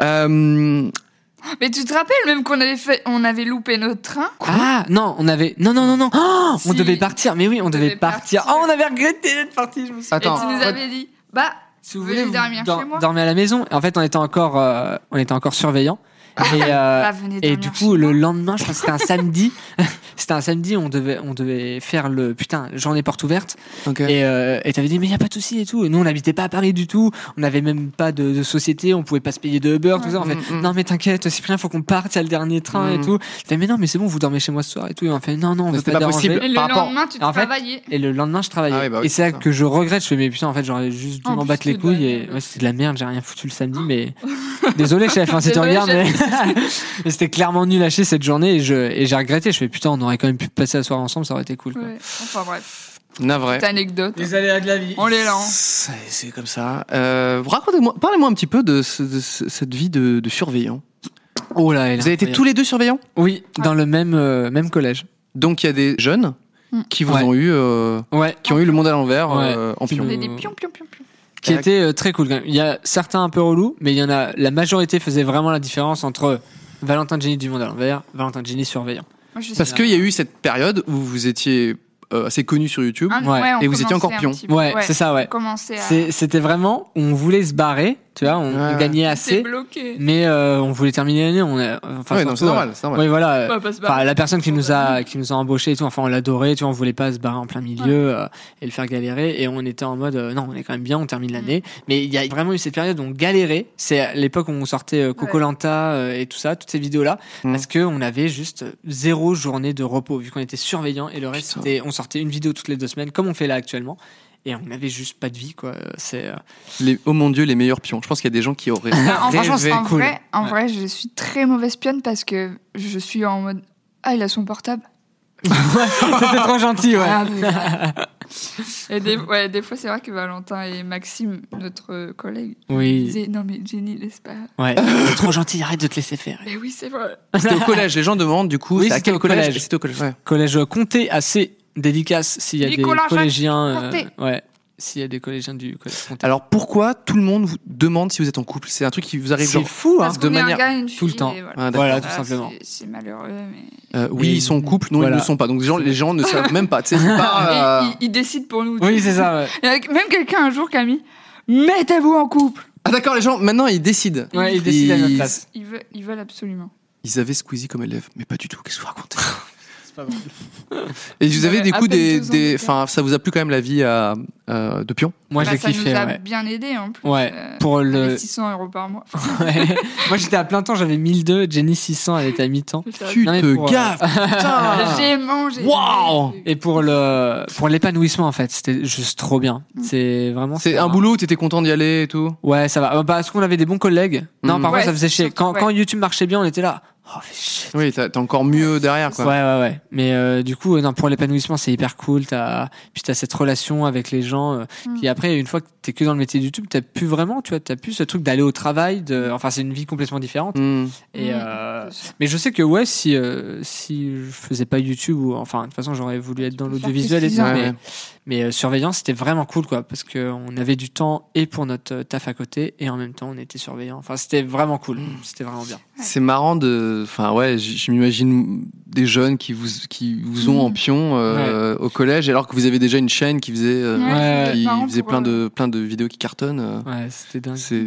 Euh,
Mais tu te rappelles même qu'on avait, fait... on avait loupé notre train
Ah non, on avait, non, non, non, non. Oh, on
Si.
devait partir. Mais oui, on, devait,
devait
partir.
partir.
Oh, on avait regretté d'être parti. Je me souviens.
Et
Attends.
tu nous avais dit, bah,
Si
Venez dormir
dor-
chez moi.
dormez à la maison. Et en fait, on était encore, euh, on était encore surveillants. Et, euh,
bah venez dormir
Et du coup,
chez
le
moi.
lendemain, je crois que c'était un samedi. (laughs) c'était un samedi, on devait, on devait faire le putain journée porte ouverte.
ok.
Et euh, et t'avais dit mais y a pas de souci et tout. Et nous, on n'habitait pas à Paris du tout. On n'avait même pas de, de société. On pouvait pas se payer de Uber, tout ça. On fait
Mm, mm.
non mais t'inquiète, Cyprien, faut qu'on parte. Il y a le dernier train et
Mm.
tout. T'as dit, mais non, mais c'est bon, vous dormez chez moi ce soir et tout. Et on fait non non, on
Mais
veut
c'était
pas,
pas
déranger.
possible.
Et le
par rapport-
lendemain, tu
En fait,
travaillais.
Et le lendemain, je travaillais.
Ah oui, bah oui,
et c'est là
c'est ça.
que je regrette. Je fais mais putain, en fait, j'aurais juste dû
En
m'en
plus,
battre les
c'était de la
couilles. Et
merde.
ouais, c'était de la merde. J'ai rien foutu le samedi, mais (laughs) désolé, chef, hein, si tu
Oh. Désolé,
regardes. Mais...
chef.
(laughs) mais c'était clairement nul à chier cette journée. Et je- et j'ai regretté. Je fais putain, on aurait quand même pu passer la soirée ensemble. Ça aurait été cool. quoi.
Ouais. Enfin bref,
Navré.
petite anecdote.
aléas de la vie.
On les lance.
C'est c'est comme ça. Euh, Racontez-moi, parlez-moi un petit peu de, ce- de ce- cette vie de, de surveillant.
Oh là, elle est
Vous avez été tous
incroyable.
les deux Ah. surveillants
Oui, dans le même euh, même collège.
Donc il y a des jeunes
Mm.
qui vous
Ouais.
ont eu, euh,
Ouais.
qui ont eu le monde à l'envers euh,
Ouais.
en
Qui
pion.
nous-
Des, des pions, pions, pions, pions.
qui
Tac.
était euh, très cool quand même. Il y a certains un peu relous, mais il y en a la majorité faisait vraiment la différence entre Valentin Jenny du monde à l'envers, Valentin Jenny surveillant.
Moi, je suis
Parce qu'il y a eu cette période où vous étiez euh, assez connu sur YouTube.
Un-
ouais.
on
Et vous étiez
commençait
encore
un
pion.
petit peu.
Ouais, c'est ça, ouais.
On commençait à.
C'est- C'était vraiment, on voulait se barrer, tu vois, on, on
Ouais.
gagnait
C'est
assez,
bloqué.
mais euh, on voulait terminer l'année. On a, enfin,
Ouais, non,
surtout,
c'est
euh,
normal, c'est normal.
Oui, voilà. euh,
On va pas se barrer.
Enfin, la personne qui nous a qui nous a embauché et tout, enfin on l'adorait, tu vois, on voulait pas se barrer en plein milieu euh, et le faire galérer et on était en mode euh, non, on est quand même bien, on termine l'année. Mais il y a vraiment eu cette période où on galérait, c'est à l'époque où on sortait euh, Cocolanta euh, et tout ça, toutes ces vidéos là
Mm.
parce que on avait juste euh, zéro journée de repos vu qu'on était surveillant et le reste
Putain.
c'était on sortait une vidéo toutes les deux semaines comme on fait là actuellement. Et on avait juste pas de vie, quoi. Euh, C'est. euh,
Les, oh mon dieu, les meilleurs pions. Je pense qu'il y a des gens qui auraient.
(laughs)
Bah, en,
Rêver,
franchement, c'est- en
cool.
vrai, en
Ouais.
vrai, je suis très mauvaise pionne parce que je suis en mode Ah, il a son portable.
(laughs) C'était trop gentil, ouais.
Ah,
(laughs)
mais- Et des, ouais, des fois, c'est vrai que Valentin et Maxime, notre collègue,
Oui.
disaient Non, mais Jenny, laisse pas.
(laughs) Ouais. T'es trop gentil, arrête de te laisser faire.
Mais oui, c'est vrai.
C'était au collège. Les gens demandent du coup.
Oui,
c'était à
c'était
quel
au
collège,
collège.
C'était au collège. ouais.
collège Comté assez dédicace s'il y a
Nicolas
des
Jacques
collégiens euh,
Comté.
ouais s'il y a des collégiens du collège Comté
Alors pourquoi tout le monde vous demande si vous êtes en couple C'est un truc qui vous arrive
c'est
genre.
fou hein
Parce
de
qu'on est un
manière-
gars et une
tout le
fille,
temps.
et voilà.
Ah, d'accord.
voilà tout
Ah,
simplement
c'est- C'est malheureux, mais.
Euh, oui,
Et-
ils sont en couple. Non, ils
Voilà.
ne le sont pas. Donc les gens, les gens ne savent même
(laughs)
pas. tu sais, c'est pas,
Et
euh,
il, il décide pour nous.
Oh oui
(laughs)
c'est ça ouais.
Il y a Même quelqu'un un jour, Camille, mettez-vous en couple.
Ah d'accord, les gens. Maintenant, ils décident.
ouais ils décident à notre place
Ils veulent, ils veulent absolument.
Ils avaient Squeezie comme élève, mais pas du tout. Qu'est-ce que vous
(laughs)
racontez (laughs) Et vous avez
Ouais,
du
à
coup
peine
des,
deux ans
des,
d'écart.
enfin, ça vous a plu quand même la vie à, euh, de
(laughs)
pion
moi
Bah,
j'ai
ça
kiffé
nous a
ouais.
bien aidé en plus.
Ouais,
euh,
pour le (laughs)
(laughs) les 600 euros par mois.
Ouais. moi j'étais à plein temps j'avais 1002 Jenny 600 elle était à mi-temps
Tu
Non, mais
te
pour, euh, (laughs)
gaffes, putain
J'ai mangé.
Waouh
et pour le pour l'épanouissement en fait c'était juste trop bien
Mm.
c'est vraiment
C'est un
boulot
boulot où t'étais content d'y aller et tout
Ouais, ça va. Euh, Bah, parce qu'on avait des bons collègues. Non,
Mm.
parfois
Ouais,
ça faisait
c'est
chier.
surtout-
Quand,
ouais.
quand YouTube marchait bien, on était là. Oh, mais shit.
Oui, t'as t'as encore mieux derrière,
Ouais,
quoi.
ouais, ouais. Mais euh, du coup, euh, non, pour l'épanouissement, c'est hyper cool. T'as, puis t'as cette relation avec les gens. euh,
Mm.
Puis après, une fois que t'es que dans le métier de YouTube, t'as plus vraiment, tu vois, t'as plus ce truc d'aller au travail. De, enfin, c'est une vie complètement différente.
Hmm.
Et,
Mm.
euh,
C'est sûr.
mais je sais que ouais, si euh, si je faisais pas YouTube ou enfin, de toute façon, j'aurais voulu être dans
peux faire que
l'audiovisuel et
six
tout.
ans.
Mais,
Ouais.
mais euh, surveillance, c'était vraiment cool, quoi, parce que on avait du temps et pour notre euh, taf à côté et en même temps, on était surveillant. Enfin, c'était vraiment cool. C'était vraiment bien.
C'est marrant de, enfin ouais, j- je m'imagine des jeunes qui vous qui vous
Mmh.
ont en pion euh, au collège, alors que vous avez déjà une chaîne qui faisait, euh,
Ouais,
Ouais.
c'est
qui
marrant
faisait
pour
plein
eux.
de plein de vidéos qui cartonnent. euh,
Ouais, c'était dingue.
C'est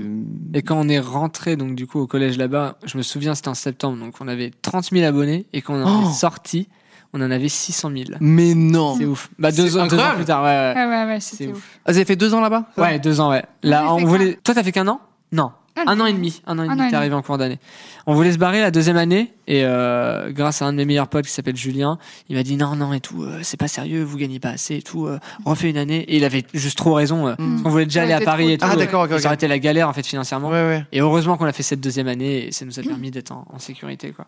Et quand on est rentré donc du coup au collège là-bas, je me souviens c'était en septembre, donc on avait 30 000 abonnés et quand on en
Oh.
est sorti, on on en avait 600 000.
Mais non
C'est ouf. Bah, deux,
C'est
ans- deux ans
incroyable.
plus tard, ouais, ouais.
Ah ouais, ouais, c'était
C'est
ouf.
Ah, vous avez fait deux ans là-bas ça
Ouais, deux ans, ouais.
Vous
Là,
avez
on
fait
voulait. Toi, t'as fait qu'un an Non.
Ah,
un
non.
an et demi. Un an et
Un an et
demi, t'es arrivé en cours d'année. On voulait se barrer la deuxième année et euh, grâce à un de mes meilleurs potes qui s'appelle Julien, il m'a dit non, non et tout, euh, c'est pas sérieux, vous gagnez pas assez et tout, euh, refais une année. Et il avait juste trop raison. euh, parce qu'on voulait déjà
On
aller à
était
Paris et
Mm. trop
tout.
tôt,
Ah,
euh,
d'accord, ok,
Ça
ok.
aurait été la galère en fait financièrement.
Ouais, ouais.
Et heureusement qu'on a fait cette deuxième année et ça nous a permis d'être en, en sécurité quoi.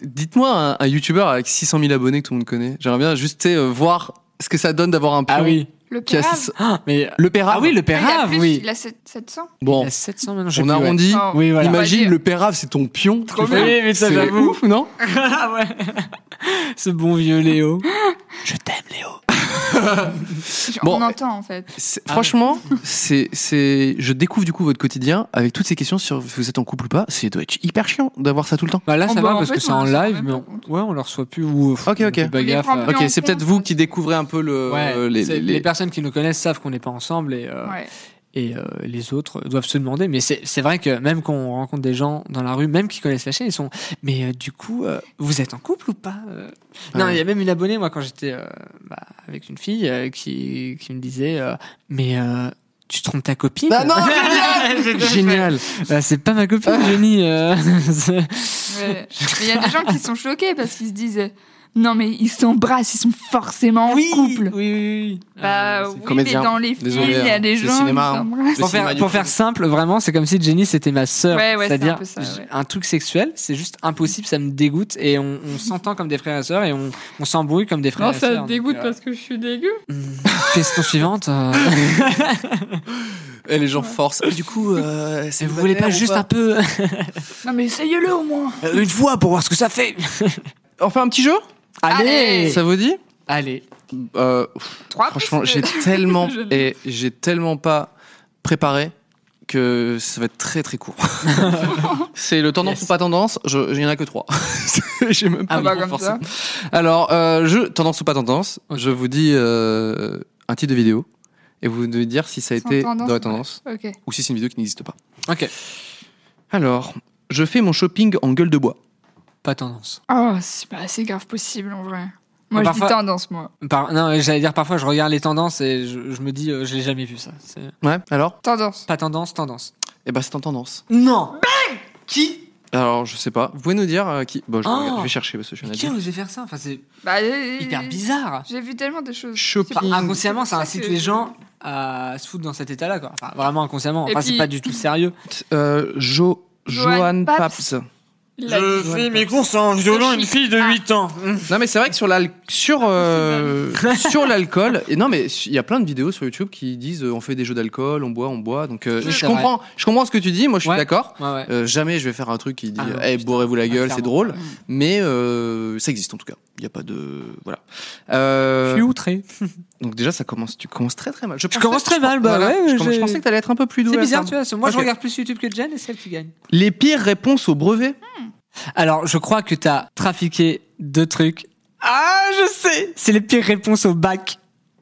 Dites-moi un, un youtubeur avec 600 000 abonnés que tout le monde connaît. J'aimerais bien juste tu sais, euh, voir ce que ça donne d'avoir un pion.
Ah oui.
Le
Qui a
Pérave.
600
Ah, mais
Le Pérave
ah oui le
Ah, il a
Pérave
plus,
oui.
Il a sept- 700.
Il
Bon,
a 700 maintenant. je sais
on
plus, ouais.
arrondit.
Oh.
Oui voilà.
Imagine-
Imagine,
dire.
le Pérave, c'est ton pion.
Trop
Tu fais-
bien. Oui, mais ça,
C'est
j'avoue.
ouf, non
(laughs) Ah ouais. Ce bon vieux Léo. Je t'aime Léo.
Bon.
On entend en fait.
C'est- (laughs)
Ah
Franchement, c'est, c'est, je découvre du coup votre quotidien avec toutes ces questions sur si vous êtes en couple ou pas. C'est doit être hyper chiant d'avoir ça tout le temps.
Bah là,
Oh,
ça
bah,
va
en
parce
fait,
que c'est
on
en
s'en rend
live,
même
mais
pas
on-
compte.
ouais, on le reçoit plus. Ou,
ok.
on fait pas
On les
gaffe.
prend plus.
euh.
Et
Ok,
on
c'est
compte,
peut-être vous qui découvrez un peu le,
Ouais,
euh, les,
c'est-
les-
les personnes qui nous connaissent savent qu'on n'est pas ensemble et, euh, (laughs)
Ouais.
et euh, les autres doivent se demander. Mais c'est c'est vrai que même quand on rencontre des gens dans la rue, même qui connaissent la chaîne, ils sont. Mais euh, du coup, euh, vous êtes en couple ou pas Euh, Non,
Ouais.
il y a même une abonnée, moi, quand j'étais euh, bah, avec une fille, euh, qui, qui me disait euh, Mais euh, tu trompes ta copine (laughs)
Ah non,
Oh,
Génial Bah, C'est pas ma copine, Jenny. euh. (laughs)
Ouais. Mais il y a des gens qui sont choqués parce qu'ils se disent euh, non mais ils s'embrassent, ils sont forcément en couple.
Oui, oui, oui.
Bah
Euh,
oui,
comédien.
mais dans les films,
Désolé,
il y
hein.
a des
C'est
gens
cinéma, hein.
qui s'embrassent.
Le
pour
cinéma
faire,
du
pour
couple.
faire simple, vraiment, c'est comme si Jenny c'était ma sœur.
Ouais, ouais, c'est un
C'est-à-dire
peu ça, ouais.
un truc sexuel, c'est juste impossible, ça me dégoûte et on, on s'entend comme des frères et sœurs et on, on s'embrouille comme des frères et sœurs.
que je suis dégueu.
que. Question
(laughs)
suivante. euh,
Et les gens forcent. Et du coup, euh, c'est
vous voulez pas juste un peu
Non mais essayez-le au moins.
euh, une fois pour voir ce que ça fait
On fait un petit jeu
Allez,
Ça vous dit
allez.
Euh,
Trois
Franchement,
plus
j'ai
deux.
tellement
(laughs) Je-
et j'ai tellement pas préparé que ça va être très très court. c'est le tendance
Yes.
ou pas tendance. Je, il y en a que trois. j'ai même pas
Ah
le
bah,
temps
comme
forcé.
ça.
Alors, euh, je tendance ou pas tendance. Je vous dis euh, un titre de vidéo et vous devez dire si ça a
Sans
été
tendance,
dans la
ouais.
tendance
Ok.
ou si c'est une vidéo qui n'existe pas.
Ok.
Alors, je fais mon shopping en gueule de bois.
Pas tendance.
Oh c'est pas assez grave possible en vrai. Moi je
Parfois-
dis tendance moi.
Par- non, euh, j'allais dire parfois je regarde les tendances et je, je me dis euh, je l'ai jamais vu ça. C'est-
Ouais. Alors,
Tendance.
Pas tendance, tendance.
eh ben c'est en tendance.
Non. Qui
Alors, je sais pas. Vous pouvez nous dire euh, qui Bon, je,
Oh.
regarde, je vais chercher parce que je suis un
Qui a
adulte.
osé faire ça Enfin, c'est
Bah, euh,
hyper bizarre.
J'ai vu tellement des choses.
Shopping.
Enfin, inconsciemment, ça
Ça,
incite
c'est-
les gens à se foutre dans cet état-là, quoi. Enfin, vraiment inconsciemment.
Et
Enfin, c'est
puis-
pas du tout sérieux.
Euh, jo Johan
Johan
Paps.
Papst. La-
mes courses en Ah.
violant une fille de
8 ans.
Non mais c'est vrai que sur l'al- sur euh, sur l'alcool et non mais il y a plein de vidéos sur YouTube qui disent euh, on fait des jeux d'alcool, on boit, on boit. Donc euh, je
Oui, c'est
comprends, je comprends ce que tu dis, moi je suis
Ouais.
d'accord.
Ouais, ouais.
Euh, jamais je vais faire un truc qui dit
Ah non,
eh
putain.
bourrez-vous la gueule,
Ah,
c'est
clairement.
drôle, mais euh, ça existe en tout cas. Il y a pas de voilà. Euh,
Je suis outré.
donc déjà ça commence tu commences très très mal.
Je
pensais-
commence très mal, bah
voilà,
ouais.
je, commence- je
j'ai-
pensais que t'allais être un peu plus doué.
C'est
à
bizarre,
ça.
tu vois. Moi, je
Ok.
regarde plus YouTube que Jen et c'est elle qui gagne.
Les pires réponses au brevet.
Alors, je crois que t'as trafiqué deux trucs. Ah, je sais C'est les pires réponses au bac.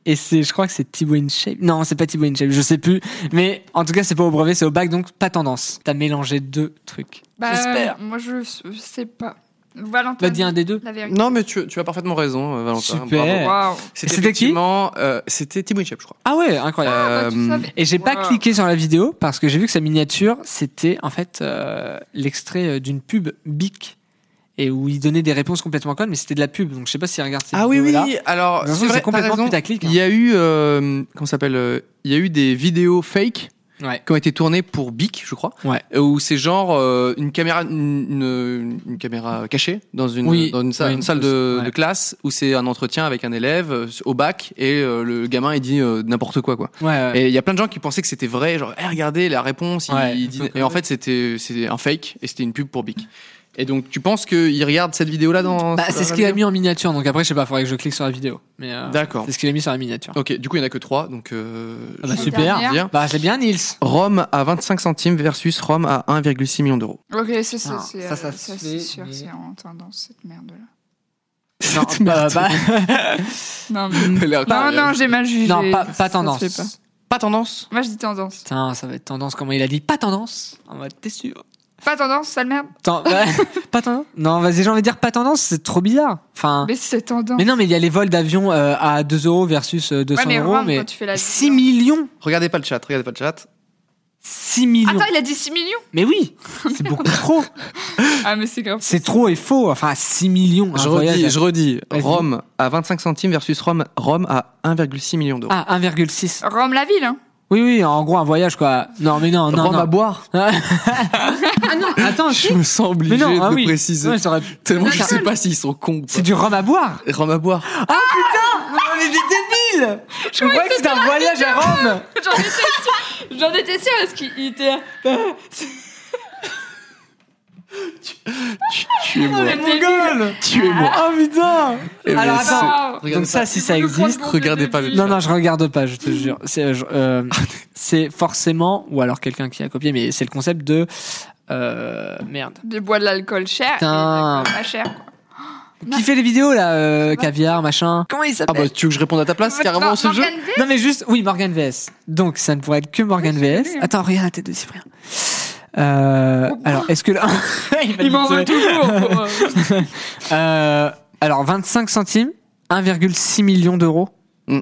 Et c'est, je crois que c'est Thibaut InShape. Non, c'est pas Thibaut InShape, je sais plus. Mais en tout cas, c'est pas au brevet, c'est au bac, donc pas tendance. T'as mélangé deux trucs.
Bah,
J'espère.
Moi je je sais pas. Valentin.
Bah, dis un des deux.
La vérité.
Non mais tu, tu as parfaitement raison euh, Valentin.
Super.
bravo.
Waouh.
C'était
C'était qui
effectivement, euh, c'était Thibaut Inchep, je crois.
Ah ouais, incroyable.
Ah, bah, tu
Euh,
savais.
Et j'ai pas
Wow.
cliqué sur la vidéo parce que j'ai vu que sa miniature, c'était en fait euh, l'extrait euh, d'une pub Bic et où il donnait des réponses complètement connes, mais c'était de la pub, donc je sais pas s'il regarde cette
Ah oui, oui,
vidéo-là.
alors
Dans le sens,
c'est vrai,
c'est complètement
t'as raison.
putaclic, hein.
Il y a eu, euh, comment ça s'appelle euh, Il y a eu des vidéos fake
Ouais.
qui ont été tournées pour Bic, je crois,
Ouais.
où c'est genre euh, une caméra, une, une- une caméra cachée dans une,
Oui,
dans une salle,
oui,
une salle de,
ouais.
de classe où c'est un entretien avec un élève euh, au bac et euh, le gamin il dit euh, n'importe quoi quoi.
Ouais, ouais.
Et il y a plein de gens qui pensaient que c'était vrai, genre Eh, regardez la réponse, il-
Ouais,
il
un
dit-
peu
et en fait c'était c'était un fake et c'était une pub pour Bic. Et donc tu penses qu'il regarde cette vidéo là dans
Bah,
dans
c'est ce
la
qu'il a
vidéo
mis en miniature, donc après, je sais pas, faudrait que je clique sur la vidéo. Mais euh,
D'accord.
C'est ce qu'il a mis sur la miniature.
Ok, du coup il y en a que trois, donc euh,
Ah bah,
je-
super.
dernière.
Bien.
Bah, c'est
(laughs)
bien, Nils.
Rome à 25 centimes versus Rome à 1,6 million (laughs) d'euros.
Ok, c'est ça,
Non,
c'est
ça, ça
euh,
se
ça,
fait,
c'est sûr,
mais-
c'est en tendance cette merde-là.
Non, bah, bah,
Non,
(laughs)
mais... non, non, j'ai mal jugé.
euh, non, pas, pas
Ça se fait pas.
tendance.
pas tendance.
Moi, je dis tendance.
Putain, ça va être tendance. Comment il a dit pas tendance On va être sûr.
Pas tendance, sale merde.
(laughs) Attends, bah, pas tendance Non, vas-y, j'ai envie de dire pas tendance, c'est trop bizarre. Enfin,
Mais c'est tendance.
Ah. mais non, mais il y a les vols d'avion euh, à 2 euros versus euh, 200
Ouais, mais
euros.
Rome,
Mais
quand tu fais la
6 millions
Regardez pas le chat, regardez pas le chat.
6 millions
Attends, il a dit 6 millions
Mais oui C'est beaucoup trop
Ah, mais c'est grave.
C'est trop et faux. Enfin, 6 millions. un
Je
voyage à-
redis, je redis,
Vas-y.
Rome à 25 centimes versus Rome, Rome à 1,6 million d'euros.
Ah, 1,6.
Rome la ville, hein.
Oui, oui, en gros, un voyage, quoi. Non, mais non, non,
Rome
non.
à boire
(laughs) ah non,
(laughs)
attends,
Je me sens obligé
Ah, Mais non,
de
ah
le
oui.
préciser.
Ouais, ça aurait-
Tellement je
Ça-
sais pas s'ils sont cons. ou
C'est
pas.
du rhum à boire
Rome à boire.
Ah putain On est des débiles Je croyais que c'était un voyage à Rome
(laughs) J'en étais sûre. J'en étais sûre parce qu'il il était.
Tuez-moi.
mais
Mon gueule
Tuez-moi.
Oh putain
Eh ben,
Alors
c'est-
attends,
Waouh.
regardez
donc ça,
pas.
si ça
Vous nous prenez
existe...
pour des
regardez pas le
débiles.
Non, non, je regarde pas, je te jure. C'est euh, je- euh, c'est forcément, ou alors quelqu'un qui a copié, mais c'est le concept de... euh, merde.
De boire de l'alcool cher. et de
Putain.
l'alcool Pas cher, quoi.
Qui fait les vidéos, là euh, Caviar, machin. Comment il
Ah bah tu veux que je réponde à ta place carrément
Mor-
ce jeu
Morgan V
Non mais juste, oui, Morgan VS. Donc ça ne pourrait être que Morgan VS. Attends, regarde la tête de Cyprien. Euh, alors, est-ce que là... (laughs) il
Il m'en veut toujours. pour, euh,
Euh, alors, 25 centimes, 1,6 million d'euros.
Mm.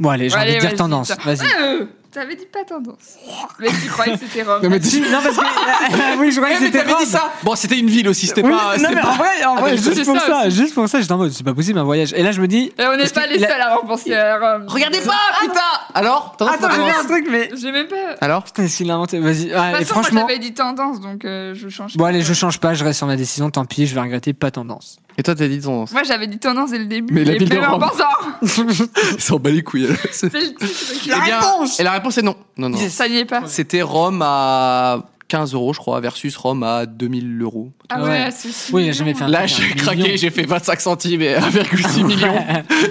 Bon, allez, j'ai envie
Allez,
de dire
vas-y,
tendance.
tiens.
Vas-y.
Euh, T'avais dit pas tendance. Mais tu croyais que c'était Rome.
(laughs) Non, parce que. euh, (laughs) oui, je croyais que c'était Rome.
Bon c'était une ville aussi, c'était
Oui,
pas.
non,
c'était
mais en
pas-
vrai, en vrai,
mais
juste,
c'est
pour
ça
ça,
aussi.
juste pour ça, j'étais en mode, c'est pas possible un voyage. Et là, je me dis.
Et on n'est
parce
pas
que
les
la-
seuls à avoir pensé à Rome.
Regardez pas putain. Ah, Alors tendance,
Attends,
pas
j'ai
tendance.
vu un truc, mais.
J'ai même pas. De
Alors
Putain, est-ce qu'il l'a inventé Vas-y. Ouais,
toute
et
façon, moi
franchement.
j'avais dit tendance, donc euh, je change.
Bon, allez, je change pas, je reste sur ma décision, tant pis, je vais regretter, pas tendance.
Et toi t'as dit tendance.
Moi j'avais dit tendance dès le début.
Mais la
et
ville de
peu
Rome.
importe, hein.
Ils s'en bat les couilles. C'est-
C'est le titre.
Eh bien, Et la réponse est non. Non non.
Ça n'y est pas.
C'était Rome à 15 euros je crois versus Rome à 2000 euros.
Ah
Ouais.
ouais, c'est
Oui, il a jamais fait un
Là
truc,
j'ai
un million.
craqué, j'ai fait 25 centimes et 1,6 million.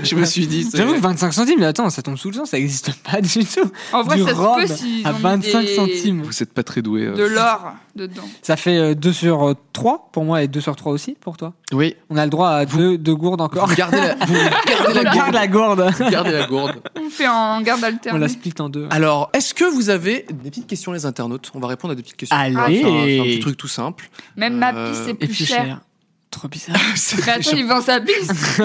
Je me suis dit. c'est-
(laughs) J'avoue que 25 centimes, mais attends, ça tombe sous le sens, ça existe pas du tout.
En vrai,
du
ça se
Rome
peut s'ils
à
ont mis
25
des-
centimes.
Vous êtes pas très euh. doué.
De l'or dedans.
Ça fait 2 sur 3 pour moi et 2 sur 3 aussi pour toi.
Oui.
On a le droit à 2 deux gourdes encore.
Vous gardez la, (laughs) vous
On
gardez la
garde
gourde.
la gourde.
Vous gardez la gourde.
On fait en garde
On
alternée.
la split en deux.
Alors, est-ce que vous avez des petites questions, les internautes On va répondre à des petites questions.
Allez.
Ah, C'est un, c'est un petit truc tout simple.
Même ma
Euh,
piste
et
est
Et
plus
plus
chère.
cher. Trop bizarre.
(laughs) C'est
Mais Bah, attends,
méchant.
il vend sa piste.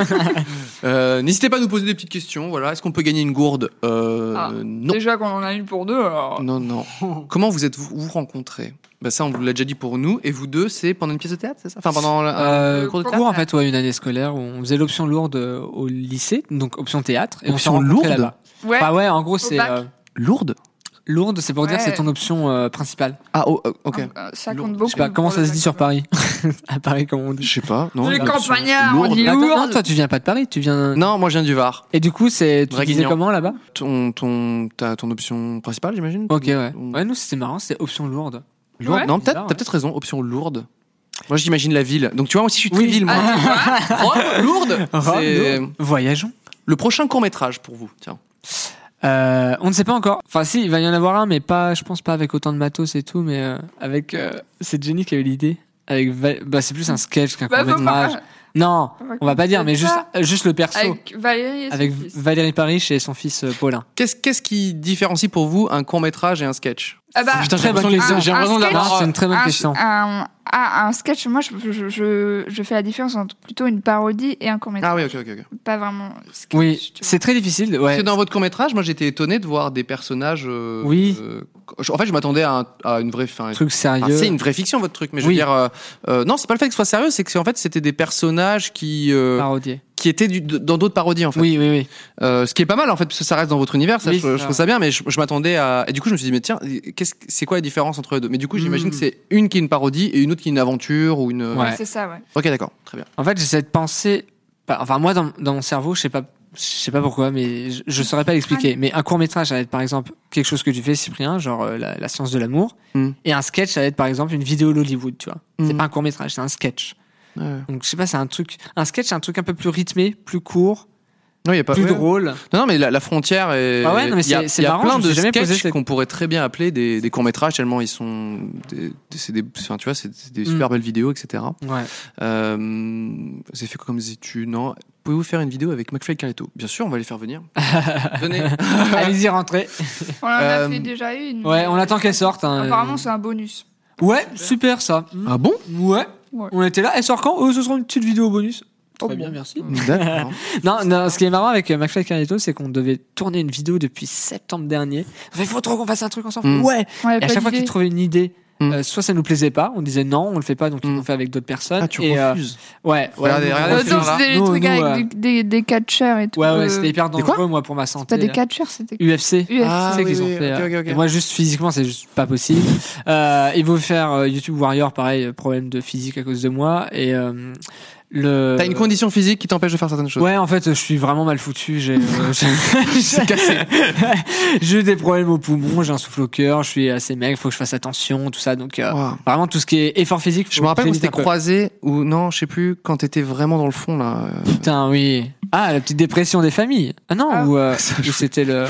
Euh, N'hésitez pas à nous poser des petites questions. Voilà, est-ce qu'on peut gagner une gourde Euh,
Ah,
Non.
Déjà qu'on en a une pour deux, alors.
Non,
(laughs)
non. Comment vous êtes vous, vous rencontrés Bah ça, on vous l'a déjà dit pour nous. Et vous deux, c'est pendant une pièce de théâtre, c'est ça Enfin, pendant un
Euh,
Euh,
cours,
cours de
en
théâtre.
fait, ouais, une année scolaire où on faisait l'option lourde euh, au lycée, donc option théâtre. Et
Option
on s'est rencontrés
lourde
là-bas.
Ouais.
Bah ouais, en gros, c'est
bac.
euh,
lourde.
lourde, c'est pour dire
Ouais.
c'est ton option euh, principale.
Ah, oh, oh, ok.
Ah, Ça
Lourdes.
compte
Je
beaucoup.
sais pas, comment
pour
ça
le
se dit sur
maximum.
Paris (laughs) À Paris, comment on dit
Je sais pas. Non.
Les
l'option
campagnards, on
lourde.
dit
Attends, non,
lourde.
toi, tu viens pas de Paris, tu viens.
Non, moi, je viens du Var.
Et du coup, c'est tu disais
Draguignan.
comment là-bas
Ton, ton, t'as ton option principale, j'imagine.
Ok, ouais.
Ton-
Ouais, nous, c'était marrant, c'était option lourde.
Lourde.
Ouais.
non, peut-être,
Bizarre,
t'as
ouais.
peut-être raison. Option lourde. Moi, j'imagine la ville. Donc, tu vois, moi aussi, je suis très
Oui.
ville. Moi.
Ah,
(laughs)
Oh,
Rome, lourde.
Rome,
c'est
Lourdes. Voyageons.
le prochain court métrage pour vous. Tiens.
Euh, on ne sait pas encore. Enfin, si, il va y en avoir un, mais pas, je pense pas avec autant de matos et tout, mais euh, avec. euh, c'est Jenny qui a eu l'idée. Avec, Va- bah, c'est plus un sketch qu'un
Bah, faut
court-métrage.
pas-
Non, on va pas dire, mais juste,
Ça.
euh, juste le perso. Avec,
Avec Valérie et son fils.
Valérie Paris et son fils euh, Paulin.
Qu'est-ce qu'est-ce qui différencie pour vous un court métrage et un sketch
Ah bah,
Putain, j'ai
un-
l'impression de les-
un-
j'ai
un
l'impression de
sketch-
l'avoir. C'est une très bonne
un-
question.
Un, ah, un sketch, moi, je, je, je, je fais la différence entre plutôt une parodie et un comédien.
Ah oui, ok, ok. ok.
Pas vraiment sketch.
Oui,
tu vois.
Bah, c'est très difficile.
Parce
Ouais.
que dans votre court métrage, moi, j'étais étonné de voir des personnages. euh,
Oui.
euh, je- en fait, je m'attendais à, un- à une vraie. enfin,
Truc
enfin,
sérieux.
Ah, c'est une vraie fiction votre truc, mais je veux
Oui.
dire, euh, euh, non, c'est pas le fait que ce soit sérieux, c'est que c'est- en fait c'était des personnages qui euh,
Parodier.
qui étaient du- dans d'autres parodies en fait.
Oui, oui, oui.
Euh, ce qui est pas mal en fait, parce que ça reste dans votre univers, ça,
Oui,
je,
c'est
je
ça.
trouve ça bien, mais je, je m'attendais à. Et du coup, je me suis dit, mais tiens, qu'est-ce que- c'est quoi la différence entre les deux Mais du coup, j'imagine
Mm.
que c'est une qui est une parodie et une autre qui est une aventure ou une.
Ouais.
C'est ça, ouais.
Ok, d'accord, très bien.
En fait, j'essaie de penser. pas- Enfin, moi, dans, dans mon cerveau, je sais pas, je sais pas pourquoi, mais je, je saurais pas l'expliquer. Mais un court métrage, ça va être par exemple quelque chose que tu fais, Cyprien, genre euh, la, la science de l'amour.
Mm.
Et un sketch, ça va être par exemple une vidéo d'Hollywood, tu vois. C'est
Mm.
pas un court métrage, c'est un sketch.
Ouais.
Donc, je sais pas, c'est un truc. Un sketch, c'est un truc un peu plus rythmé, plus court,
Non, il y a pas.
plus
ouais.
drôle.
Non, non, mais la, la frontière est.
Ah ouais, non, mais
il y a-
c'est- c'est
il y a
marrant, je
plein
me
de
suis jamais posé
sketchs
cette-
qu'on pourrait très bien appeler des, des courts métrages tellement ils sont. Des, des- c'est des, enfin, tu vois, c'est c'est des
Mm.
super belles vidéos, etc.
Ouais.
(laughs) Euh, vous avez fait quoi comme études Non. Pouvez-vous faire une vidéo avec McFly et Carlito Bien sûr, on va les faire
(laughs)
venir. Venez.
Allez-y, rentrez.
On en a
Euh,
fait déjà une.
Ouais, on attend qu'elle sorte. hein.
Apparemment, c'est un bonus.
Ouais, super ça.
Ah bon
Ouais. On était là. Elle sort quand Euh, Ce sera une petite vidéo bonus. Très bien, merci. (laughs)
D'accord.
non, non, ce qui est marrant avec euh, McFly et Carlito, c'est qu'on devait tourner une vidéo depuis septembre dernier. Il faut trop qu'on fasse un truc ensemble.
Mm.
Ouais.
Ouais,
Et
pas
à chaque fois
d'idée.
qu'ils trouvaient une idée, euh, soit ça nous plaisait pas, on disait non, on le fait pas, donc ils l'ont fait avec d'autres personnes.
Mm. Ah, tu
Et, euh,
refuses.
Ouais, ouais.
Regardez,
nous, on
regardez
Euh,
ce
refuse.
donc c'était les
Nous,
trucs
nous,
avec
euh,
des, des, des catcheurs et tout.
Ouais, ouais,
euh,
c'était hyper
Des quoi
dangereux, moi, pour ma santé. euh.
Pas des
là.
catcheurs, c'était.
UFC.
UFC.
Ah,
C'est ça qu'ils
oui,
ont
oui,
fait,
ok,
euh,
ok, ok.
et moi, juste physiquement, c'est juste pas possible. Euh, ils vont faire euh, YouTube Warrior, pareil, euh, problème de physique à cause de moi. Et euh, le.
T'as une condition physique qui t'empêche de faire certaines choses.
Ouais, en fait, je suis vraiment mal foutu. J'ai euh, (laughs) j'ai-
(laughs)
(laughs) j'ai eu des problèmes aux poumons, j'ai un souffle au cœur, je suis assez maigre, faut que je fasse attention, tout ça. Donc, euh,
Wow.
vraiment, tout ce qui est effort physique.
Je
faut
me rappelle
que
qu'on
j'évite
s'était
un peu.
croisés ou non, je sais plus, quand t'étais vraiment dans le fond là. euh,
Putain, oui. Ah, la petite dépression des familles. Ah non,
Ah.
ou, euh,
(laughs) Ça,
ou
je-
c'était le.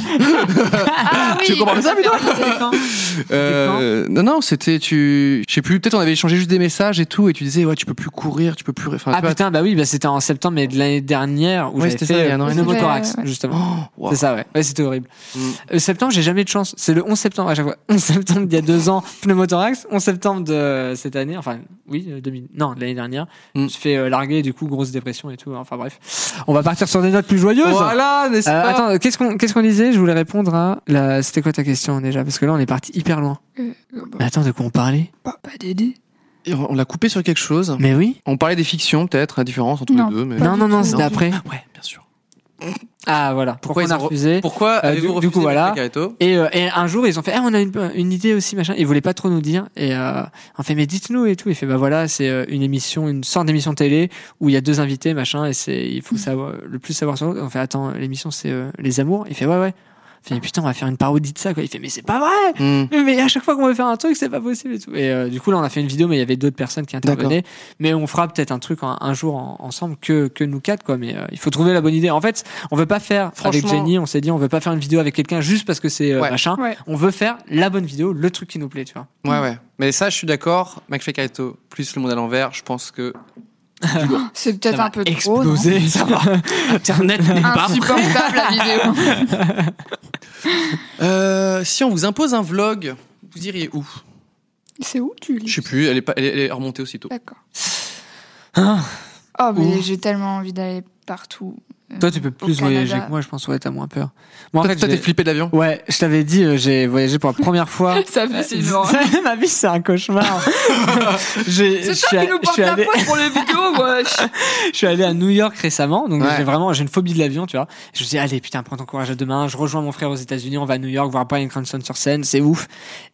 Ah oui
Tu comprends ça, putain Euh, non, non, c'était tu. Je sais plus. Peut-être on avait échangé juste des messages et tout, et tu disais ouais, tu peux plus courir, tu peux plus. Enfin,
Ah
tu vois,
putain, bah oui, bah, c'était en septembre mais de l'année dernière où
Ouais,
j'avais
c'était ça, il y
fait
a un an
euh,
et
demi.
pneumothorax,
Ouais, ouais.
justement.
wow.
C'est ça, ouais. Ouais, c'était horrible.
Mm.
Euh, septembre, j'ai jamais eu de chance. C'est le 11 septembre à chaque fois. (laughs) 11 septembre d'il y a deux ans, pneumothorax. 11 septembre de euh, cette année, enfin, oui, euh, 2000, non, de l'année dernière.
Mm.
Je me suis fait euh, larguer, du coup, grosse dépression et tout. hein. Enfin bref. On va partir sur des notes plus joyeuses.
Voilà, n'est-ce
Euh,
pas
attends, qu'est-ce qu'on qu'est-ce qu'on disait Je voulais répondre à la. C'était quoi ta question déjà Parce que là, on est parti hyper loin.
Euh, euh, bah,
Mais attends, de quoi on parlait
Pas, pas d'aider.
Et On on l'a coupé sur quelque chose.
Mais oui.
On parlait des fictions, peut-être, la différence entre
Non.
les deux. Mais...
Non,
du
non, non,
tout.
c'était
Non.
après.
Ouais, bien sûr.
Ah voilà. Pourquoi,
Pourquoi ils
on a
ont re-
refusé
Pourquoi
Euh, du-
avez-vous
du
refusé
coup, voilà.
Michel Carreto
Et, euh, et un jour, ils ont fait, Ah, on a une, une idée aussi, machin. Ils voulaient pas trop nous dire. Et euh, on fait, mais dites-nous et tout. Il fait, bah voilà, c'est euh, une émission, une sorte d'émission télé où il y a deux invités, machin. Et c'est, il faut savoir le plus savoir sur l'autre. On fait, attends, l'émission c'est euh, les amours. Il fait, ouais, ouais. Il fait, mais putain, on va faire une parodie de ça, quoi. Il fait, mais c'est pas vrai.
Hmm.
Mais- Mais à chaque fois qu'on veut faire un truc, c'est pas possible et tout. Et euh, du coup, là, on a fait une vidéo, mais il y avait d'autres personnes qui intervenaient. Mais on fera peut-être un truc un, un jour en- ensemble que, que nous quatre, quoi. Mais euh, il faut trouver la bonne idée. En fait, on veut pas faire avec
Franchement-
Jenny, on s'est dit, on veut pas faire une vidéo avec quelqu'un juste parce que c'est euh,
Ouais.
machin.
Ouais.
On veut faire la bonne vidéo, le truc qui nous plaît, tu vois.
Ouais, ouais. Mais ça, je suis d'accord. McFly Carreto plus le monde à l'envers, je pense que.
C'est peut-être
Ça
un
va
peu trop. non
exploser. ça va. (laughs) Internet n'est pas
Insupportable la vidéo.
Euh, si on vous impose un vlog, vous iriez où
(laughs) C'est où tu lis
Je sais plus. Elle est, pas, elle est- elle est remontée aussitôt.
D'accord.
Ah.
Oh, mais
Où
j'ai tellement envie d'aller partout. Euh,
Toi, tu peux
au
plus voyager
Canada.
que moi, je pense. Ouais, t'as moins peur. Moi, en
Toi,
fait,
toi,
j'ai-
t'es flippé de l'avion
Ouais, je t'avais dit, euh, j'ai voyagé pour la première fois.
Ça fait c'est une horreur.
(laughs) Ma vie, c'est un
(laughs)
cauchemar. J'ai- je
C'est
suis
toi qui
allé-
nous
je
porte
suis
la
allé-
poisse pour
(laughs)
les vidéos, wesh.
je suis allé à New York récemment, donc
Ouais.
j'ai vraiment j'ai une phobie de l'avion, tu vois. Je me suis dit, allez putain, prends ton courage à deux mains. Je rejoins mon frère aux États-Unis, on va à New York voir Brian Cranston sur scène, c'est ouf.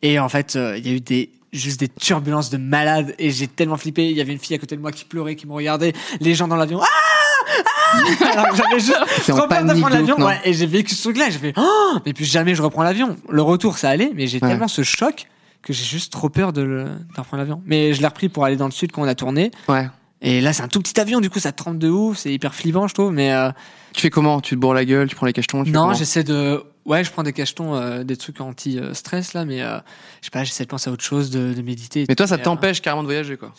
Et en fait, euh, il y a eu des juste des turbulences de malade et j'ai tellement flippé. Il y avait une fille à côté de moi qui pleurait, qui me regardait, les gens dans l'avion. Ah ah Alors que j'avais juste
T'es en
trop peur de
panique
prendre
de ouf,
l'avion,
non
ouais, et j'ai vécu ce truc-là. J'ai fait, oh mais plus jamais je reprends l'avion. Le retour, ça allait, mais j'ai
Ouais.
tellement ce choc que j'ai juste trop peur de, le, de reprendre l'avion. Mais je l'ai repris pour aller dans le sud quand on a tourné.
Ouais.
Et là, c'est un tout petit avion, du coup, ça trempe de ouf, c'est hyper flippant, je trouve. Mais euh,
Tu fais comment Tu te bourres la gueule Tu prends les cachetons tu fais
non,
comment
j'essaie de. Ouais, je prends des cachetons, euh, des trucs anti-stress, là, mais euh, je sais pas, j'essaie de penser à autre chose, de, de méditer. et
Mais
tout,
toi, ça
euh,
t'empêche carrément de voyager, quoi.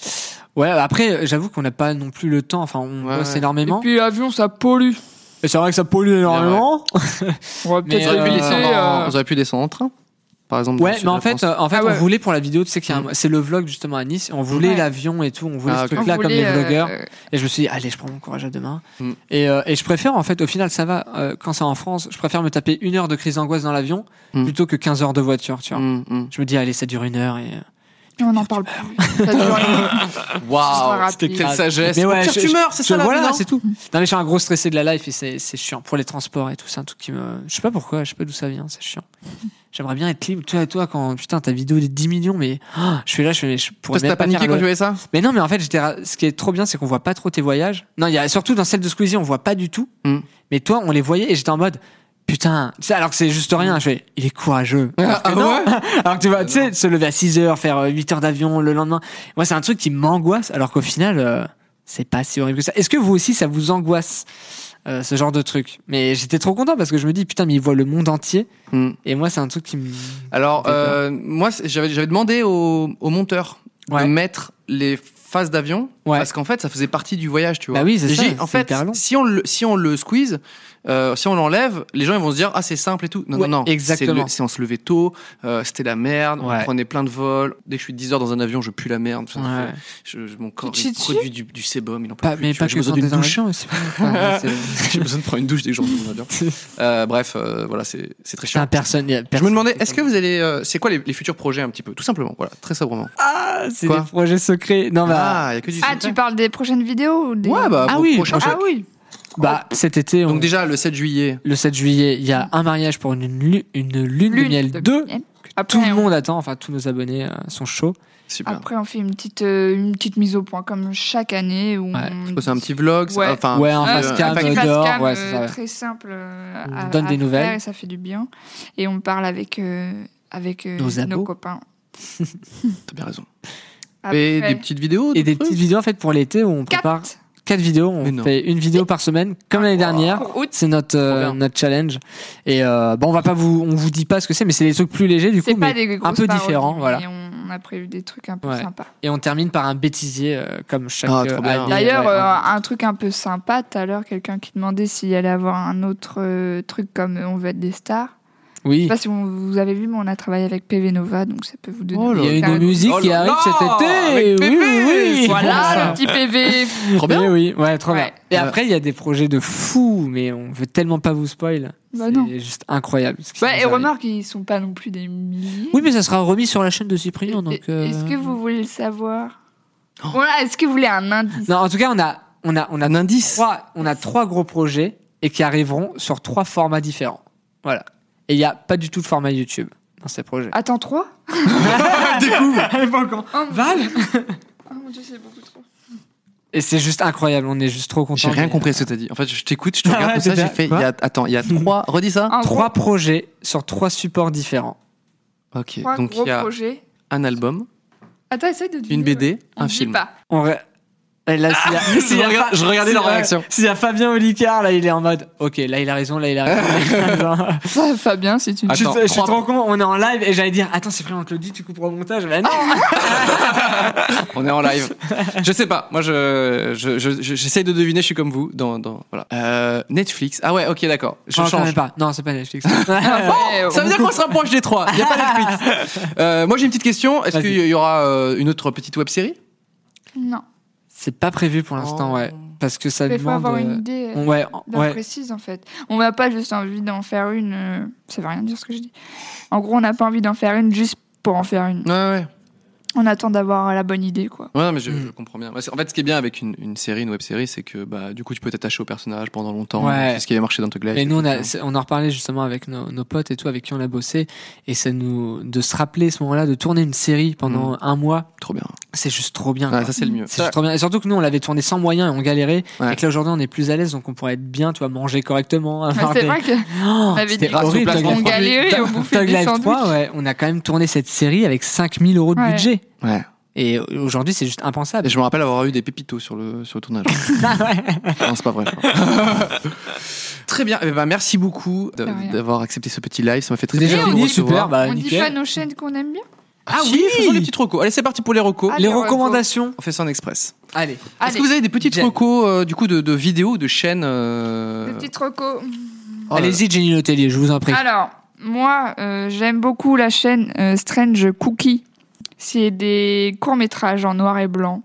Ouais, après, euh, j'avoue qu'on n'a pas non plus le temps, enfin, on
Ouais,
bosse
ouais.
énormément.
Et puis l'avion, ça pollue.
Et c'est vrai que ça pollue énormément.
On va peut-être
Mais,
Vous auriez pu
euh,
éviter.
descendre en-
euh,
Vous auriez pu descendre en train, par exemple. dans le
Ouais,
sud
mais
de
en
la
fait,
France.
euh, en fait,
Ah
on
ouais.
voulait pour la vidéo, tu sais qu'il y a
Mm.
un- c'est le vlog justement à Nice, et on voulait
Ouais.
l'avion et tout, on voulait
Ah,
ce
ok.
truc-là
on
comme
voulait,
les
euh,
vlogueurs.
euh,
Et je me suis dit, allez, je prends mon courage à deux mains.
Mm.
Et, euh, et je préfère, en fait, au final, ça va. euh, quand c'est en France, je préfère me taper une heure de crise d'angoisse dans l'avion
Mm.
plutôt que 15 heures de voiture, tu vois.
Hum, hum.
Je me dis, allez, ça dure une heure. Et... euh,
on n'en parle
(laughs)
plus. Ça dure (laughs) une-
bah,
Waouh,
rapide.
c'était quelle sagesse.
ah, Mais
Au
ouais,
pire,
je-
tu
je-
meurs, c'est
je-
ça la vie,
Voilà,
non
c'est tout. Non, mais je suis un gros stressé de la life et c'est c'est chiant. Pour les transports et tout, c'est un truc qui me. Je sais pas pourquoi, je sais pas d'où ça vient, c'est chiant. J'aimerais bien être libre. Toi, toi, quand putain, ta vidéo des 10 millions, mais ah, je suis là, je, fais, mais je pourrais
Toi,
même
t'as
pas
paniqué
faire
quand
le-
tu voyais ça
Mais non, mais en fait, j'étais ra- ce qui est trop bien, c'est qu'on voit pas trop tes voyages. Non, il y a surtout dans celle de Squeezie, on voit pas du tout.
Mm.
Mais toi, on les voyait et j'étais en mode putain, tu sais, alors que c'est juste rien. Je fais, il est courageux. Alors que,
ah
non.
ouais
(laughs) alors que tu vas, tu sais, se lever à 6 heures, faire 8 heures d'avion le lendemain. Moi, c'est un truc qui m'angoisse, alors qu'au final, euh, c'est pas si horrible que ça. Est-ce que vous aussi, ça vous angoisse euh, ce genre de truc Mais j'étais trop content parce que je me dis putain, mais il voit le monde entier.
Mm.
Et moi, c'est un truc qui me.
Alors,
D'accord.
euh, moi, c'est- j'avais j'avais demandé au, au monteur
Ouais.
de mettre les phase d'avion parce qu'en fait ça faisait partie du voyage tu vois.
Bah oui, c'est
Et
ça,
j'ai- En
c'est
fait,
hyper long.
si on le si on le squeeze, euh, si on l'enlève, les gens ils vont se dire ah c'est simple et tout. Non
Ouais,
non non.
exactement.
C'est le- C'est on se levait tôt, euh, c'était la merde, on
Ouais.
prenait plein de vols. Dès que je suis 10 heures dans un avion, je pue la merde. Enfin,
Ouais.
je- je- mon corps
Tu
il
te
produit du, du sébum, il en peut
Pas-
plus.
mais
tu
pas
vois, j'ai
que
besoin
quand
d'une
t'es dans (laughs)
douche.
l'avion, c'est pas- enfin, c'est-
J'ai besoin de prendre une douche dès que je rentre dans un
(laughs)
avion. Euh, bref, euh, voilà, c'est c'est très
Putain,
chiant.
personne. y a
Je
personne-
me demandais, est-ce que vous allez, euh, c'est quoi les, les futurs projets un petit peu, tout simplement, voilà, très sobrement.
Ah, c'est
Quoi
des projets secrets. Non, bah.
il y a que du.
Ah, tu parles des prochaines vidéos ou des...
Ouais, bah,
Ah
vos
oui,
prochains
moi,
Ah
trucs.
oui.
Bah, cet été, on-
Donc déjà le 7 juillet.
le 7 juillet, il y a un mariage pour une, lu- une lune, de miel 2. Tout
Après,
le
on-
monde attend, enfin, tous nos abonnés euh, sont chauds.
Super.
Après, on fait une petite, euh, une petite mise au point comme chaque année. Où
Ouais,
on...
Je pense à un petit vlog, c'est-
Ouais.
enfin,
Ouais, un
euh,
fast cam,
fact-
euh,
Petit face
dehors,
cam,
ouais, c'est ça,
euh,
ouais.
très simple. euh,
On
à-
donne
à
des nouvelles.
faire Et ça fait du bien. Et on parle avec, euh, avec euh,
Nos abos.
nos copains.
T'as bien raison.
Après,
Et des petites vidéos.
Et des
trucs.
petites vidéos, en fait, pour l'été, où on
quatre.
prépare quatre vidéos. On
Oh, Mais non.
fait une vidéo par semaine, comme l'année dernière.
Pour août.
C'est notre euh,
Trop bien.
notre challenge. Et euh, bon, on va pas vous, on vous dit pas ce que c'est, mais c'est des trucs plus légers du
C'est
coup,
pas
mais
des
un
grosses
peu
parodies,
différents,
mais
voilà.
On a prévu des trucs un peu
Ouais.
sympas.
Et on termine par un bêtisier euh, comme chaque
Ah, trop
euh,
bien.
année.
D'ailleurs,
Ouais,
euh,
un-
un truc un peu sympa, tout à l'heure, quelqu'un qui demandait s'il allait avoir un autre euh, truc comme euh, On veut être des stars. Je
oui.
sais pas si vous, vous avez vu, mais on a travaillé avec PV Nova, donc ça peut vous donner.
Oh là
Il y a
là.
une
Carrément.
musique
Oh
qui
là
arrive
là,
cet été.
avec
Oui,
Pépé,
oui, oui.
Voilà, le petit PV.
Trop bien.
Eh oui, ouais, (laughs) trop bien.
Ouais.
Et
Ouais.
après, il y a des projets de fous, mais on veut tellement pas vous spoil.
Bah
c'est
non.
juste incroyable. ce qui nous
Ouais, et
arrive.
remarque, ils sont pas non plus des milliers.
Oui, mais ça sera remis sur la chaîne de Cyprien.
Et-
Donc,
et-
euh,
Est-ce que vous voulez le savoir
Oh.
Voilà, Est-ce que vous voulez un indice
Non, en tout cas, on a, on a, on a
Un indice.
trois, on a trois gros projets et qui arriveront sur trois formats différents. Voilà. Et il n'y a pas du tout de format YouTube dans ces projets.
(laughs)
Attends, 3
Val (laughs)
Oh mon dieu, c'est beaucoup trop.
Et c'est juste incroyable. On est juste trop contents.
J'ai rien
Mais-
compris à ce que t'as dit. En fait, je t'écoute, je te regarde
Ah ouais,
comme ça,
t'es
j'ai
bien.
fait. il y
Quoi
a- attends, il y a trois. Redis ça.
En
Trois projets sur trois supports différents.
Ok.
Trois
Donc
gros
il y a
projets.
un album,
Attends, essaye de deviner,
une BD,
ouais. On
un
dit
film.
pas.
On re- Et là, s'il y a- s'il y a
regarde-
Fa-
je regardais
s'il y
leur
a-
réaction.
S'il y a Fabien Olicard, là, il est en mode Ok, là, il a raison, là, il a (laughs) raison.
Ça, Fabien, si tu
je, suis-
Attends,
je suis
trois-
trop con, on est en live et j'allais dire Attends, c'est vrai, on te le dit, tu couperas au montage. Bah, non.
(laughs) On est en live. je sais pas. Moi, je, je, je- je- j'essaye de deviner. Je suis comme vous. Dans, dans voilà. Euh, Netflix. Ah ouais. Ok, d'accord. Je
Non, quand
change.
même pas. Non, c'est pas Netflix. (laughs)
Ouais,
Ça veut dire qu'on se rapproche des trois. Il y a pas Netflix. Euh, moi, j'ai une petite question. Est-ce
Vas-y.
qu'il y aura euh, une autre petite web série
Non.
c'est pas prévu pour l'instant,
Oh.
ouais. Parce que ça
Mais faut
demande.
avoir
euh,
une idée euh,
Ouais,
bien
ouais.
précise, en fait. On n'a pas juste envie d'en faire une. euh, Ça veut rien dire ce que je dis. En gros, on n'a pas envie d'en faire une juste pour en faire une.
Ouais, ouais.
On attend d'avoir la bonne idée, quoi.
Ouais, non, mais je,
Mm.
je comprends bien. Ouais, c'est- En fait, ce qui est bien avec une, une série, une web série, c'est que bah, du coup, tu peux t'attacher au personnage pendant longtemps.
Ouais.
C'est ce qui avait marché dans Toglaze.
Et nous, on, a, c'est- on en reparlait justement avec nos, nos potes et tout, avec qui on a bossé. Et ça nous. de se rappeler à ce moment-là, de tourner une série pendant un mois,
Trop bien.
c'est juste trop bien.
Ouais,
quoi.
ça, c'est le mieux.
Ah. C'est juste trop bien. Et surtout que nous, on l'avait tourné sans moyens et on galérait.
Ouais.
Et que là, aujourd'hui, on est plus à l'aise, donc on pourrait être bien, tu vois, manger correctement.
Ah,
Mais
avoir
c'est
des-
vrai que
Oh,
avait
c'était
dit
qu'on
horrible,
galérait,
Tug
on
Life.
galérait,
Tug-
on bouffait
Tug
des
Life 3,
sandwichs.
ouais, on a quand même tourné cette série avec 5000 euros de
Ouais.
budget.
Ouais.
Et aujourd'hui, c'est juste
Et
impensable. (laughs) Ah
je me rappelle avoir eu des pépitos sur le, sur le tournage. non, c'est pas vrai. je crois. (laughs) très bien. Eh ben, merci beaucoup d'a-
De rien.
d'avoir accepté ce petit live. Ça m'a fait très
C'est déjà
plaisir de
fini,
vous recevoir.
super, bah,
on dit pas
nickel.
nos chaînes qu'on aime bien.
Ah
Si.
oui, faisons les petites recos. Allez, c'est parti pour les recos.
Ah,
Les
les recos.
recommandations.
On fait ça en express.
Allez.
Est-ce que vous avez des petites
Jen.
recos euh, du coup de, de vidéos, de chaînes euh,
Des petites recos.
oh là là.
Allez-y, Jenny L'Hôtelier, je vous en prie.
Alors, moi, euh, j'aime beaucoup la chaîne euh, Strange Cookie. C'est des courts-métrages en noir et blanc.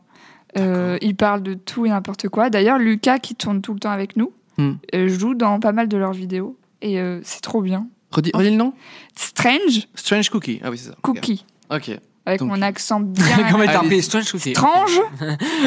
Euh, ils parlent de tout et n'importe quoi. D'ailleurs, Lucas, qui tourne tout le temps avec nous,
Hmm.
euh, joue dans pas mal de leurs vidéos. Et euh, c'est trop bien.
Redis, redis le nom
Strange
Strange Cookie. Ah oui, c'est ça.
Cookie.
Ok.
Avec
Donc- (laughs)
mon
(laughs)
accent bien...
Comment est
Allez.
appelé Strange Cookie
Strange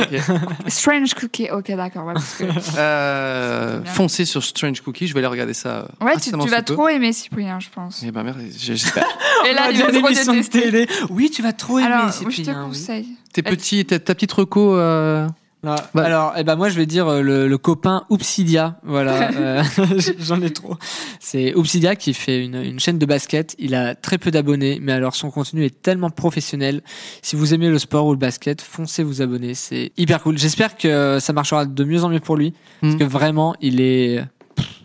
(laughs) Strange Cookie. Ok, d'accord. ouais, parce que-
Euh,
C'est bien.
foncez sur Strange Cookie, je vais aller regarder ça. euh,
Ouais, tu,
incessamment
tu
sous
vas
peu.
trop aimer Cyprien, je pense.
Eh ben, merde, j'espère.
Et là,
Ah,
On a
il
déjà
va
des
trop
émissions de
détester.
télé. Oui, tu vas trop aimer
Alors, moi, je te
Cyprien. oui.
conseille.
Tes petits, ta, ta petite reco. euh,
Ah,
Bah.
Alors, eh ben moi je vais dire euh, le, le copain Oupsidia,
(laughs)
voilà, euh, (laughs) j'en ai trop. C'est Oupsidia qui fait une, une chaîne de basket. Il a très peu d'abonnés, mais alors son contenu est tellement professionnel. Si vous aimez le sport ou le basket, foncez vous abonner, c'est hyper cool. J'espère que ça marchera de mieux en mieux pour lui, parce
Mm.
que vraiment il est,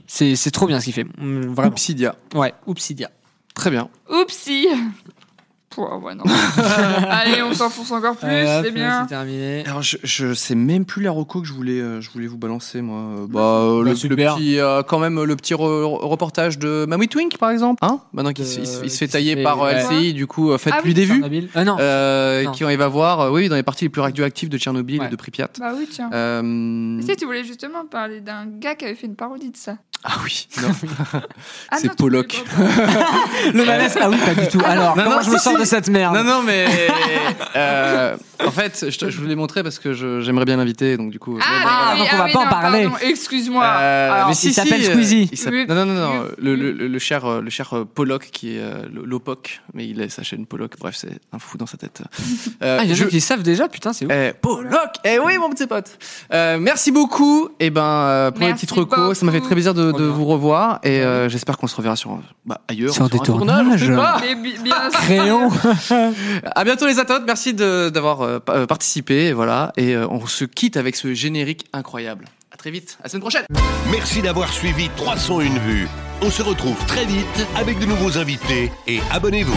c'est c'est trop bien ce qu'il fait, Mm, vraiment.
Obsidia.
Ouais, Oupsidia.
Très bien.
Oupsie Pouah,
(laughs)
ouais, non. Allez, on s'enfonce encore plus,
Allez, hop,
c'est bien.
Euh, C'est terminé.
Alors, je, je sais même plus la reco que je voulais, euh, je voulais vous balancer, moi. Euh, Bah, euh, le,
Bah,
le
super.
petit, euh, quand même, euh, le petit re- re- reportage de Mamie Twink, par exemple. Hein Maintenant qu'il se, il se- il se fait
qui se
tailler
fait-
par euh,
ouais.
LCI, du coup, euh, faites-lui
oui,
des vues.
Tchernobyl. Ah non.
Euh,
Non.
Qui on y va voir, euh, oui, dans les parties les plus radioactives de Tchernobyl
Ouais.
et de Pripyat.
Bah oui, tiens.
Euh,
Tu sais, tu voulais justement parler d'un gars qui avait fait une parodie de ça.
Ah
(laughs)
oui, non.
Ah
C'est
non, tu voulais
Pollock.
(laughs)
pas parler.
Le malaise, ah oui, pas du tout.
(laughs)
Alors,
non,
comment
non,
je me
si,
sors
si.
de cette merde
Non, non, mais euh, en fait, je, te- je vous l'ai montré parce que je- j'aimerais bien l'inviter, donc du coup. mais bon,
Ah,
voilà.
oui,
donc on
ah
va
oui,
pas en
non,
parler.
pardon, Excuse-moi.
Euh,
Alors,
mais si,
Ah, il
si,
s'appelle
euh,
Squeezie.
il s'appelle- non, non, non, non,
Oui.
Le, le- le- le cher, euh, le cher euh, Pollock qui est euh, le- l'OPOC, mais il a sa chaîne Pollock. Bref, c'est un fou dans sa
(laughs)
tête. Euh,
Ah, il y en a
je-
qui savent déjà, putain, c'est ouf.
Eh, Pollock Eh oui, mon petit pote Euh, Merci beaucoup et ben, euh, pour les
Merci
petites recos. Ça m'a fait
beaucoup.
très plaisir de, de
Trop bien.
vous revoir et euh, j'espère qu'on se reverra sur, bah, ailleurs.
Sur des
un tournage, je sais pas.
tournages.
Mais bi- bien sûr.
(laughs) Crayon.
À bientôt les attentes, merci de- d'avoir euh, pa- euh, participé, voilà, et euh, on se quitte avec ce générique incroyable. À très vite, à la semaine prochaine.
Merci d'avoir suivi 301 vues. On se retrouve très vite avec de nouveaux invités et abonnez-vous.